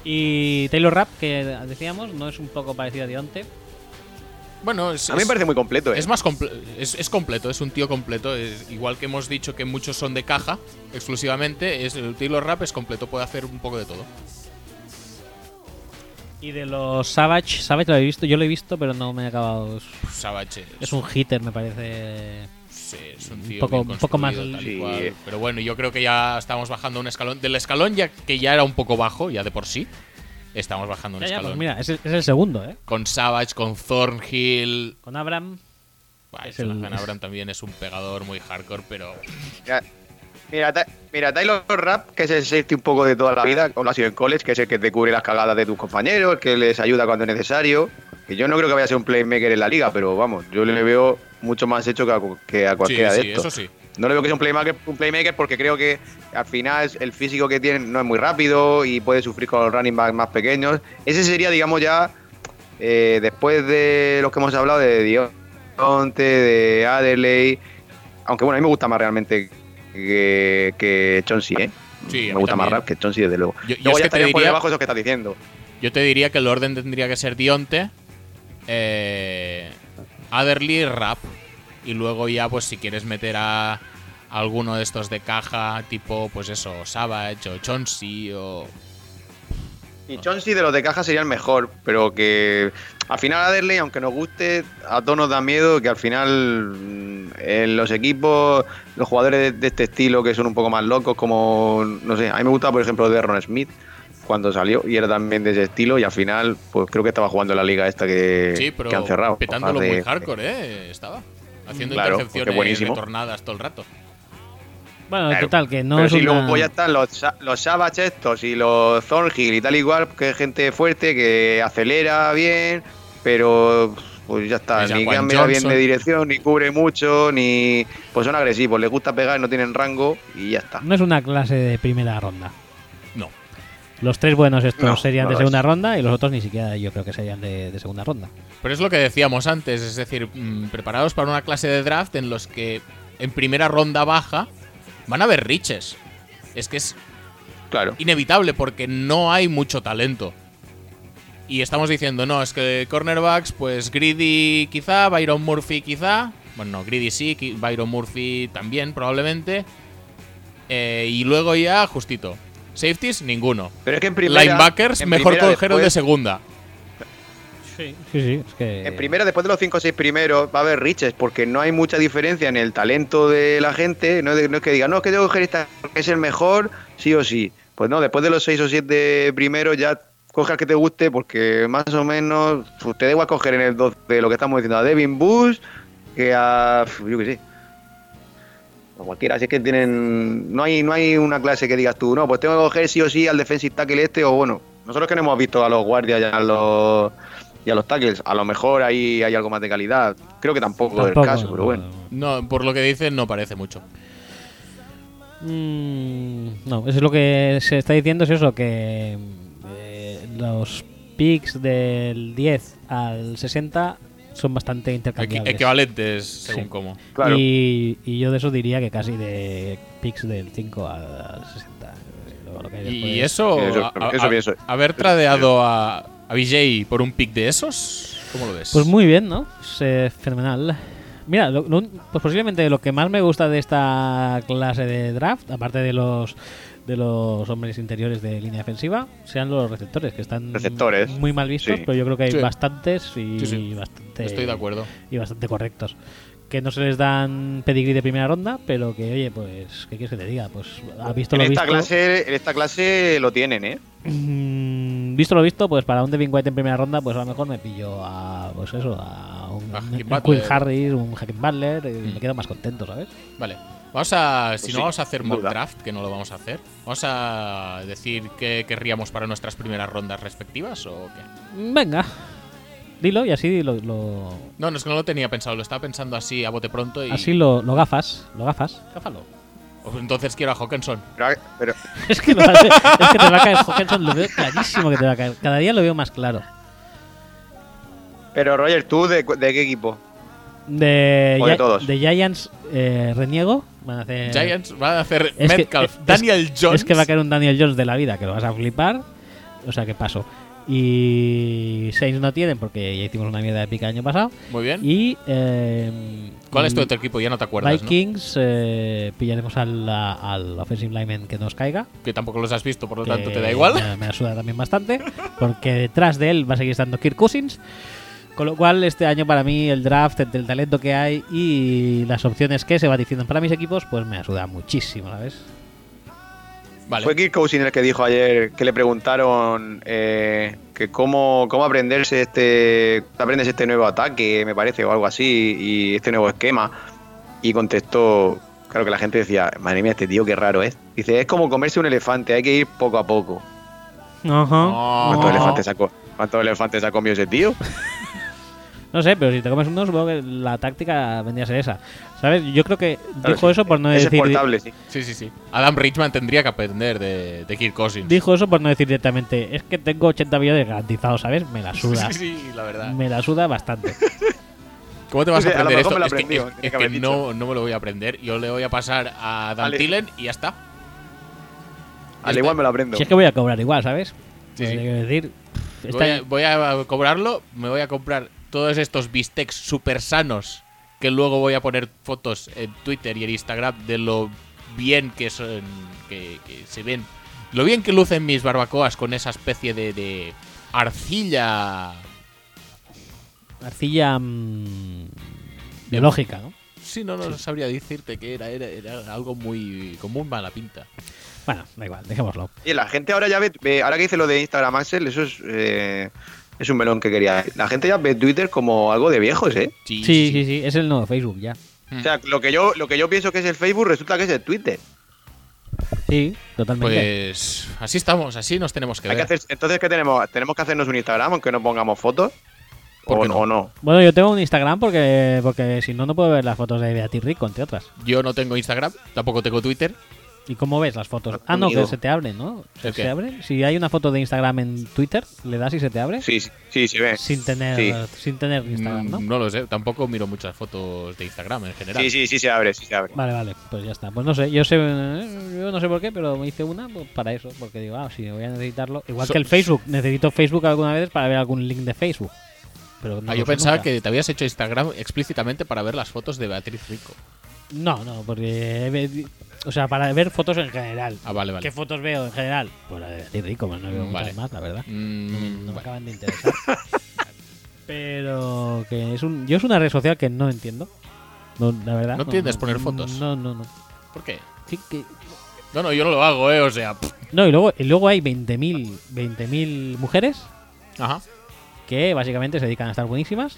A: Y Taylor Rapp, que decíamos, no es un poco parecido a Dionte.
B: bueno, es,
C: A mí me
B: es-
C: parece muy completo, ¿eh?
B: es más comple- es, es completo, es un tío completo. Es- igual que hemos dicho que muchos son de caja exclusivamente, es, el Taylor Rap es completo, puede hacer un poco de todo.
A: Y de los Savage, Savage lo he visto, yo lo he visto, pero no me he acabado. Es-
B: Savage
A: Es un hitter, me parece.
B: sí, es un
A: un
B: tío
A: poco-
B: bien
A: un poco más-
B: construido, tal y
C: Sí.
B: cual. Pero bueno, yo creo que ya estamos bajando un escalón. Del escalón ya que ya era un poco bajo, ya de por sí, estamos bajando un
A: Ya, ya, pues
B: escalón.
A: mira, es el, es el segundo, ¿eh?
B: Con Savage, con Thornhill,
A: Con Abram.
B: Bah,
A: Es
B: Jonathan
A: el-
B: Abram también es un pegador muy hardcore, pero
C: Mira, mira, Ty- mira, Tyler Rapp, que es el safety un poco de toda la vida, o lo ha sido en college, que es el que te cubre las cagadas de tus compañeros, el que les ayuda cuando es necesario. Que yo no creo que vaya a ser un playmaker en la liga, pero vamos, yo le veo mucho más hecho que a, cu- que a
B: sí,
C: cualquiera
B: sí,
C: de estos.
B: eso sí.
C: No le veo que sea un playmaker, un playmaker porque creo que al final el físico que tiene no es muy rápido y puede sufrir con los running backs más pequeños. Ese sería, digamos, ya eh, después de los que hemos hablado de Dionte, de Adelaide. Aunque bueno, a mí me gusta más realmente que, que Chauncey, ¿eh?
B: Sí, a
C: me
B: mí
C: gusta más
B: también.
C: rap que Chauncey, desde luego.
B: Yo- yo
C: luego
B: es que te
C: ya estaría por
B: diría-
C: debajo eso que estás diciendo.
B: Yo te diría que el orden tendría que ser Dionte, eh, Adderley, Rap. Y luego ya, pues si quieres meter a alguno de estos de caja, tipo, pues eso, Savage o Chauncey o...
C: Y Chauncey de los de caja sería el mejor, pero que al final Adderley, aunque nos guste, a todos nos da miedo que al final mm, en los equipos, los jugadores de, de este estilo que son un poco más locos, como, no sé, a mí me gusta por ejemplo Derron Smith cuando salió y era también de ese estilo y al final pues creo que estaba jugando en la liga esta que,
B: Sí,
C: que han
B: pero
C: cerrado.
B: petándolo
C: Ojalá
B: muy
C: de-
B: hardcore, ¿eh? Estaba. Haciendo
C: Claro, porque
B: intercepciones
C: buenísimo.
B: retornadas todo el rato.
A: Bueno,
C: Claro.
A: total, que no
C: pero
A: es
C: si
A: una-
C: luego ya están los, Sa- los Savage estos y los Thornhill y tal igual, que es gente fuerte, que acelera bien, pero pues ya está,
B: Y
C: ni
B: Jaquan
C: cambia bien
B: Johnson.
C: de dirección, ni cubre mucho, ni pues son agresivos, les gusta pegar, no tienen rango y ya está.
A: no es una clase de primera ronda.
B: No.
A: Los tres buenos estos
C: No,
A: serían
C: no
A: de
C: lo
A: segunda
C: es.
A: ronda y los otros ni siquiera yo creo que serían de, de segunda ronda.
B: Pero es lo que decíamos antes, es decir, mm, preparados para una clase de draft en los que en primera ronda baja van a haber riches. Es que es
C: Claro.
B: inevitable porque no hay mucho talento. Y estamos diciendo, no, es que cornerbacks, pues Greedy quizá, Byron Murphy quizá. Bueno, no, Greedy sí, qui- Byron Murphy también probablemente. Eh, y luego ya, justito. Safeties, ninguno.
C: Pero es que en primera.
B: Linebackers,
C: en
B: mejor
C: primera
B: cogeros de
C: después-
B: segunda.
A: Sí, sí, sí. Es que...
C: En primera, después de los 5 o 6 primeros, va a haber riches, porque no hay mucha diferencia en el talento de la gente. No es, de- no es que diga, no, es que tengo que coger esta, porque es el mejor, sí o sí. Pues no, después de los 6 o 7 primeros, ya coge al que te guste, porque más o menos pues, te da igual coger en el 12 lo que estamos diciendo a Devin Bush que a. Yo qué sé. A cualquiera, así que tienen. No hay, no hay una clase que digas tú, no, pues tengo que coger sí o sí al defensive tackle este, o bueno. Nosotros que no hemos visto a los guardias y a los, y a los tackles, a lo mejor ahí hay algo más de calidad. Creo que tampoco,
A: Tampoco,
C: es el caso, pero bueno.
B: No, por lo que dicen, no parece mucho.
A: Mm, no, eso es lo que se está diciendo, es eso, que eh, los picks del 10 al 60 son bastante
B: Equi-
A: intercambiables.
B: equivalentes, según
A: Sí.
B: cómo.
C: Claro.
A: Y, y yo de eso diría que casi de picks del 5 al 60. Lo- lo que hay
B: Y
A: Eh, después.
B: eso,
C: Eso-
B: a- a-
C: eso pienso.
B: haber tradeado a, a Vijay por un pick de esos, ¿cómo lo ves?
A: Pues muy bien, ¿no? Es eh, fenomenal. Mira, lo- lo un- pues posiblemente lo que más me gusta de esta clase de draft, aparte de los de los hombres interiores de línea defensiva, sean los receptores, que están
C: Receptores,
A: muy mal vistos,
C: sí.
A: pero yo creo que hay
B: Sí.
A: bastantes y
B: Sí, sí.
A: bastante
B: Estoy de acuerdo.
A: y bastante correctos. que no se les dan pedigrí de primera ronda, pero que, oye, pues, ¿qué quieres que te diga? Pues, ha visto
C: en
A: lo
C: esta
A: visto.
C: clase, en esta clase lo tienen, ¿eh?
A: Mm, visto lo visto, pues para un Devin White en primera ronda, pues a lo mejor me pillo a, pues eso, a un,
B: A Hakeem
A: un
B: Butler.
A: Quinn Harris, un Hacking Butler, y
B: Mm.
A: me quedo más contento, ¿sabes?
B: Vale. Vamos a. si
C: Pues
B: no
C: sí,
B: vamos a hacer
C: sin
B: mock
C: duda.
B: draft, que no lo vamos a hacer, vamos a decir qué querríamos para nuestras primeras rondas respectivas o qué.
A: Venga, dilo y así lo, lo-
B: No, no es que no lo tenía pensado, lo estaba pensando así a bote pronto y.
A: así lo, lo gafas, lo gafas.
B: Cáfalo. Pues entonces quiero a Hawkinson.
C: Pero- pero
A: es, que lo hace- es que te va a caer Hawkinson, lo veo clarísimo que te va a caer. Cada día lo veo más claro.
C: Pero Roger, ¿tú de, cu- de qué equipo?
A: De,
C: O de
A: Gi-
C: todos.
A: de Giants eh, reniego. Van a hacer,
B: Giants van a hacer
A: Eh, es que-
B: Metcalf,
A: es-
B: Daniel Jones.
A: Es que va a caer un Daniel Jones de la vida, que lo vas a flipar. O sea, que paso. Y Saints no tienen porque ya hicimos una mierda épica el año pasado.
B: Muy bien.
A: Y. eh,
B: ¿Cuál es tu
A: y
B: otro equipo? Ya no te acuerdas, ¿no?
A: Vikings eh, pillaremos al, a- al offensive lineman que nos caiga.
B: Que tampoco los has visto, por lo tanto
A: que
B: te da igual.
A: Me, me la suda también bastante, porque detrás de él va a seguir estando Kirk Cousins. Con lo cual, este año para mí el draft entre el talento que hay y las opciones que se diciendo para mis equipos, pues me ayuda muchísimo, ¿sabes?
B: Vale.
C: Fue Kirk Cousin el que dijo ayer que le preguntaron eh, que cómo, cómo aprenderse este aprendes este nuevo ataque, me parece, o algo así, y este nuevo esquema. Y contestó, claro que la gente decía, madre mía, este tío qué raro es. Dice, es como comerse un elefante, hay que ir poco a poco.
B: No.
A: Ah.
C: ¿Cuántos elefantes ha co- cuántos elefantes ha comido ese tío?
A: No sé, pero si te comes uno, supongo que la táctica vendría a ser esa. ¿Sabes? Yo creo que
C: Claro,
A: dijo
C: sí,
A: eso por no
C: Ese
A: decir.
C: portable, sí.
B: Sí, sí, sí. Adam Richman tendría que aprender de, de Kirk Cousins.
A: Dijo eso por no decir directamente, es que tengo 80 millones garantizados, ¿sabes? Me la
B: Sí,
A: suda.
B: sí, sí, la verdad.
A: Me la suda bastante.
B: ¿Cómo te vas a
C: Sí, a lo
B: aprender
C: mejor
B: esto?
C: me lo
B: es que,
C: aprendió,
B: es-
C: tenía
B: es
C: que
B: que
C: haber dicho.
B: no, no me lo voy a aprender. Yo le voy a pasar a Dan
C: Vale.
B: Tillen y ya está.
C: Al igual me lo aprendo.
A: si es que voy a cobrar igual, ¿sabes?
B: Sí,
A: Pues
B: sí.
A: hay que decir. pff,
B: voy,
A: está-
B: a, voy a cobrarlo, me voy a comprar todos estos bistecs super sanos que luego voy a poner fotos en Twitter y en Instagram de lo bien que son que, que se ven. Lo bien que lucen mis barbacoas con esa especie de, de arcilla.
A: arcilla mm, biológica, ¿no?
B: Sí, no, no sabría decirte que era, era, era algo muy. con muy mala pinta.
A: Bueno, da igual, dejémoslo.
C: Y la gente ahora ya ve, ve- ahora que dice lo de Instagram Axel, eso es, eh, es un melón que quería. La gente ya ve Twitter como algo de viejos, ¿eh?
A: Sí, sí, sí, es el nuevo Facebook ya.
C: O sea, lo que yo lo que yo pienso que es el Facebook resulta que es el Twitter.
A: Sí, totalmente.
B: Pues así estamos, así nos tenemos que
C: Hay
B: ver.
C: que hacer, entonces qué tenemos? Tenemos que hacernos un Instagram aunque no pongamos fotos.
B: ¿Por
C: O,
B: qué
C: no?
B: no?
C: o no.
A: Bueno, yo tengo un Instagram porque porque si no, no puedo ver las fotos de Beatriz Rico, entre otras.
B: Yo no tengo Instagram, tampoco tengo Twitter.
A: ¿Y cómo ves las fotos?
C: Ah,
A: Ah, no, que
C: amigo.
A: se te abren, ¿no? ¿Se,
B: ¿El qué?
A: se abren? Si hay una foto de Instagram en Twitter, le das y se te abre.
C: Sí, sí, sí, se ve.
A: Sin tener,
C: Sí.
A: sin tener Instagram, ¿no?
B: Mm, lo sé, tampoco miro muchas fotos de Instagram en general. Ah,
C: Sí, sí, sí se abre, sí se abre.
A: Vale, vale, pues ya está. Pues no sé, yo sé, eh, yo no sé por qué, pero me hice una pues, para eso, porque digo, ah, sí, voy a necesitarlo. Igual
B: So-
A: que el Facebook, necesito Facebook alguna vez para ver algún link de Facebook. Pero no
B: Ah,
A: lo
B: yo
A: uso
B: pensaba
A: nunca.
B: que te habías hecho Instagram explícitamente para ver las fotos de Beatriz Rico.
A: No, no, porque. he ve- O sea, para ver fotos en general.
B: Ah, vale, vale.
A: ¿Qué fotos veo en general? Pues la de Beatriz Rico, pues no veo muchas
B: Vale.
A: más, la verdad.
B: Mm,
A: No me
B: bueno.
A: acaban de interesar. Pero que es un. Yo es una red social que no entiendo. No, la verdad.
B: ¿No entiendes poner fotos?
A: No, no, no.
B: ¿Por qué?
A: Sí que-
B: No, no, yo no lo hago, ¿eh? O sea. pff.
A: No, y luego, y luego hay 20.000 20.000 mujeres
B: Ajá.
A: que básicamente se dedican a estar buenísimas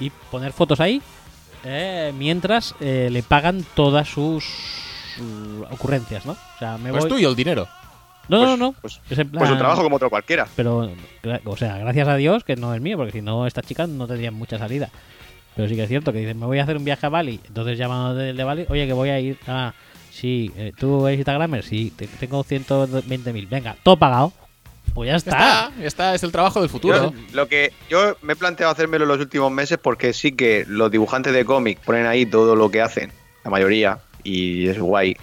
A: y poner fotos ahí eh, mientras eh, le pagan todas sus uh, ocurrencias, ¿no? O sea, me
B: Pues
A: voy...
B: tuyo el dinero.
A: No,
C: Pues-
A: no, no.
C: Pues,
A: Es en
C: pues
A: plan-
C: un trabajo como otro cualquiera.
A: Pero, gra- o sea, gracias a Dios que no es mío, porque si no, estas chicas no tendrían mucha salida. Pero sí que es cierto que dicen, me voy a hacer un viaje a Bali. Entonces llaman del de Bali, oye, que voy a ir. Ah, sí, eh, ¿tú eres Instagramer? Sí, te- tengo 120.000. Venga, todo pagado. Pues ya
B: Ya
A: está.
B: está, ya está, es el trabajo del
C: Yo,
B: futuro.
C: lo que yo me he planteado hacérmelo en los últimos meses porque sí que los dibujantes de cómic ponen ahí todo lo que hacen, la mayoría, y es guay.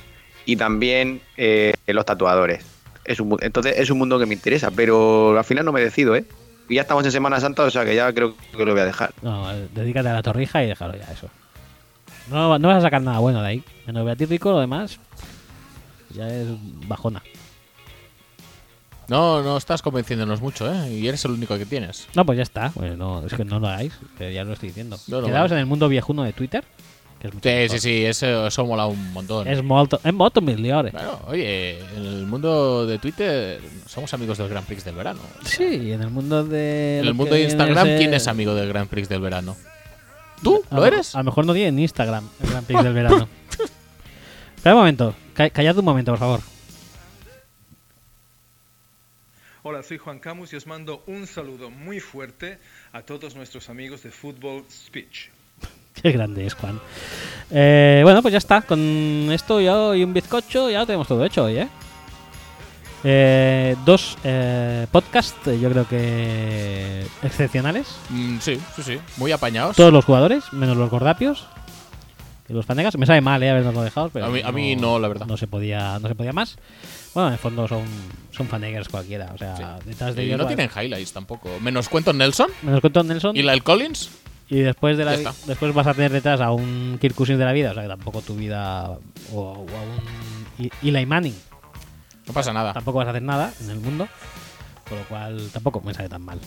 C: Y también eh, los tatuadores. Es un mu- entonces es un mundo que me interesa, pero al final no me decido, ¿eh? Y ya estamos en Semana Santa, o sea que ya creo que lo voy a dejar.
A: No, eh, dedícate a la torrija y déjalo ya, eso. No, no vas a sacar nada bueno de ahí. Menos Beatriz Rico, lo demás. Ya es bajona.
B: No, no estás convenciéndonos mucho, ¿eh? Y eres el único que tienes.
A: No, pues ya está. Pues no, es que no lo hagáis. eh, ya lo estoy diciendo.
B: No, no,
A: Quedaos
B: vale.
A: en el mundo viejuno de Twitter que es mucho
B: Sí,
A: mejor.
B: sí, sí, eso, eso mola un montón.
A: Es molto, es molto migliore.
B: Claro, oye, en el mundo de Twitter somos amigos del Grand Prix del verano.
A: Sí, en el mundo de.
B: En
A: lo
B: el mundo
A: que
B: de
A: viene a
B: Instagram,
A: ser-
B: ¿quién es amigo del Grand Prix del verano? ¿Tú?
A: A
B: ¿Lo eres?
A: A lo mejor no tiene en Instagram el Gran Prix del verano. Espera un momento, ca- callad un momento, por favor.
D: Hola, soy Juan Camus y os mando un saludo muy fuerte a todos nuestros amigos de Football Speech.
A: Qué grande es Juan. Eh, bueno, pues ya está. Con esto yo y un bizcocho ya lo tenemos todo hecho hoy, ¿eh? Eh, dos eh, podcasts, yo creo que excepcionales.
B: Mm, sí, sí, sí. Muy apañados.
A: Todos los jugadores, menos los gordapios y los panegas. Me sabe mal, ¿eh? Habernoslo dejado. Pero
B: A mí- a mí no, la verdad.
A: No se podía, no se podía más. Bueno, en el fondo son, son fanegas cualquiera. O sea,
B: Sí.
A: detrás de
B: Y
A: ellos,
B: no
A: bueno,
B: tienen highlights tampoco. Menos cuento Nelson
A: Menos con Tom Nelson.
B: y el Collins.
A: Y después de la
B: Ya
A: vi-
B: está.
A: después vas a tener detrás a un Kirk Cousins de la vida, o sea que tampoco tu vida o, o a un E- Eli Manning,
B: No pasa nada.
A: tampoco vas a hacer nada en el mundo, con lo cual tampoco me sale tan mal.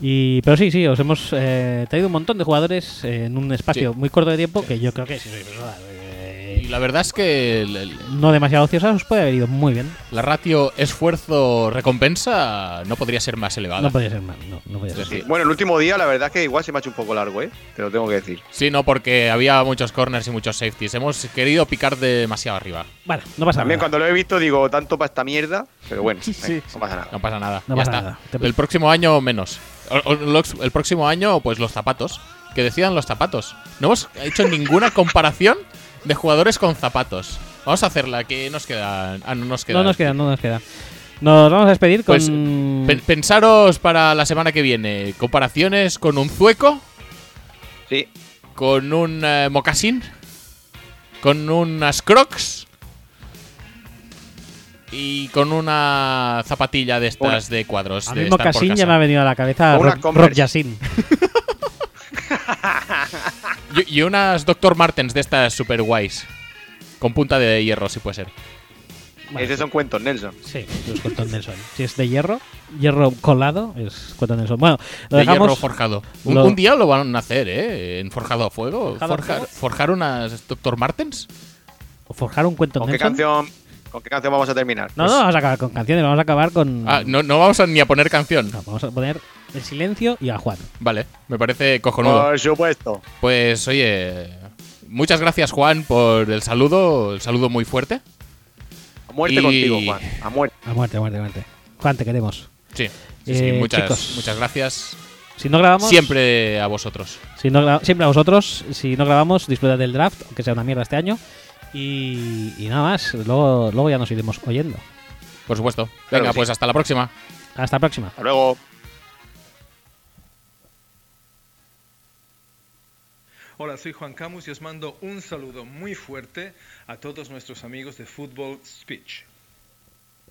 A: Y, pero sí, sí, os hemos eh, traído un montón de jugadores eh, en un espacio muy corto de tiempo que yo creo que si sois personas, eh,
B: Y la verdad es que el- el-
A: no demasiado ociosas os puede haber ido muy bien.
B: la ratio esfuerzo-recompensa no podría ser más elevada.
A: No podía ser mal, no, no podía
B: Es
A: ser.
B: decir,
E: Bueno, el último día, la verdad es que igual se me ha hecho un poco largo, ¿eh? Te lo tengo que decir.
B: Sí, no, porque había muchos corners y muchos safeties. Hemos querido picar demasiado arriba.
A: Bueno, no pasa
E: También
A: nada.
E: cuando lo he visto digo, tanto para esta mierda, pero bueno, venga, no pasa nada.
B: No pasa nada.
A: No
B: ya
A: pasa
B: está.
A: nada. Te-
B: El próximo año menos. O- o los- el próximo año, pues los zapatos. Que decidan los zapatos. No hemos hecho ninguna comparación de jugadores con zapatos. Vamos a hacerla, que nos quedan. Ah, no nos quedan.
A: No nos queda, no nos queda. Nos vamos a despedir con
B: Pues, Pen- pensaros para la semana que viene comparaciones con un zueco,
E: Sí,
B: con un eh, mocasín, con unas crocs y con una zapatilla de estas de cuadros.
A: A
B: de
A: mí
B: estar por
A: Mocasín ya
B: casa.
A: me ha venido a la cabeza
E: O una
A: Rob,
E: Converse.
A: Rob Yassin.
B: Y, y unas Dr. Martens de estas super guays. Con punta de hierro, si puede ser.
A: Vale.
E: esos son cuentos, Nelson.
A: Sí, es Cotton Nelson. Si es de hierro, hierro colado, es Cotton Nelson. Bueno, lo
B: de
A: dejamos.
B: hierro forjado. Un,
A: lo-
B: un día lo van a hacer, ¿eh? En forjado a fuego.
A: ¿Forjado a
B: Forjar,
A: fuego?
B: forjar unas Dr. Martens.
A: forjar un cuento
E: ¿Con qué
A: Nelson.
E: canción, con qué canción vamos a terminar? Pues,
A: No, no,
C: Pues-
A: vamos a acabar con canciones, vamos a acabar con.
B: Ah, no, no vamos a ni a poner canción.
A: Mm. No, vamos a poner el silencio y a Juan.
B: Vale, me parece cojonudo.
E: Por supuesto.
B: Pues oye, muchas gracias Juan por el saludo, el saludo muy fuerte.
E: A muerte
B: Y-
E: contigo, Juan. A muerte.
A: A muerte, a muerte, a muerte. Juan, te queremos.
B: Sí, sí,
A: Eh,
B: sí, muchas,
A: chicos.
B: muchas gracias.
A: Si no grabamos.
B: Siempre a vosotros.
A: Si no gra- siempre a vosotros. Si no grabamos, disfrutad del draft, aunque sea una mierda este año. Y, y nada más. Luego, luego ya nos iremos oyendo.
B: Por supuesto. Venga,
E: Claro que sí.
B: pues hasta la próxima.
A: Hasta la próxima.
E: Hasta luego.
D: Hola, soy Juan Camus y os mando un saludo muy fuerte a todos nuestros amigos de Football Speech.